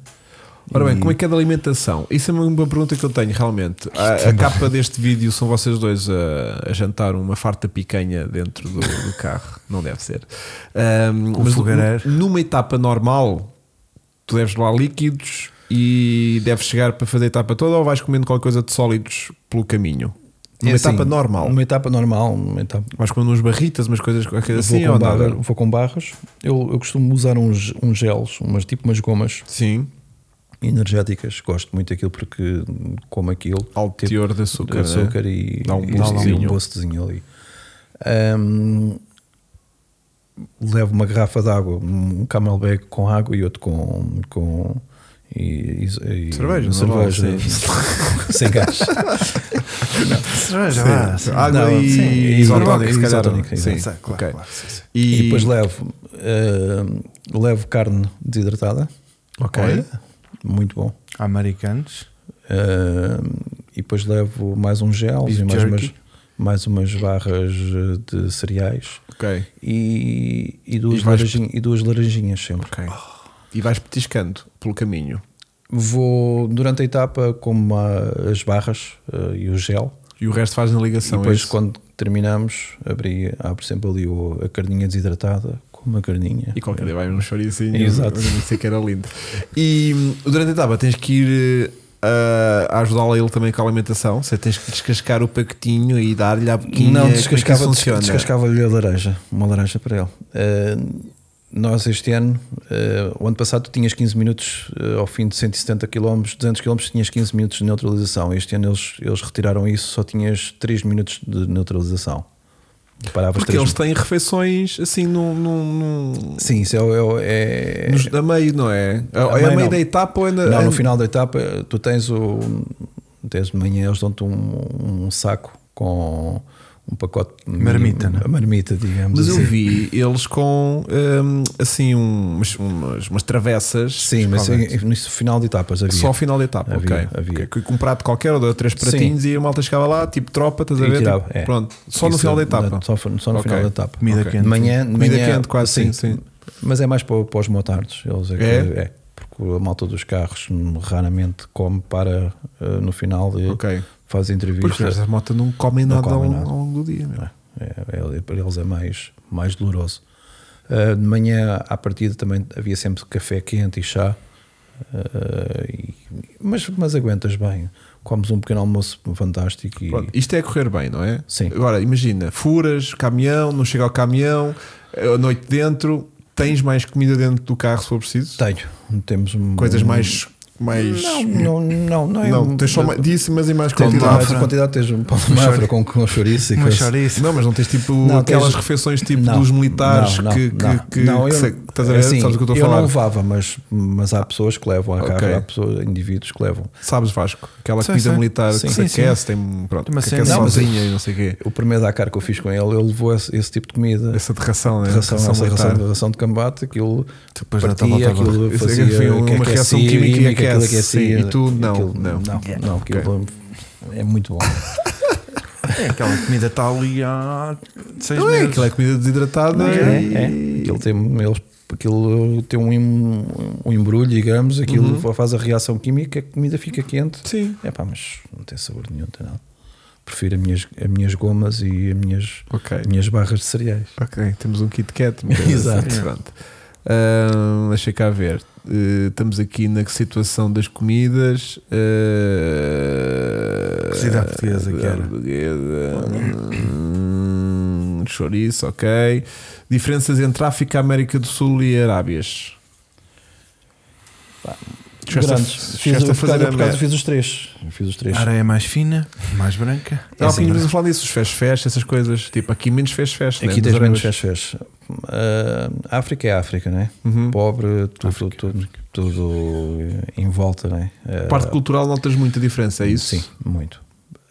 S2: Ora bem,
S3: E-
S2: como é que é da alimentação? Isso é uma boa pergunta que eu tenho, realmente. A, a capa deste vídeo são vocês dois a, a jantar uma farta picanha dentro do, do carro. Não deve ser. Ahm,
S1: Com
S2: mas
S1: fogareiro.
S2: nu- numa etapa normal, tu deves lá líquidos e deves chegar para fazer a etapa toda ou vais comendo qualquer coisa de sólidos pelo caminho? Numa
S3: É assim,
S2: etapa normal.
S3: Uma etapa normal, uma etapa
S2: Vais comendo uns barritas, umas coisas qualquer
S3: Eu
S2: assim
S3: vou,
S2: ou
S3: com barra-
S2: nada?
S3: vou com barras. Eu, eu costumo usar uns, uns gels, umas, tipo umas gomas
S2: Sim,
S3: Tipo, energéticas. Gosto muito daquilo porque hum, como aquilo.
S2: alto
S3: tipo,
S2: teor de açúcar.
S3: de açúcar e
S2: né? Dá um
S3: e-
S2: boostzinho.
S3: e um boostzinho ali. Hum, levo uma garrafa de água, um camelback com água e outro com. com e, e- e-
S2: Cerveja,
S3: cerveja
S2: normal,
S3: sem gás.
S1: Cerveja,
S2: Sim.
S1: vá, sim.
S2: Água
S3: Não,
S2: e,
S3: sim.
S2: e isotónico, se calhar.
S3: Isotónico,
S2: Sim,
S1: Sim, claro,
S2: ok.
S1: claro, sim, sim.
S2: E,
S3: E depois levo, eh, levo carne desidratada.
S2: Ok.
S3: Olha, muito bom.
S1: Americanos.
S3: Eh, e depois levo mais uns gels
S1: Beef
S3: e mais umas,
S1: jerky.
S3: mais umas barras eh, de cereais
S2: ok,
S3: e, e duas
S2: E vais-
S3: laranjin- e duas laranjinhas sempre.
S2: ok. E vais petiscando pelo caminho.
S3: Vou durante a etapa como a- as barras eh, e o gel.
S2: E o resto faz na
S3: E
S2: ligação. é
S3: depois
S2: isso?
S3: quando terminamos abri, abro sempre ali o- a carninha desidratada com uma carninha.
S2: E qualquer dia vai um choricinho.
S3: Exato.
S2: Não sei que era lindo. E hum, durante a etapa tens que ir eh, a ajudá-lo a ele também com a alimentação. Você tens que descascar o pacotinho e dar-lhe a boquinha.
S3: Não,
S2: Como é que isso
S3: descascava,
S2: funciona?
S3: descascava-lhe a laranja, uma laranja para ele. Eh, nós este ano, eh, o ano passado tu tinhas 15 minutos eh, ao fim de 170 km, 200 km tinhas 15 minutos de neutralização. Este ano eles, eles retiraram isso, só tinhas 3 minutos de neutralização. Paravas
S2: Porque
S3: 3
S2: eles têm refeições assim num. num, num
S3: Sim, isso é, o- é, é-
S2: nos- a meio, não é? É
S3: A
S2: a
S3: meio
S2: meio
S3: não.
S2: da etapa ou é na,
S3: Não,
S2: é-
S3: no final da etapa, tu tens o. Tens de manhã, eles dão-te um, um saco com um pacote.
S1: Marmita, né?
S3: Marmita, digamos
S2: é? Mas eu
S3: assim.
S2: vi eles com hum, assim umas, umas, umas travessas
S3: Sim, mas no final de etapas havia.
S2: só ao final da etapa.
S3: Havia,
S2: ok.
S3: havia.
S2: Ok, que Com um prato qualquer, ou dois, três pratinhos e a malta chegava lá, tipo tropa, estás a
S3: E
S2: ver?
S3: tirava,
S2: Tipo,
S3: é.
S2: Pronto, só no
S3: Isso,
S2: final da etapa.
S3: na- Só, só no
S2: Ok.
S3: final da etapa.
S1: Comida
S2: Ok.
S1: quente.
S3: De manhã, de
S2: Comida
S3: manhã-
S2: quente, quase, sim, sim.
S3: Mas é mais para, para os motardos. Eles é que-
S2: É?
S3: é, porque a malta dos carros hum, raramente come para eh, no final e
S2: Ok.
S3: faz
S2: Porque
S3: entrevistas.
S2: as motas não comem
S3: Não
S2: nada,
S3: comem
S2: ao,
S3: nada.
S2: ao longo do dia. meu.
S3: É, é- para eles é mais, mais doloroso. Eh, de manhã, à partida, também havia sempre café quente e chá. Eh, e- mas, mas aguentas bem. Comes um pequeno almoço fantástico e
S2: Pronto, isto é correr bem, não é?
S3: Sim.
S2: Agora, imagina, furas, caminhão, não chega ao caminhão, a noite dentro, tens mais comida dentro do carro se for preciso?
S3: tenho. Temos um-
S2: Coisas mais. mais...
S3: Tá. Não, não, não, não é
S2: Não,
S3: um-
S2: tens só mais, disse, mas em mais
S3: Tens
S1: Quantidade.
S2: quantidade.
S3: mais a quantidade, tens um pão de mafra com, com chouriço e
S1: Uma
S3: coisa.
S1: chouriça.
S2: Não, mas não tens tipo
S3: Não,
S2: aquelas
S3: tens-
S2: refeições tipo
S3: Não,
S2: dos militares
S3: não, não,
S2: que, que,
S3: não.
S2: que-
S3: Não,
S2: que
S3: eu-
S2: se- estás a ver?
S3: assim,
S2: Sabes o que eu estou a
S3: Eu
S2: falar?
S3: não levava, mas, mas há pessoas que levam a
S2: Ok.
S3: carro, há pessoas, indivíduos que levam.
S2: Sabes, Vasco? Aquela
S1: Sim,
S2: comida
S1: sim.
S2: militar
S1: Sim,
S2: que
S1: sim,
S2: se aquece, tem pronto,
S1: Uma
S2: que
S1: cena-
S2: aquece
S1: Não,
S3: mas-
S2: sozinha e não sei o quê.
S3: O primeiro Dakar que eu fiz com ele, ele levou esse, esse tipo de comida.
S2: Essa de ração, né?
S3: de ração,
S2: Ração
S3: essa ração,
S2: militar.
S3: ração de combate, aquilo
S1: Depois da
S3: partia,
S1: volta
S3: aquilo
S2: Isso é que
S3: fazia
S2: foi uma
S3: que aquecia,
S2: reação química que aquece,
S3: aquilo aquecia,
S2: sim, e tu não,
S3: aquilo-
S2: não.
S3: não, não, aquilo é muito bom.
S1: É aquela comida está ali há seis
S2: Não é,
S1: meses.
S2: aquilo é comida desidratada.
S3: É,
S2: e-
S3: é. Aquilo tem, eles, aquilo tem um, em- um embrulho, digamos, aquilo faz a reação química, a comida fica quente.
S2: Sim.
S3: É pá, mas não tem sabor nenhum, não tem nada. Prefiro as minhas, as minhas gomas e as minhas,
S2: Ok.
S3: as minhas barras de cereais.
S2: Ok, temos um Kit Kat. uma coisa
S3: Exato.
S2: assim, Pronto. Ah, deixa cá ver. Ah, estamos aqui na situação das comidas. Ah,
S1: Cozida à portuguesa, que era.
S2: à portuguesa. Hum, Chouriço, ok. Diferenças entre África, América do Sul e Arábias.
S3: Pá,
S2: Chegaste a-
S3: Grandes. Fiz,
S2: chegaste a
S3: por
S2: fazer
S3: causa- por causa
S2: a-
S3: fiz os três. Fiz os três.
S1: A areia é mais fina, mais branca.
S2: Não,
S3: assim,
S2: tínhamos a falar disso, os fest-fest, essas coisas. Tipo, aqui menos fest-fest. né?
S3: Aqui
S2: Nos
S3: tens menos
S2: Arábias.
S3: fechas. África é África, não é?
S2: Uhum.
S3: Pobre, tudo, tudo, tudo em volta, não é? Ah,
S2: Parte cultural notas muita diferença, é isso?
S3: Sim, muito.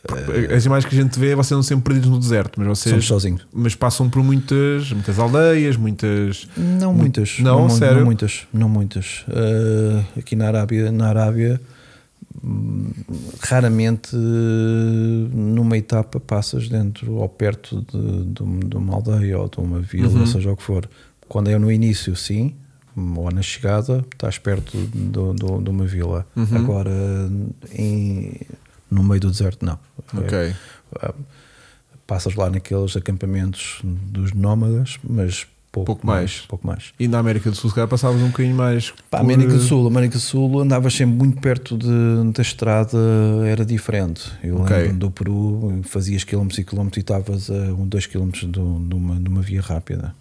S2: Porque Eh, As imagens que a gente vê, vocês não sempre perdidos no deserto, mas vocês
S3: Somos sozinhos.
S2: mas passam por muitas, muitas aldeias, muitas.
S3: Não
S2: Mu-
S3: muitas.
S2: Não,
S3: mu-
S2: sério?
S3: Não muitas. Não muitas. Ah, aqui na Arábia, na Arábia hum, raramente eh, numa etapa passas dentro ou perto de, de um- de uma aldeia ou de uma vila,
S2: Uhum.
S3: ou seja o que for. Quando é no início, sim, ou na chegada, estás perto do- do- de uma vila.
S2: Uhum.
S3: Agora, em- no meio do deserto, não.
S2: Ok.
S3: Ah, passas lá naqueles acampamentos dos nómadas, mas pouco,
S2: Pouco mais.
S3: Pouco mais.
S2: E na América do Sul, se calhar, passavas um bocadinho mais.
S3: Pá,
S2: por-
S3: América do Sul, América do Sul andavas sempre muito perto de- da estrada, era diferente. Eu
S2: Ok.
S3: lembro do Peru, fazias quilómetros e quilómetros e estavas a 2 km de, um- de uma, de uma via rápida.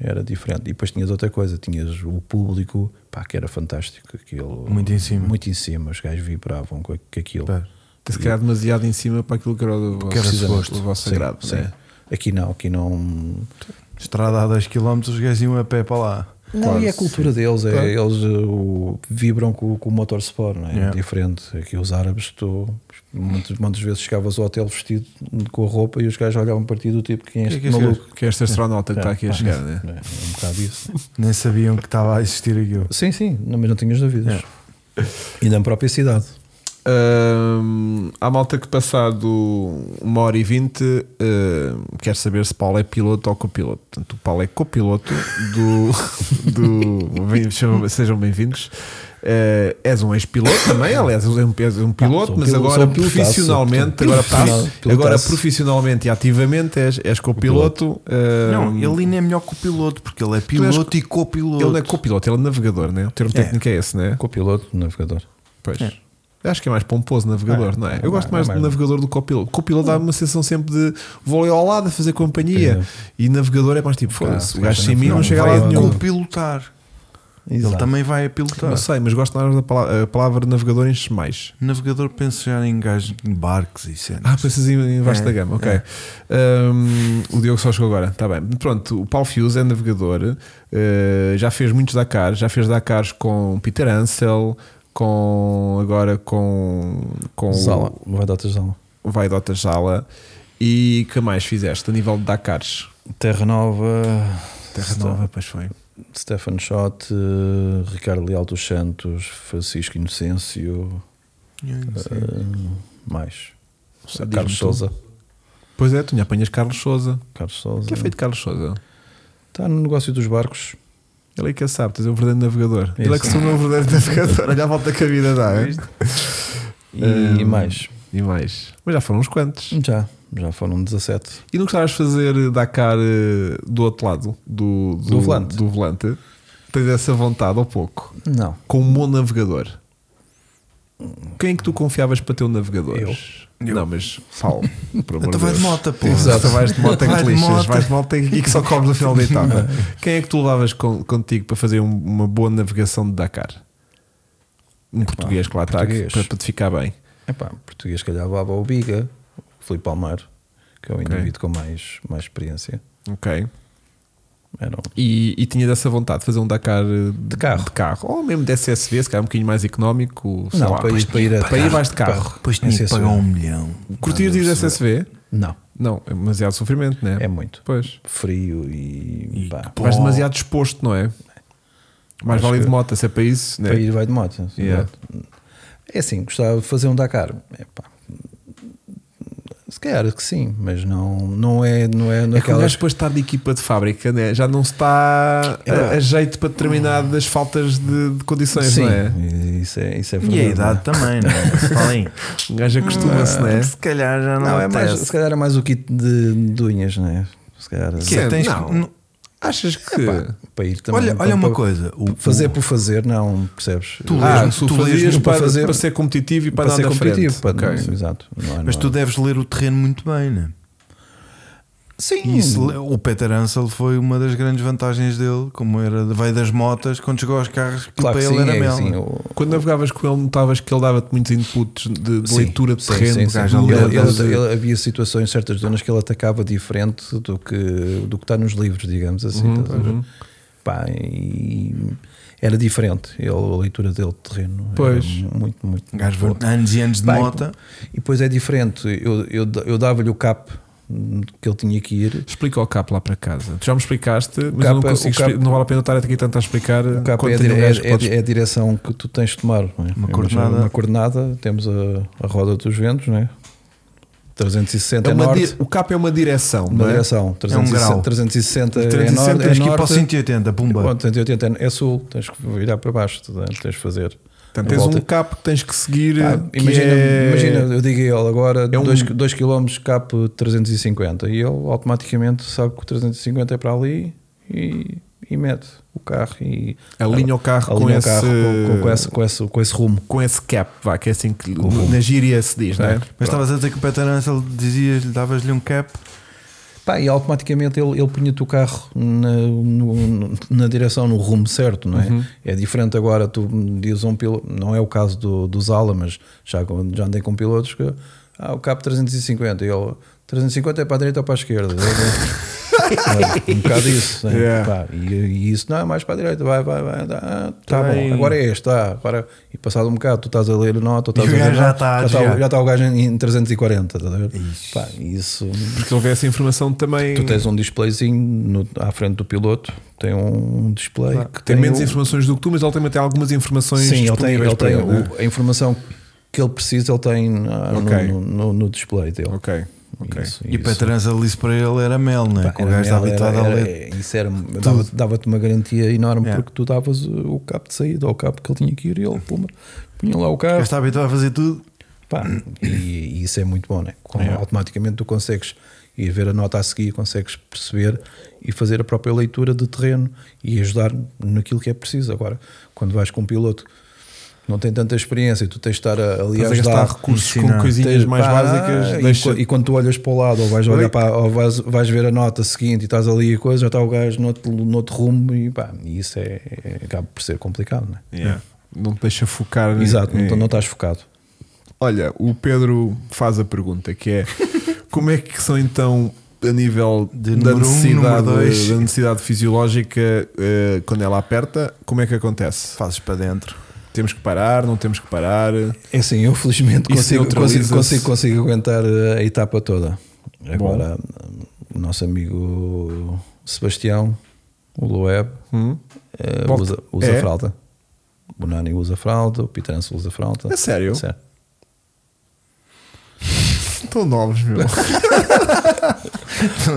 S3: Era diferente. E depois tinhas outra coisa, tinhas o público, pá, que era fantástico aquilo.
S1: Muito em cima.
S3: Muito em cima, os gajos vibravam com a- com aquilo.
S1: Claro.
S2: Se calhar, demasiado em cima para aquilo que era o
S1: Que era
S2: vosso,
S1: suposto.
S2: o vosso
S3: Sim,
S2: agrado.
S3: sim.
S2: né?
S3: Aqui não, aqui não.
S1: Estrada a 2km, os gajos iam a pé para lá.
S3: Não,
S2: Claro,
S3: e a cultura deles, é,
S2: Claro.
S3: eles uh, o- vibram com, com o motorsport, não é?
S1: Yeah.
S3: Diferente. Aqui os árabes, tu muitas, muitas vezes chegavas ao hotel vestido com a roupa e os gajos olhavam para ti do tipo quem é
S1: Que é
S3: este
S1: que este
S3: maluco.
S2: Que é este astronauta que está aqui a chegar, né?
S3: Não é? É um bocado isso.
S1: Nem sabiam que estava a existir aquilo.
S3: sim, sim, não, mas não tinhas dúvidas.
S1: Yeah.
S3: E na própria cidade.
S2: Hum, há malta que passado uma hora e vinte hum, quer saber se Paulo é piloto ou copiloto. Portanto, o Paulo é copiloto do. do bem- chama- sejam bem-vindos. Eh, és um ex-piloto também, aliás, és um, és um piloto,
S3: sou
S2: mas
S3: pilo-
S2: agora
S3: sou um pilotaço,
S2: profissionalmente,
S3: sou um
S2: agora,
S3: profissional,
S2: profi- agora
S3: pilotaço.
S2: profissionalmente e ativamente és, és copiloto. hum,
S1: Não, ele nem é melhor que o piloto, porque ele é piloto e copiloto.
S2: ele não é copiloto, ele é navegador, né? O termo técnico é esse, né?
S3: Copiloto, navegador.
S2: Pois. Acho que é mais pomposo navegador, não é? Eu gosto
S3: é
S2: mais do
S3: mais-
S2: navegador do copiloto. Copiloto dá uma sensação sempre de vou ali ao lado a fazer companhia.
S3: Pois
S2: E navegador é mais tipo, foda-se, o
S3: fica
S2: gajo
S3: na
S2: sem mim
S3: frente.
S2: não é
S3: Não,
S2: chega
S1: vai
S2: lá
S3: a
S2: nenhum.
S3: culpa.
S1: é copilotar. Ele
S3: Exato.
S1: também vai a pilotar.
S2: Não sei, mas gosto mais da palavra, a palavra navegador enche mais.
S1: Navegador penso já em gajos em barcos e cenas.
S2: Ah, pensas em, em vasta
S1: É,
S2: gama, ok. Hum, o Diogo só chegou agora, está bem. Pronto, o Paulo Fius é navegador, eh, já fez muitos Dakar, já fez Dakars com Peter Ansel, com agora com, com é o-
S3: Zala, vai dar-te Zala.
S2: vai de outra sala e que mais fizeste a nível de Dakars?
S3: Terra Nova,
S2: Terra Nova, pois foi.
S3: Stefan Schott, eh, Ricardo Leal dos Santos, Francisco Inocêncio, eh, mais.
S2: Sim,
S3: Carlos
S2: diz-me tu.
S3: Souza.
S2: Pois é, tu me apanhas Carlos Souza.
S3: Carlos
S2: O
S3: Souza.
S2: que é feito de Carlos Souza?
S3: Está no negócio dos barcos.
S2: Ele é que a sabe, tu és um verdadeiro navegador.
S3: É
S2: Ele é
S3: isso.
S2: que se tornou um verdadeiro navegador. Olha a volta que a vida dá, hein?
S3: E,
S2: Hum.
S3: e mais.
S2: E mais. Mas já foram uns quantos.
S3: Ah, Já. Já foram 17.
S2: E não gostavas de fazer Dakar eh, do outro lado? Do,
S3: Do volante.
S2: Do volante? Tens essa vontade ou pouco?
S3: Não.
S2: Com um bom navegador. Quem é que tu confiavas para ter um navegador?
S3: Eu.
S2: Não, mas Paulo, por amor
S1: Então vai de moto, pô.
S2: Exato, vais de moto é que
S1: Vai
S2: te
S1: de
S2: lixas,
S1: moto.
S2: vais de moto e que só comes no final da etapa. Quem é que tu levavas con- contigo para fazer um- uma boa navegação de Dakar? Um português que lá está, que-
S3: português.
S2: para, para te ficar bem.
S3: Epá, português, se calhar, levava o Biga, o Filipe Palmar, que é o indivíduo com mais, mais experiência.
S2: Ok.
S3: Era um-
S2: E, e tinhas essa vontade de fazer um Dakar eh, de
S3: carro.
S2: ou mesmo de SSV, se calhar um bocadinho mais económico. sei
S3: Não,
S2: lá,
S3: para ir, para ir a-
S2: para ir vais de carro.
S1: Depois tinha que
S3: SSV.
S1: pagar um milhão.
S2: Curtias de ir de SSV?
S3: Não.
S2: Não, é demasiado sofrimento, não
S3: É muito.
S2: Pois.
S3: Frio e.
S1: E
S3: pá,
S1: que
S2: Vais demasiado disposto, não é? Mais
S3: Acho
S2: vale ir de
S3: que-
S2: moto, se é para isso, né?
S3: Para ir vai de moto.
S2: Yeah.
S3: É assim, gostava de fazer um Dakar. Epá, se calhar que sim, mas não, não é, não
S2: É
S3: é
S2: que o gajo
S3: naquelas.
S2: depois de estar de equipa de fábrica, né? já não está a- a, jeito para determinadas faltas de, de condições,
S3: É. sim,
S2: não é?
S3: isso é, isso é
S1: E a
S3: verdade.
S1: idade também, não é? Fala aí.
S2: O Um gajo acostuma-se,
S3: Ah.
S2: não é?
S1: Se calhar já não,
S3: Não, é mais,
S1: apetece.
S3: se calhar é mais o kit de de unhas, não é? Se calhar.
S1: Que é,
S2: Sim,
S1: tens-
S2: não.
S1: não-
S2: Achas que.
S3: Para ir também.
S1: Olha,
S3: para-
S1: olha uma
S3: para-
S1: coisa. o-
S3: Fazer
S1: o-
S3: por fazer, não, percebes?
S1: Tu lês-
S2: Ah,
S1: mesmo,
S2: tu,
S1: tu
S2: fazias
S1: mesmo
S2: para,
S3: para fazer-
S2: para ser competitivo e para,
S3: para
S2: andar
S3: ser
S2: na
S3: competitivo.
S2: frente.
S3: para-
S2: Ok.
S3: Exato. Não é-
S1: Mas
S3: não
S1: tu
S3: é-
S1: deves ler o terreno muito bem, né?
S3: Sim,
S1: E isso, le- o Peter Ansel foi uma das grandes vantagens dele, como era, veio das motas, quando chegou aos carros, que
S3: claro
S1: para
S3: que
S1: ele
S3: sim,
S1: era
S3: é,
S1: mel.
S3: sim,
S1: né?
S3: o-
S2: Quando navegavas com ele, notavas que ele dava-te muitos inputs de, de
S3: Sim,
S2: leitura de
S3: sim,
S2: terreno,
S3: sim,
S2: o
S3: sim.
S2: gajo ali
S3: Ele-
S2: a ler-
S3: ele- ele- havia situações, certas zonas que ele atacava diferente
S2: Uhum.
S3: tá do que, do que está nos livros, digamos assim. estás a ver? Pá, e era diferente. Ele, a leitura dele de terreno
S2: Pois.
S3: era muito, muito.
S1: Um gajo
S3: muito boa.
S1: vai anos e anos de
S3: Bem,
S1: mota.
S3: E depois é diferente. Eu, eu, eu dava-lhe o cap hum, que ele tinha que ir.
S2: Explica o cap lá para casa. Tu já me explicaste, mas eu
S3: cap
S2: não
S3: é-
S2: consigo
S3: o cap-
S2: expli- Não vale a pena eu estar aqui tanto a explicar.
S3: O cap é, a
S2: quando tenho
S3: dire-
S2: um gajo que
S3: é-
S2: podes-
S3: é a direção que tu tens de tomar. não é?
S1: Uma
S3: É
S1: coordenada.
S3: Uma coordenada. Temos a, a roda dos ventos, não é? 360
S2: é
S3: é
S2: uma
S3: norte.
S2: di- O cap é uma direção.
S3: Uma
S2: não é?
S3: direção.
S1: grau.
S3: 360, 360 é
S1: 360,
S3: norte.
S1: tens
S3: é
S1: que ir para o
S3: norte.
S1: 180, pumba.
S3: Bom, 180 é- é sul, tens que virar para baixo, tens tens de fazer.
S2: Portanto, tens
S3: Volta.
S2: um cap que tens que seguir.
S3: Pá,
S2: que
S3: imagina,
S2: é-
S3: imagina, eu digo a ele agora
S2: É um-
S3: 2 km cap 350 e ele automaticamente sabe que o 350 é para ali e, e mete o carro e
S2: Alinha o carro, com,
S3: alinha o
S2: esse...
S3: carro com, com- com esse, com, esse, com esse rumo.
S2: com esse cap, vá, que é assim que
S3: rumo.
S2: na gíria se diz, não é?
S1: Mas estavas a dizer que o Peter Ansel dizias, davas-lhe um cap.
S3: Pá, e automaticamente ele, ele punha-te o carro na, no- na direção, no rumo certo, não é?
S1: Uhum.
S3: É diferente agora, tu dizes a um piloto, não é o caso do, dos Ala, mas já, com- já andei com pilotos que, ah, o cabo 350, e ele, 350 é para a direita ou para a esquerda? É, um bocado isso, não é?
S2: Yeah.
S3: Pá, e, e isso não é mais para a direita, vai, vai, vai, tá, ah, tá
S1: Bem.
S3: bom, agora é este, tá, agora, e passado um bocado, tu estás a ler o nota, ou
S1: E o
S3: estás a ler
S1: gajo já tá
S3: nota,
S1: está a
S3: já
S1: desviar.
S3: está o gajo em, em 340, estás tá a ver? Pá, isso
S2: Porque houve essa informação também.
S3: Tu tens um displayzinho no- à frente do piloto, tem um display que
S2: tem, menos
S3: o-
S2: informações do que tu, mas ele também tem algumas informações
S3: um- Sim, ele tem,
S2: disponíveis
S3: ele
S2: para
S3: tem um-
S2: ele, né?
S3: o- a informação que ele precisa, ele tem ah,
S2: Ok.
S3: no, no- no display dele.
S2: Ok, ok.
S3: Isso,
S1: E o
S3: isso.
S1: Peter Ansel disse para ele é era mel, né?
S3: Pá,
S1: Que o
S3: era
S1: gajo está
S3: mel, era-
S1: habituado a
S3: era- é,
S1: ler.
S3: Isso era, dava- dava-te uma garantia enorme
S1: Yeah.
S3: porque tu davas o cabo de saída ou o cabo que ele tinha que ir e ele puma, punha lá o
S1: O gajo
S3: carro
S1: está habituado a fazer tudo.
S3: Pá, e, e isso é muito bom, né? Com-
S1: É.
S3: Automaticamente tu consegues ir ver a nota a seguir, consegues perceber e fazer a própria leitura de terreno e ajudar naquilo que é preciso. Agora, quando vais com um piloto que não tem tanta experiência e tu tens de estar a- ali
S2: Estás
S3: a
S2: a
S3: ajudar.
S2: gastar recursos com
S1: ensinar.
S2: coisinhas
S3: tens-
S2: mais
S3: pá,
S2: básicas.
S3: e,
S2: deixa-
S3: co- e quando tu olhas para o lado ou vais,
S2: Olha
S3: olhar
S2: que-
S3: para, ou vais, vais ver a nota seguinte e estás ali e coisa, já está o gajo noutro, noutro rumo e pá, e isso é, é- acaba por ser complicado, né?
S2: Yeah. Não te deixa focar.
S3: Exato,
S2: em-
S3: não, não estás focado.
S2: Olha, o Pedro faz a pergunta que é como é que são então a nível
S1: De
S2: da,
S1: número um,
S2: necessidade,
S1: número dois.
S2: da necessidade fisiológica eh, quando ela aperta, como é que acontece?
S1: Fazes para dentro.
S2: Temos que parar, não temos que parar.
S3: É assim, eu felizmente
S2: Isso
S3: consigo, consigo,
S2: neutraliza-se.
S3: consigo, consigo aguentar eh, a etapa toda. Agora, o nosso amigo Sebastião, o Loeb,
S2: Hum?
S3: eh,
S2: Volta.
S3: usa, usa
S2: É?
S3: fralda. O Nani usa fralda, o Pitranço usa fralda.
S2: É sério?
S3: Sério.
S2: Estão novos, meu.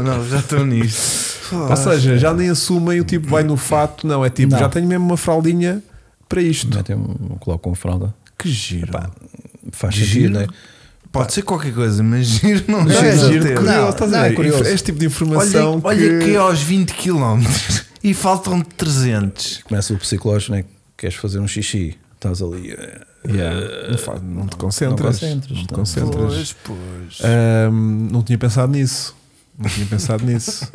S1: Não, já estou nisto.
S2: Ou seja, já nem assumem o tipo vai no fato, não. É tipo,
S3: Não.
S2: já tenho mesmo uma fraldinha para isto.
S3: Metem, um, colocam fralda.
S2: Que giro.
S3: Faz
S1: Giro.
S3: sentido, não é?
S1: Pode ser qualquer coisa, mas giro não
S2: Não,
S1: deixa
S2: é
S1: de
S2: giro,
S1: ter.
S2: curioso,
S3: Não,
S2: estás a
S3: não, é
S2: ver?
S3: curioso.
S2: Este tipo de
S1: Olha,
S2: informação.
S1: olha que é aos 20 km e faltam 300.
S3: Começa o psicológico, não é? Queres fazer um xixi, estás ali. eh,
S2: Yeah. Não, fa- não te concentras.
S3: Não concentras,
S2: não te
S3: não.
S2: concentras.
S1: Pois, pois.
S2: Ahm, não tinha pensado nisso. Não tinha pensado nisso.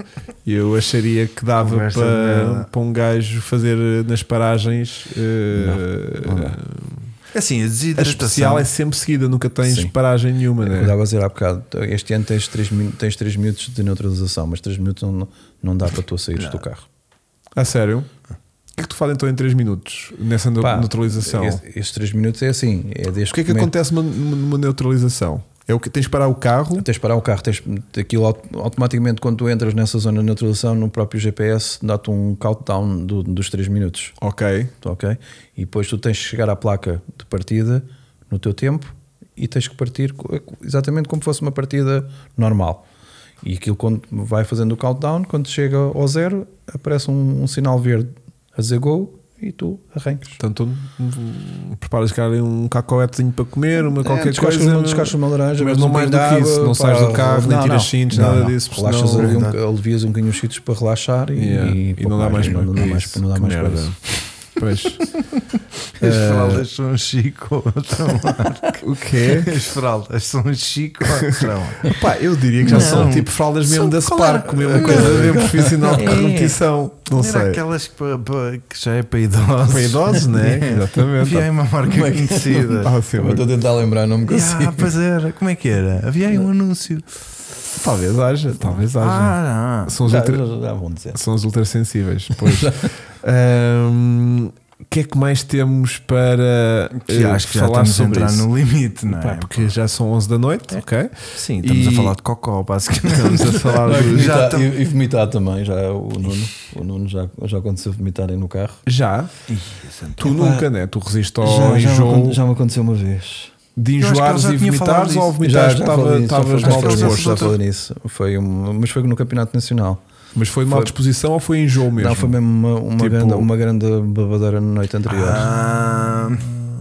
S2: Eu acharia que dava
S1: Conversa de merda.
S2: para, para um gajo fazer eh, nas paragens. eh,
S1: É assim, a
S2: a especial
S1: desidratação.
S2: é sempre seguida, nunca tens
S3: Sim.
S2: paragem nenhuma,
S3: Eu
S2: né?
S3: estava a dizer há bocado, este ano tens 3, tens três minutos de neutralização, mas 3 minutos não, não dá para tu saíres do carro.
S2: A sério? O que é que tu fazes então em 3 minutos nessa no-
S3: Pá,
S2: neutralização?
S3: esse- Esses 3 minutos é assim. É desde
S2: O que é que
S3: momento-
S2: acontece numa, numa neutralização? É o que tens de parar o carro?
S3: Tens de parar o carro, tens aquilo aut- automaticamente quando tu entras nessa zona de neutralização, no próprio GPS dá-te um countdown do- dos 3 minutos.
S2: Ok.
S3: tá Ok? E depois tu tens de chegar à placa de partida no teu tempo e tens que partir co- exatamente como fosse uma partida normal. E aquilo quando vai fazendo o countdown, quando chega ao zero, aparece um, um sinal verde a dizer go e tu arrancas.
S2: Portanto, hum, preparas cá ali um cacoetezinho para comer, uma qualquer
S3: É, descascas
S2: coisa.
S3: uma- descascas uma laranja,
S2: mas
S3: bebes
S2: não
S3: um
S2: mais do
S3: bocadinho
S2: que
S3: de
S2: isso.
S3: água,
S2: Não
S3: pá,
S2: sais do carro, nem
S3: não,
S2: tiras
S3: não.
S2: cintos,
S3: Não,
S2: nada
S3: não.
S2: disso. porque
S3: Relaxas
S2: senão-
S3: ali, um, alivias um bocadinho os sítios para relaxar e,
S2: Yeah.
S3: e,
S2: E não dá
S3: pá,
S2: mais
S3: não,
S2: para
S3: não dá mais, não dá mais para isso.
S2: Pois.
S1: As fraldas são um chico.
S2: o quê?
S1: As fraldas são um chico.
S2: Pá, eu diria que já
S1: Não.
S2: são tipo fraldas mesmo
S1: São
S2: da
S1: colar-
S2: Spark, mesmo coisa bem profissional de
S1: É.
S2: competição. Não
S1: Era
S2: sei.
S1: aquelas pa- pa- que já é para idosos.
S2: Para idosos, né?
S1: É.
S2: Exatamente.
S1: Havia aí uma marca conhecida.
S2: Ah, sim,
S3: Também estou a tentar lembrar, não me consigo.
S1: Ah, pois era. Como é que era? Havia aí um anúncio.
S2: Talvez haja, talvez haja.
S1: Ah, não.
S2: São os
S3: Tá, Já-
S2: ultra-
S3: já- já vão dizer.
S2: São os ultrassensíveis, pois. Ahm, que é que mais temos para
S1: Que
S2: eh,
S1: acho que já
S2: falar
S1: estamos a
S2: sobre
S1: entrar
S2: isso?
S1: no É. limite, não é?
S2: Pá, porque já são 11 da noite, ok? é
S1: Sim, estamos a
S2: E-
S1: falar de cocó, basicamente.
S2: Estamos a falar
S3: Não, e,
S2: de...
S1: já
S3: vomitar,
S1: tam-
S3: e- e vomitar também, já é o Nuno, o Nuno já, já aconteceu vomitarem no carro.
S2: Já, tu nunca, né? Tu resistes ao
S3: já, já, me,
S2: enjoo
S3: acon- já me aconteceu uma vez.
S2: de
S1: Eu acho que ele
S2: enjoares
S1: já
S2: e
S1: tinha falado disso.
S2: vomitares ou
S3: Já,
S2: vomitares
S3: já falei- já
S2: estavas
S3: falei-
S2: mal
S1: acho que ele já
S2: disposto.
S1: falou
S3: Já falei nisso. Foi um, mas foi no Campeonato Nacional.
S2: Mas foi mal
S3: Foi-
S2: disposição ou foi enjoo mesmo?
S3: Não, foi mesmo uma, uma,
S2: Tipo-
S3: grande, uma grande babadeira na noite anterior.
S1: Ah,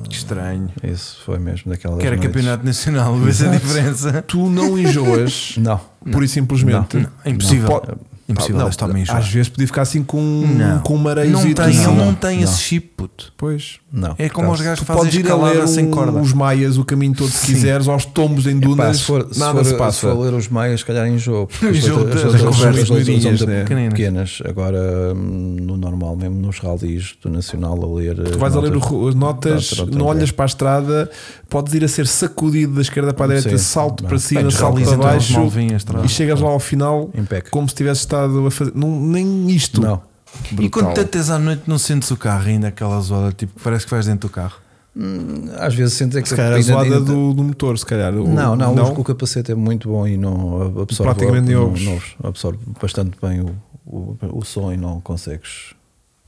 S1: que estranho.
S3: Isso foi mesmo daquela.
S1: Que era campeonato nacional, vês a diferença.
S2: Tu não enjoas,
S3: Não.
S2: pura e simplesmente.
S1: Não, é impossível.
S2: Não, pode-
S1: Impossível
S2: Pá, não,
S1: deste homem enjoar.
S2: Às vezes podia ficar assim com,
S1: Não.
S2: com um mareio
S1: Não tem, ele não tem
S3: Não.
S1: esse chip, puto.
S2: Pois.
S3: Não.
S1: É como os gajos que
S2: Tá, Tu
S1: fazem
S2: podes ir a
S1: escalada
S2: ler
S1: sem
S2: um-
S1: corda.
S2: os maias o caminho todo que
S1: Sim.
S2: quiseres, aos tombos em
S3: Epá,
S2: dunas,
S3: se for, se
S2: nada
S3: for-
S2: se passa.
S3: for ler os maias, se calhar enjoo. porque as
S1: Enjoo
S3: letras-
S1: das
S3: as letras são-
S1: conversas
S3: as letras são
S2: miudinhas,
S3: muito
S2: né?
S1: Pequeninas.
S3: pequenas. Agora, hum, no normal mesmo, nos ralis do Nacional, a ler. eh,
S2: Tu vais a ler o ru- as notas,
S3: Outra- outra
S2: não
S3: vez.
S2: olhas para a estrada, podes ir a ser sacudido da esquerda para a direita,
S3: Sim.
S2: salto
S3: Não.
S2: para cima,
S3: Bem,
S2: salto
S1: Realiza
S2: para
S3: descalço,
S1: todas as
S2: baixo
S1: malvinhas, tra-
S3: é?
S2: e chegas lá ao final
S3: Impec.
S2: como se tivesse estado a fazer. Não, nem isto.
S3: Não.
S1: E quando te ates à noite não sentes o carro ainda aquela zoada, tipo, que parece que vais dentro do carro.
S3: Às vezes sentes é que
S2: Se calhar a
S3: ainda-
S2: zoada
S3: ainda-
S2: do, do motor, se calhar. O-
S3: Não, não, o que o capacete é muito bom e não absorve,
S2: Praticamente nem
S3: não-
S2: ouves.
S3: não ouves. absorve bastante bem o, o, o som e não consegues.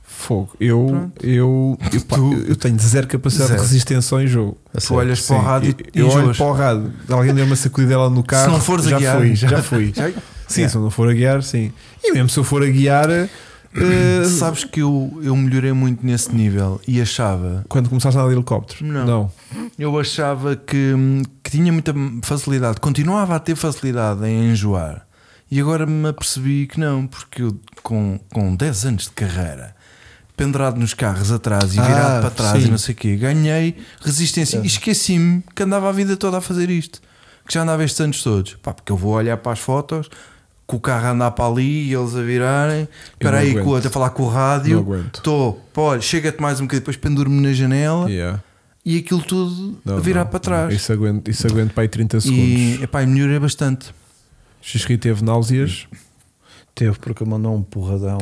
S2: Fogo. Eu, eu, eu, pá,
S1: Tu-
S2: eu tenho zero capacidade
S1: Zero.
S2: de resistência ao jogo.
S1: Tu olhas para o rádio e
S2: eu olho
S1: enjoas.
S2: para o rádio, alguém deu uma sacudida lá no carro.
S1: Se não fores a
S2: já
S1: guiar,
S2: fui,
S1: já-
S2: já, fui.
S1: Já-
S2: Sim,
S1: Yeah.
S2: se eu não for a guiar, sim. E mesmo se eu for a guiar, eh,
S1: Sabes que eu, eu melhorei muito nesse nível e achava,
S2: quando começaste a andar de helicóptero,
S1: Não. eu achava que, hum, que tinha muita facilidade, continuava a ter facilidade em enjoar e agora me apercebi que não, porque eu com, com 10 anos de carreira, pendurado nos carros atrás e
S2: Ah,
S1: virado para trás
S2: sim. É.
S1: e não sei o quê, ganhei resistência e esqueci-me que andava a vida toda a fazer isto, que já andava estes anos todos, Pá, porque eu vou olhar para as fotos. Com o carro a andar para ali e eles a virarem, espera aí,
S2: aguento.
S1: com o outro a falar com o rádio,
S2: Não aguento.
S1: Estou, pode, chega-te mais um bocadinho, depois penduro-me na janela
S2: Yeah.
S1: e aquilo tudo
S2: Não,
S1: virar
S2: não,
S1: para trás.
S2: não. Isso aguento, isso aguento para aí 30
S1: e
S2: segundos.
S1: epá, e melhorei bastante.
S2: Xisri teve náuseas.
S3: Teve porque mandou um porradão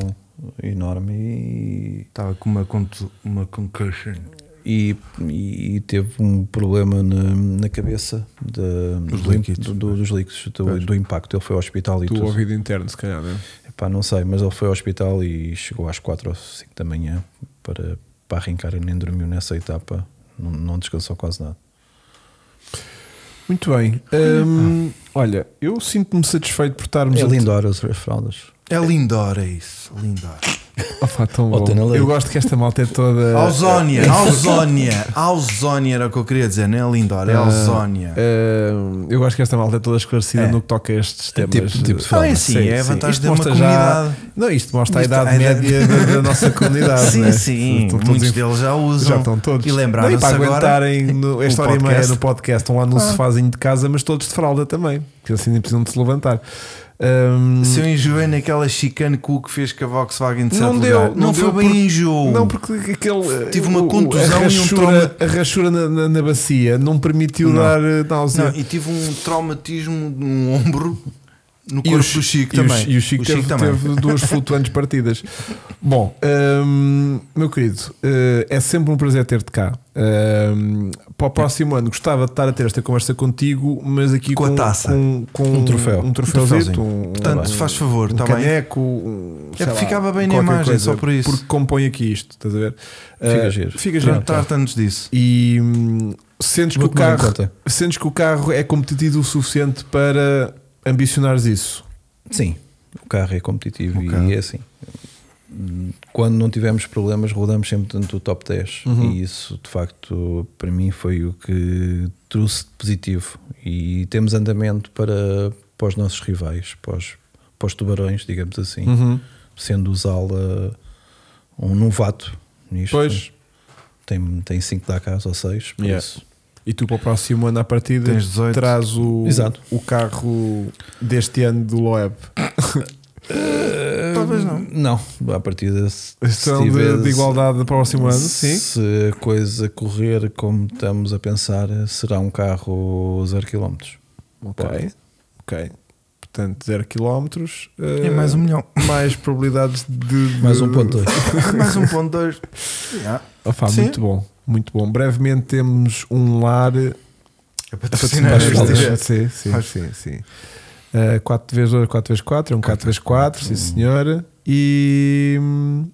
S3: enorme
S1: Estava com uma, contu- uma concussion.
S3: e, e, e teve um problema na, na cabeça de- do-
S1: líquidos.
S3: do- do- dos líquidos, do, do impacto. Ele foi ao hospital e
S2: Do
S3: tudo.
S2: ouvido interno, se calhar, né?
S3: Epá, não sei, mas ele foi ao hospital e chegou às 4 ou 5 da manhã para, para arrancar e nem dormiu nessa etapa. Não, não descansou quase nada.
S2: Muito bem. Hum,
S1: Ah.
S2: olha, eu sinto-me satisfeito por estarmos
S3: É
S2: a-
S3: lindo as, as fraldas.
S1: É lindora isso, lindora.
S2: Oh, pá, tão
S3: Oh,
S2: bom.
S3: tem na lei.
S2: Eu gosto que esta malta é toda.
S1: Ausónia, Ausónia, Ausónia era o que eu queria dizer, não é lindora, é
S2: Ah,
S1: Ausónia.
S2: ah, eu gosto que esta malta é toda esclarecida
S1: É.
S2: no que toca a estes temas.
S3: tipo- tipo de
S1: Não é
S3: fala,
S1: assim,
S2: Sim,
S1: é a
S2: sim.
S1: vantagem
S2: Isto
S1: de uma
S2: mostra já-
S1: comunidade.
S2: Não, isto mostra
S1: Isto-
S2: a idade
S1: a idade-
S2: média da, da nossa comunidade.
S1: Sim,
S2: né?
S1: sim,
S2: Estão todos
S1: muitos
S2: em-
S1: deles já usam.
S2: Já estão todos.
S1: E
S2: Não,
S1: lembraram-se
S2: para
S1: agora.
S2: aguentarem no, esta
S1: o
S2: hora e meia
S1: podcast.
S2: no podcast, estão lá no sofazinho de casa, mas todos de fralda também. Que assim nem precisam de se levantar. Ahm,
S1: Se eu enjoei naquela chicane que o que fez com a Volkswagen de
S2: não
S1: certo
S2: deu,
S1: lugar. Não,
S2: não
S1: foi
S2: deu
S1: bem
S2: porque-
S1: enjoo.
S2: Não, porque aquele. eh,
S1: Tive uma
S2: o- o-
S1: contusão
S2: a
S1: e um
S2: rachura,
S1: trauma.
S2: A rachura na, na, na bacia não permitiu
S1: Não.
S2: dar eh, náusea.
S1: Não, e tive um traumatismo num ombro no
S2: E
S1: corpo
S2: o
S1: do Chico
S2: e o-
S1: também.
S2: E o Chico, teve, teve duas flutuantes partidas. Bom, hum, meu querido, eh, é sempre um prazer ter-te cá. Hum, para o próximo ano gostava de estar a ter esta conversa contigo, mas aqui
S1: Com
S2: com,
S1: a taça.
S2: Com, com
S3: Um troféu.
S2: Um troféuzito.
S1: troféuzinho.
S2: Um,
S1: Portanto,
S2: um-
S1: faz favor,
S2: um
S1: está bem?
S2: caneco. um-
S1: É
S2: sei
S1: que
S2: lá,
S1: ficava bem na
S2: qualquer
S1: imagem, só por isso.
S2: Porque compõe aqui isto, estás a ver?
S3: Fica
S2: Eh,
S3: giro.
S2: Fica giro.
S1: Tra- Trata-nos disso.
S2: E hum, sentes que, o
S3: Vou tomar em
S2: carro,
S3: conta.
S2: sentes que o carro é competitivo o suficiente para ambicionares isso?
S3: Sim, o carro é competitivo
S1: O carro.
S3: e é assim. Quando não tivemos problemas, rodamos sempre dentro do top 10. E isso, de facto, para mim foi o que trouxe de positivo. E temos andamento para, para os nossos rivais, para os, para os tubarões, digamos assim.
S1: Uhum.
S3: Sendo usá-la um novato nisto.
S2: Pois.
S3: Tem, tem cinco da casa ou seis, por
S2: Yeah.
S3: isso.
S2: E tu para o próximo ano à partida
S1: Tens 18.
S2: traz o,
S3: Exato.
S2: o carro deste ano do Loeb.
S1: Eh, Talvez não.
S3: Não, a partir de, se
S2: São Então, de,
S3: tivesse-
S2: de igualdade do próximo ano, sim.
S3: Se a coisa correr como estamos a pensar, será um carro zero quilómetros.
S2: Ok. Ok. Portanto, 0 km
S1: É mais
S2: eh,
S1: um milhão.
S2: mais probabilidades de, de-
S3: Mais um ponto dois.
S1: mais um ponto dois. Yeah.
S2: Opa,
S1: Sim.
S2: muito bom, muito bom. Brevemente temos um lar
S1: É
S2: patrocinar
S1: patrocinar
S3: Faz
S1: este
S3: falta.
S1: direto.
S2: Sim, sim,
S1: Faz-
S2: sim. sim. 4x2, 4x4, é um 4x4, sim senhor. E hum,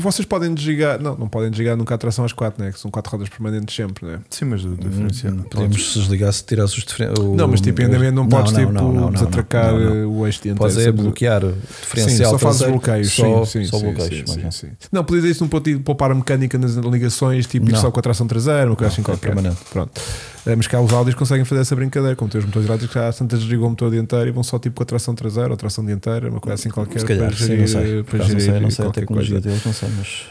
S2: vocês podem desligar, não, não podem desligar nunca a tração às 4, né? Que são 4 rodas permanentes sempre, né?
S1: Sim, mas o diferencial.
S3: Hum, Podemos se desligar se tirasse os diferen... o-
S2: Não, mas tipo, em andamento não podes tipo
S3: não, não, não,
S2: desatracar
S3: não, não.
S2: eh, o eixo dianteiro.
S3: Podes é
S2: sempre-
S3: bloquear o
S2: Sim,
S3: diferencial.
S2: só fazes
S3: traseiro,
S2: bloqueios,
S3: Só,
S2: sim, sim,
S3: só
S2: sim,
S3: bloqueios.
S2: sim,
S3: mas
S2: sim,
S3: não.
S2: sim. Não, podia dizer isto num ponto de poupar a mecânica nas ligações, tipo ir
S3: Não.
S2: só com a tração traseira, uma coisa assim
S3: é
S2: qualquer.
S3: permanente.
S2: Pronto. Eh, Mas cá os Audis conseguem fazer essa brincadeira, como tem os motores elétricos, já às tantas desligam o motor dianteiro e vão só tipo com a tração traseira ou tração dianteira, uma coisa assim qualquer.
S3: Se calhar,
S2: para
S3: sim,
S2: gerir,
S3: não sei. Por
S2: para
S3: acaso Não sei,
S2: gerir
S3: não sei a
S2: qualquer
S3: tecnologia
S2: coisa.
S3: deles, não sei, mas.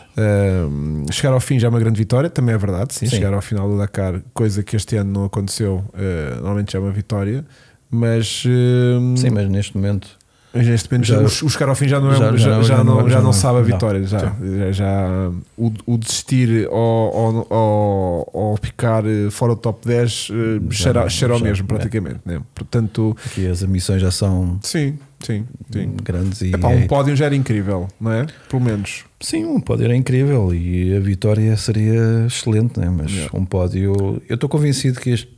S2: Um, chegar ao fim já é uma grande vitória, também é verdade, sim,
S3: Sim.
S2: Chegar ao final do Dakar, coisa que este ano não aconteceu, uh, normalmente já é uma vitória, mas, um,
S3: Sim, mas neste momento.
S2: mas neste momento
S3: Já-
S2: já, o chegar ao fim já não, é,
S3: já-
S2: já, já,
S3: já- já
S2: não,
S3: não-
S2: já não
S3: não-
S2: sabe a
S3: não. Tá.
S2: vitória, já, já, já, um, o, o desistir ou, ou, ou, ou ficar uh, fora do top 10 uh,
S3: Já
S2: cheira,
S3: não-
S2: cheira ao
S3: já-
S2: mesmo,
S3: é.
S2: praticamente, né? portanto,
S3: Aqui as emissões já são
S2: sim, sim, sim.
S3: grandes e. é-
S2: Epá, um pódio já era incrível, não é? Pelo menos.
S3: Sim, um pódio era incrível e a vitória seria excelente, né? mas
S2: Yeah.
S3: um pódio. Eu estou convencido que este-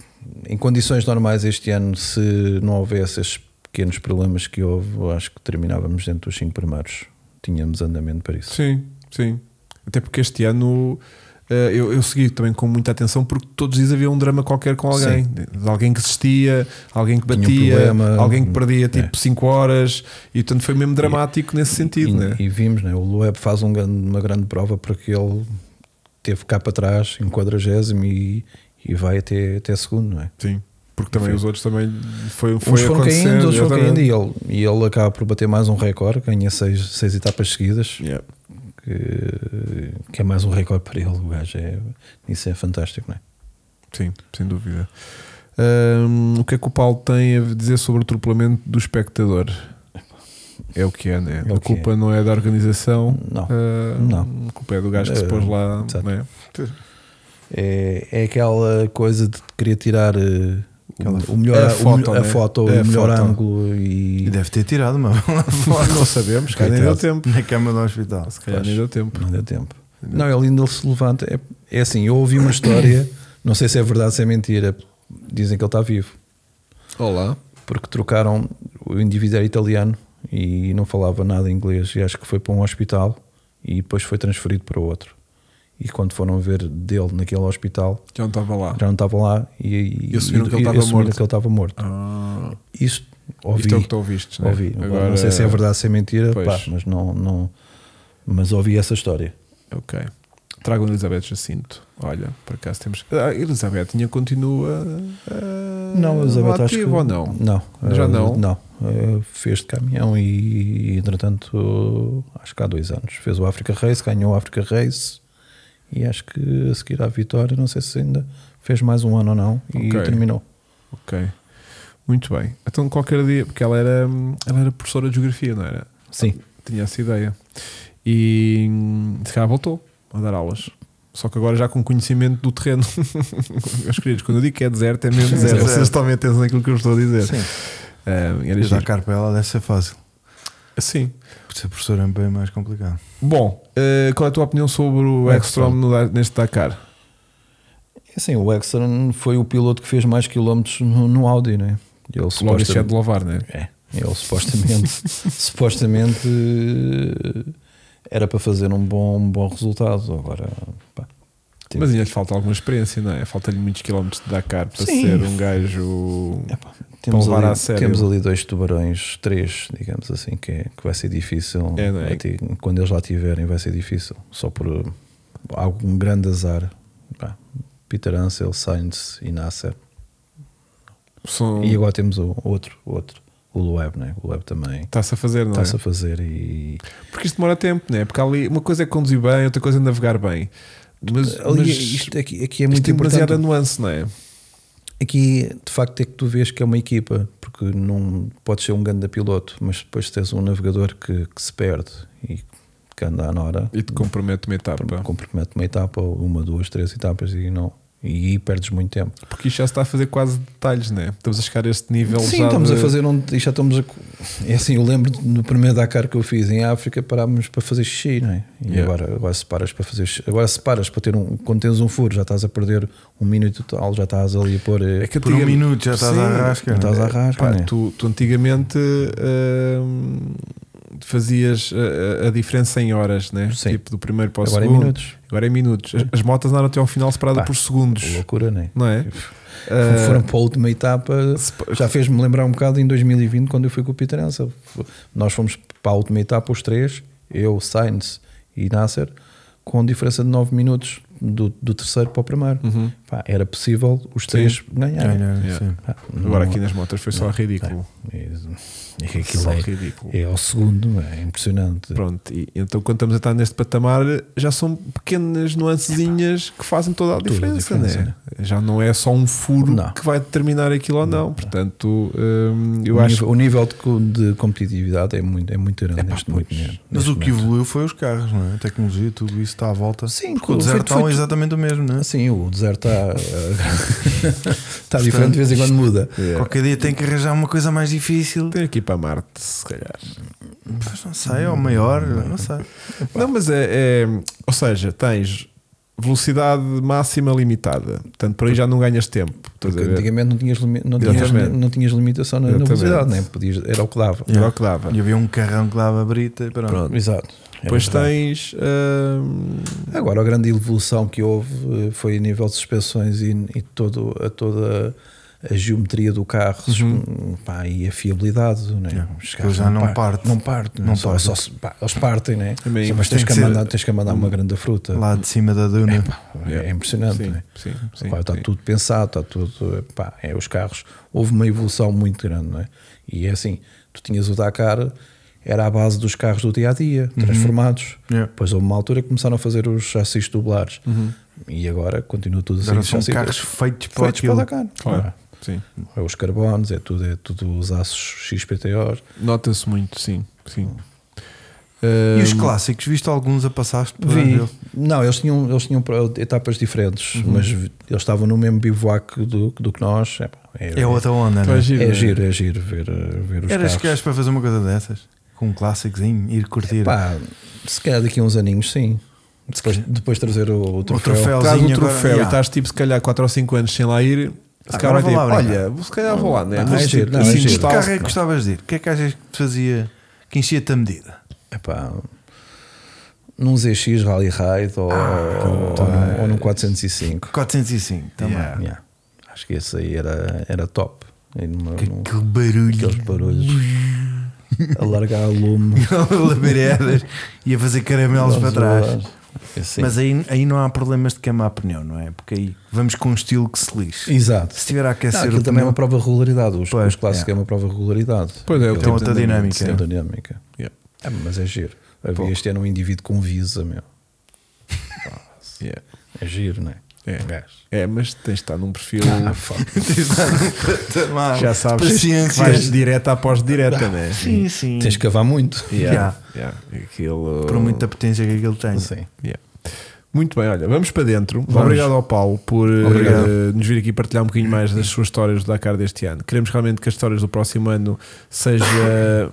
S3: em condições normais este ano, se não houvesse esses pequenos problemas que houve, eu acho que terminávamos dentro dos cinco primeiros. Tínhamos andamento para isso.
S2: Sim, sim. Até porque este ano eh, eu, eu segui também com muita atenção porque todos os dias havia um drama qualquer com alguém. De Alguém que desistia, alguém que
S3: Tinha um
S2: batia,
S3: problema.
S2: alguém que perdia
S3: É.
S2: tipo 5 horas e portanto foi mesmo dramático nesse sentido,
S3: e,
S2: né?
S3: e vimos, né? o Loeb faz um grande- uma grande prova porque ele teve cá para trás em quadragésimo e, e vai até, até segundo, não é?
S2: Sim. Porque também
S3: Enfim.
S2: os outros também foi, foi
S3: Uns foram
S2: acontecendo,
S3: caindo, outros foram
S2: exatamente.
S3: caindo e ele, e ele acaba por bater mais um recorde, ganha seis, seis etapas seguidas.
S2: Yeah.
S3: que, que é mais um recorde para ele. O gajo é, isso é fantástico, não é?
S2: Sim, sem dúvida. Ahm, o que é que o Paulo tem a dizer sobre o atropelamento do espectador? É o que é, né?
S3: É o
S2: a
S3: que é.
S2: culpa não é da organização,
S3: Não.
S2: Ah,
S3: Não. Eh,
S2: A culpa é do gajo que se pôs lá,
S3: Exato.
S2: né?
S3: É, é aquela coisa de querer tirar eh,
S1: Aquela
S3: o, o melhor
S2: a
S3: a
S2: foto,
S3: foto, o,
S2: né?
S3: melhor- a foto,
S2: É a
S3: o melhor
S2: foto.
S3: ângulo e,
S1: E deve ter tirado uma lá
S2: Não sabemos, cá nem deu
S1: Coitado.
S2: tempo.
S1: na cama do hospital.
S2: Se calhar nem deu tempo.
S3: não deu tempo. Não, ele ainda se levanta. É, é assim, eu ouvi uma história, não sei se é verdade ou se é mentira. Dizem que ele está vivo,
S2: Olá.
S3: porque trocaram o indivíduo era italiano e não falava nada inglês. E acho que foi para um hospital e depois foi transferido para outro. E quando foram ver dele naquele hospital,
S2: Já não estava lá.
S3: já não estava lá e,
S2: E assumiram que ele estava
S3: assumiram
S2: morto.
S3: que ele estava morto.
S2: Ah,
S3: Isto ouvi,
S2: Isto é o que tu ouviste, né?
S3: ouvi.
S2: Agora-
S3: não sei se é verdade ou se é mentira, pá,
S2: Pois.
S3: mas não, não, mas ouvi essa história.
S2: Ok. Tragam Elizabeth Jacinto. Olha, por acaso temos. Ah, Elizabeth tinha continua. ah,
S3: Não, Elizabeth, acho que
S2: ativa ou não?
S3: não,
S2: Já
S3: eh,
S2: não?
S3: não. Eh, fez de caminhão e, entretanto, acho que há dois anos fez o Africa Race, ganhou o Africa Race e acho que a seguir à vitória, não sei se ainda fez mais um ano ou não e
S2: Ok.
S3: terminou.
S2: Ok. Muito bem. Então qualquer dia, porque ela era, hum, ela era professora de geografia, não era?
S3: Sim,
S2: Tinha essa ideia. E hum, se calhar voltou a dar aulas. Só que agora já com conhecimento do terreno. Meus queridos, quando eu digo que é deserto, é mesmo deserto.
S1: Deserto.
S2: Vocês tomem atenção naquilo que eu estou a dizer.
S1: Sim.
S2: Ah, era
S1: E dar
S2: giro.
S1: carpela deve ser fácil.
S2: Sim.
S1: Por ser professor é bem mais complicado.
S2: Bom, ah, qual é a tua opinião sobre o Ekstrom no- neste Dakar?
S3: É Assim, o Exxon foi o piloto que fez mais quilómetros no, no Audi, né? Ele
S2: Logo isto é de
S3: supostamente,
S2: louvar, né?
S3: é, ele supostamente, supostamente eh, era para fazer um bom, um bom resultado. Agora, pá, Sim.
S2: Mas ainda lhe falta alguma experiência, não é? Falta-lhe muitos quilómetros de Dakar para
S3: Sim.
S2: ser um gajo.
S3: é pá, temos,
S2: levar
S3: ali,
S2: a sério.
S3: temos ali dois tubarões, três, digamos assim, que, é- que vai ser difícil.
S2: É, não é?
S3: Vai ter- quando eles lá tiverem, vai ser difícil. Só por eh, algum grande azar. Pá, Peter Ansel, Sainz e Nasser.
S2: São...
S3: E agora temos o outro, o outro, o Loeb, né? O Loeb também
S2: Está-se a fazer, não é?
S3: está-se a fazer e.
S2: Porque isto demora tempo, né? Porque há ali uma coisa é conduzir bem, outra coisa é navegar bem. Mas,
S3: Ali,
S2: mas
S3: isto aqui, aqui é
S2: isto
S3: muito
S2: tem demasiada
S3: importante.
S2: nuance, não é?
S3: Aqui, de facto, é que tu vês que é uma equipa, porque não pode ser um grande piloto, mas depois tens um navegador que, que se perde e que anda à nora,
S2: E te compromete uma etapa.
S3: compromete uma etapa, uma, duas, três etapas e não, E aí perdes muito tempo.
S2: Porque isto já se está a fazer quase detalhes, né? Estamos a chegar a este nível
S3: Sim,
S2: já.
S3: estamos
S2: de-
S3: a fazer um. e Já estamos a. É assim, eu lembro de- no primeiro Dakar que eu fiz em África, parámos para fazer xixi, não é? E
S2: Yeah.
S3: agora, agora se paras para fazer. xixi- Agora se paras para ter um. Quando tens um furo, já estás a perder um minuto total, já estás ali a pôr. eh,
S2: É que
S1: Por um
S2: antigamente-
S1: minuto já estás
S2: Sim,
S1: à rasca.
S3: estás à rasca,
S2: Pá,
S3: né?
S2: tu, tu antigamente hum, fazias eh, a- a, a diferença em horas, né?
S3: Sim.
S2: Tipo do primeiro para o
S3: agora é
S2: segundo.
S3: minutos.
S2: Agora é minutos. As, as motas andaram até ao final separada
S3: Pá,
S2: por segundos,
S3: Loucura, não é?
S2: não é?
S3: Quando
S2: Ah,
S3: foram para a última etapa,
S2: se-
S3: já fez-me lembrar um bocado em 2020, quando eu fui com o Peter Ansel. F- Nós fomos para a última etapa, os três, eu, Sainz e Nasser, com diferença de 9 minutos do, do terceiro para o primeiro.
S2: Uhum.
S3: Pá, era possível os três ganharem.
S1: Ganhar,
S2: Yeah.
S1: É, sim.
S3: Pá,
S2: Agora
S3: não-
S2: aqui nas motas foi só ridículo.
S3: É, é, é, aquilo
S2: Só
S3: é-
S2: ridículo.
S3: é ao segundo, é impressionante.
S2: Pronto, e então quando estamos a estar neste patamar, já são pequenas nuancezinhas que fazem toda a
S3: Toda a
S2: diferença,
S3: diferença,
S2: né? Já não é só um furo
S3: Não.
S2: que vai determinar aquilo ou não. Portanto, hum, eu
S3: o,
S2: acho
S3: nível, o nível de, co- de competitividade é muito, é muito grande neste momento.
S1: Mas
S3: neste
S1: o que
S3: momento.
S1: evoluiu foi os carros, não é? A tecnologia, tudo isso está à volta.
S3: Sim,
S1: Porque o
S3: foi-
S1: deserto
S3: foi-
S1: está exatamente o mesmo, não é?
S3: Assim, o deserto está está diferente de vez em quando muda.
S2: Yeah.
S1: Qualquer dia tem que arranjar uma coisa mais difícil.
S2: Tem aqui para Marte, se calhar.
S1: Pois não sei, ou maior,
S3: Hum.
S1: não sei.
S2: Não, mas é, é- Ou seja, tens velocidade máxima limitada. Portanto, por aí já não ganhas tempo. Estás a
S3: Porque
S2: ver?
S3: antigamente não tinhas, limi- não tinhas,
S2: Exatamente.
S3: não tinhas limitação na, na
S2: Exatamente.
S3: velocidade, né? Podias, era o que dava.
S2: Era o que dava.
S1: E havia um carrão que dava a brita. e Pronto.
S3: Exato. Era
S2: Depois
S3: verdade.
S2: tens. hum,
S3: Agora, a grande evolução que houve eh, foi a nível de suspensões e, e todo, a toda a geometria do carro hum, pá, e a fiabilidade. Né?
S1: Yeah.
S3: Os
S1: Aquilo
S3: carros
S1: Uhum. É, já não
S3: par-
S1: parte.
S3: Não parte,
S1: Não
S3: não só,
S1: parte.
S3: só se- pá, eles partem, né?
S2: Também
S3: Sim, mas
S1: tem
S3: tens
S1: que
S3: que,
S1: ser-
S3: mandar, tens que mandar uma grande fruta.
S1: Lá de cima da duna.
S3: é impressionante,
S2: Sim,
S3: né?
S2: sim, sim,
S3: Pá, está
S2: sim.
S3: tudo pensado, está tudo. Pá, é, os carros. Houve uma evolução muito grande, não é? E é assim: tu tinhas o Dakar, era a base dos carros do dia a dia, transformados.
S1: Yeah.
S3: Depois houve uma altura que começaram a fazer os chassis dublares. E agora continua tudo assim:
S1: Agora são
S3: chassis
S1: carros feitos para
S3: feitos para
S1: aquilo.
S3: o Dakar.
S2: Claro. Sim.
S3: É os carbonos, é tudo, é tudo os aços XPTOs.
S2: Nota-se muito, sim. sim.
S1: E os
S2: Hum,
S1: clássicos, viste alguns a passaste por
S3: Vi.
S1: ele?
S3: Não, eles tinham, eles tinham etapas diferentes, mas eles estavam no mesmo bivouac do, do que nós. É, pá,
S1: É outra onda, não
S2: então
S1: é?
S2: é giro,
S3: É
S2: né?
S3: giro, é giro ver, uh, ver os
S1: Eras
S3: carros.
S1: gajo para fazer uma coisa dessas? Com um clássicozinho, ir curtir.
S3: Pá, se calhar daqui a uns aninhos, sim. Depois, depois trazer o, o troféu.
S1: troféu.
S2: Traz um
S1: Agora-
S2: troféu e
S1: Yeah.
S2: estás tipo, se calhar 4 ou 5 anos sem lá ir. Se
S1: Ah, agora
S2: calhar vai
S1: vou lá
S2: tipo,
S1: brincar.
S2: olha, se calhar vou lá, né?
S3: Não,
S2: Mas,
S3: é
S2: tipo,
S3: giro, não, é
S2: assim,
S3: giro.
S1: Que
S2: nostálgico.
S1: carro é que gostavas de ir? O que é que achas que fazia que enchia-te a medida?
S3: Epá, num ZX Rally Ride ou, ou, num- ou num 405.
S1: 405 também.
S2: Yeah.
S3: Yeah. Acho que esse aí era, era top. E numa- num-
S1: Que barulho.
S3: aqueles barulhos. Alargar o lume.
S1: labaredas e a fazer caramelos para trás.
S3: Assim.
S1: Mas aí, aí não há problemas de queimar pneu, não é? Porque aí vamos com um estilo que se lixe.
S3: Exato.
S1: Se tiver a
S3: Não,
S1: aquecer
S3: aquilo
S1: o
S3: também é
S1: pneu,
S3: uma prova de regularidade. Os,
S1: Pois,
S3: os clássicos
S1: é.
S3: é. uma prova de regularidade.
S2: Pois é, o
S3: Aquele-
S2: tipo
S1: outra
S2: de-
S1: dinâmica.
S3: Sim, da dinâmica.
S2: Yeah,
S3: É, mas é giro. Havia este ano um indivíduo com Visa, meu.
S2: yeah.
S3: É giro, não é?
S2: É.
S3: Um gajo.
S2: É, mas tens de estar num perfil.
S3: Ah, fuck.
S2: já sabes.
S1: Paciência.
S2: Vais direta após direta, né?
S1: Sim, sim.
S3: Tens que cavar muito.
S2: Yeah, yeah. Aquilo.
S1: Por muita potência que aquilo tem.
S3: Sim.
S2: Yeah. Muito bem, olha, vamos para dentro. Obrigado ao Paulo por eh,
S1: Obrigado.
S2: nos vir aqui partilhar um bocadinho mais das suas histórias do Dakar deste ano. Queremos realmente que as histórias do próximo ano seja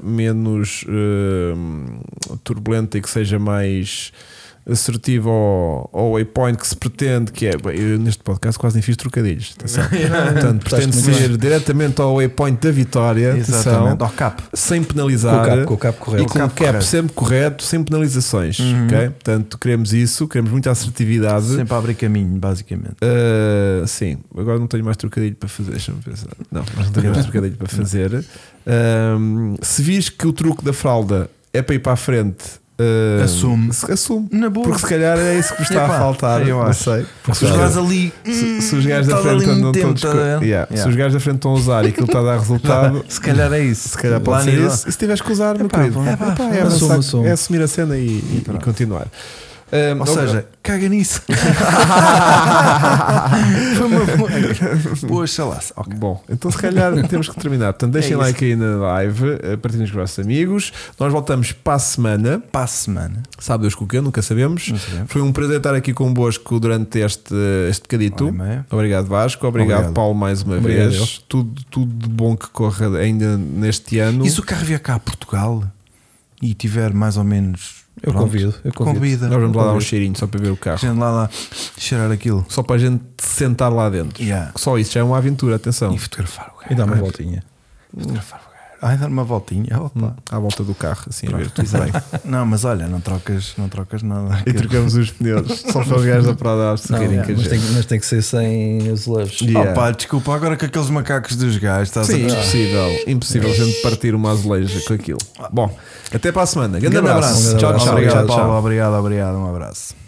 S2: menos eh, turbulenta e que seja mais assertiva ao, ao waypoint que se pretende, que é bem, eu neste podcast quase nem fiz trocadilhos. atenção. Portanto, pretende
S3: muito
S2: ser diretamente ao waypoint da vitória. atenção,
S1: Exatamente. Ao cap.
S2: Sem
S3: Com o
S2: penalizar
S3: cabo, com o cabo
S2: e
S3: correto.
S2: com o
S1: cap
S2: cap
S1: correto. Uhum.
S2: sempre correto, sem penalizações. ok? Portanto, queremos isso, queremos muita assertividade.
S1: Sempre a abrir caminho, basicamente.
S2: Uh, sim, agora não tenho mais trocadilho para fazer. Deixa-me pensar. Não, mas não tenho mais trocadilho para fazer. Um, se vis que o truque da fralda é para ir para a frente, uh,
S1: Assume.
S2: se- assume.
S1: Na boa.
S2: Porque se calhar é isso que vos está
S1: Epá,
S2: a faltar.
S1: eu
S2: não
S1: acho.
S2: sei.
S1: Porque se os gajos ali.
S2: se- se os gajos da
S1: estás
S2: frente
S1: ali
S2: andam
S1: muito tempo,
S2: todos
S1: estás
S2: co-
S1: a ver?
S2: Yeah,
S1: Yeah.
S2: Se os gajos da frente estão a usar e aquilo está a dar resultado,
S1: Se calhar é isso.
S2: se calhar pode
S1: Lá
S2: ser
S1: na-
S2: isso. E se tiveres que usar, meu
S1: Epá,
S2: querido,
S1: vá,
S2: epá,
S1: vá,
S2: é,
S3: assume,
S2: avançar-
S3: assume.
S2: é assumir a cena e, e- e continuar. Um,
S1: Ou
S2: ok.
S1: seja, caga nisso. Foi uma boa. Poxa lá. ok. É
S2: Bom, então se calhar temos que terminar. Portanto, deixem
S1: isso.
S2: like aí na live, eh, partilhem com os vossos amigos. Nós voltamos para a semana.
S1: Para a semana.
S2: Sabe Deus com o quê? Nunca sabemos.
S1: sabemos.
S2: Foi um prazer estar aqui convosco durante este, este bocadito.
S1: Hora e meia.
S2: Obrigado, Vasco. Obrigado,
S1: Obrigado.
S2: Paulo, mais uma
S3: Obrigado,
S2: vez.
S3: eu.
S2: Tudo, tudo de bom que corra ainda neste ano.
S1: E se o carro vier cá a Portugal e tiver mais ou menos.
S3: Eu convido, eu convido.
S1: Convida.
S2: Nós vamos lá dar um
S1: Convida.
S2: cheirinho só para ver o carro.
S1: Gente lá, lá cheirar aquilo
S2: Só para a gente sentar lá dentro.
S1: Yeah.
S2: Só isso já é uma aventura, atenção.
S1: e fotografar o gajo.
S3: E dá uma voltinha.
S2: um
S1: Fotografar o gajo. Ai, dar uma voltinha. opa.
S2: Hum, à volta do carro, assim, a ver tudo bem.
S1: Não, mas olha, não trocas, não trocas nada.
S2: E trocamos os pneus. Só para os gajos da Prada a se
S3: Não,
S2: rirem que a
S3: mas,
S2: gente.
S3: tem, mas tem que ser sem azulejos.
S2: Yeah.
S1: Oh, pá, desculpa, agora com aqueles macacos dos gajos, estás
S2: Sim,
S1: a
S2: impossível. Impossível a gente partir uma azuleja com aquilo. Bom, até para a semana. Grande,
S1: Grande
S2: abraço.
S1: abraço.
S3: grande
S2: Tchau, tchau.
S3: abraço.
S1: Obrigado,
S2: Obrigado, tchau.
S1: Paulo. Obrigado, obrigado. Um abraço.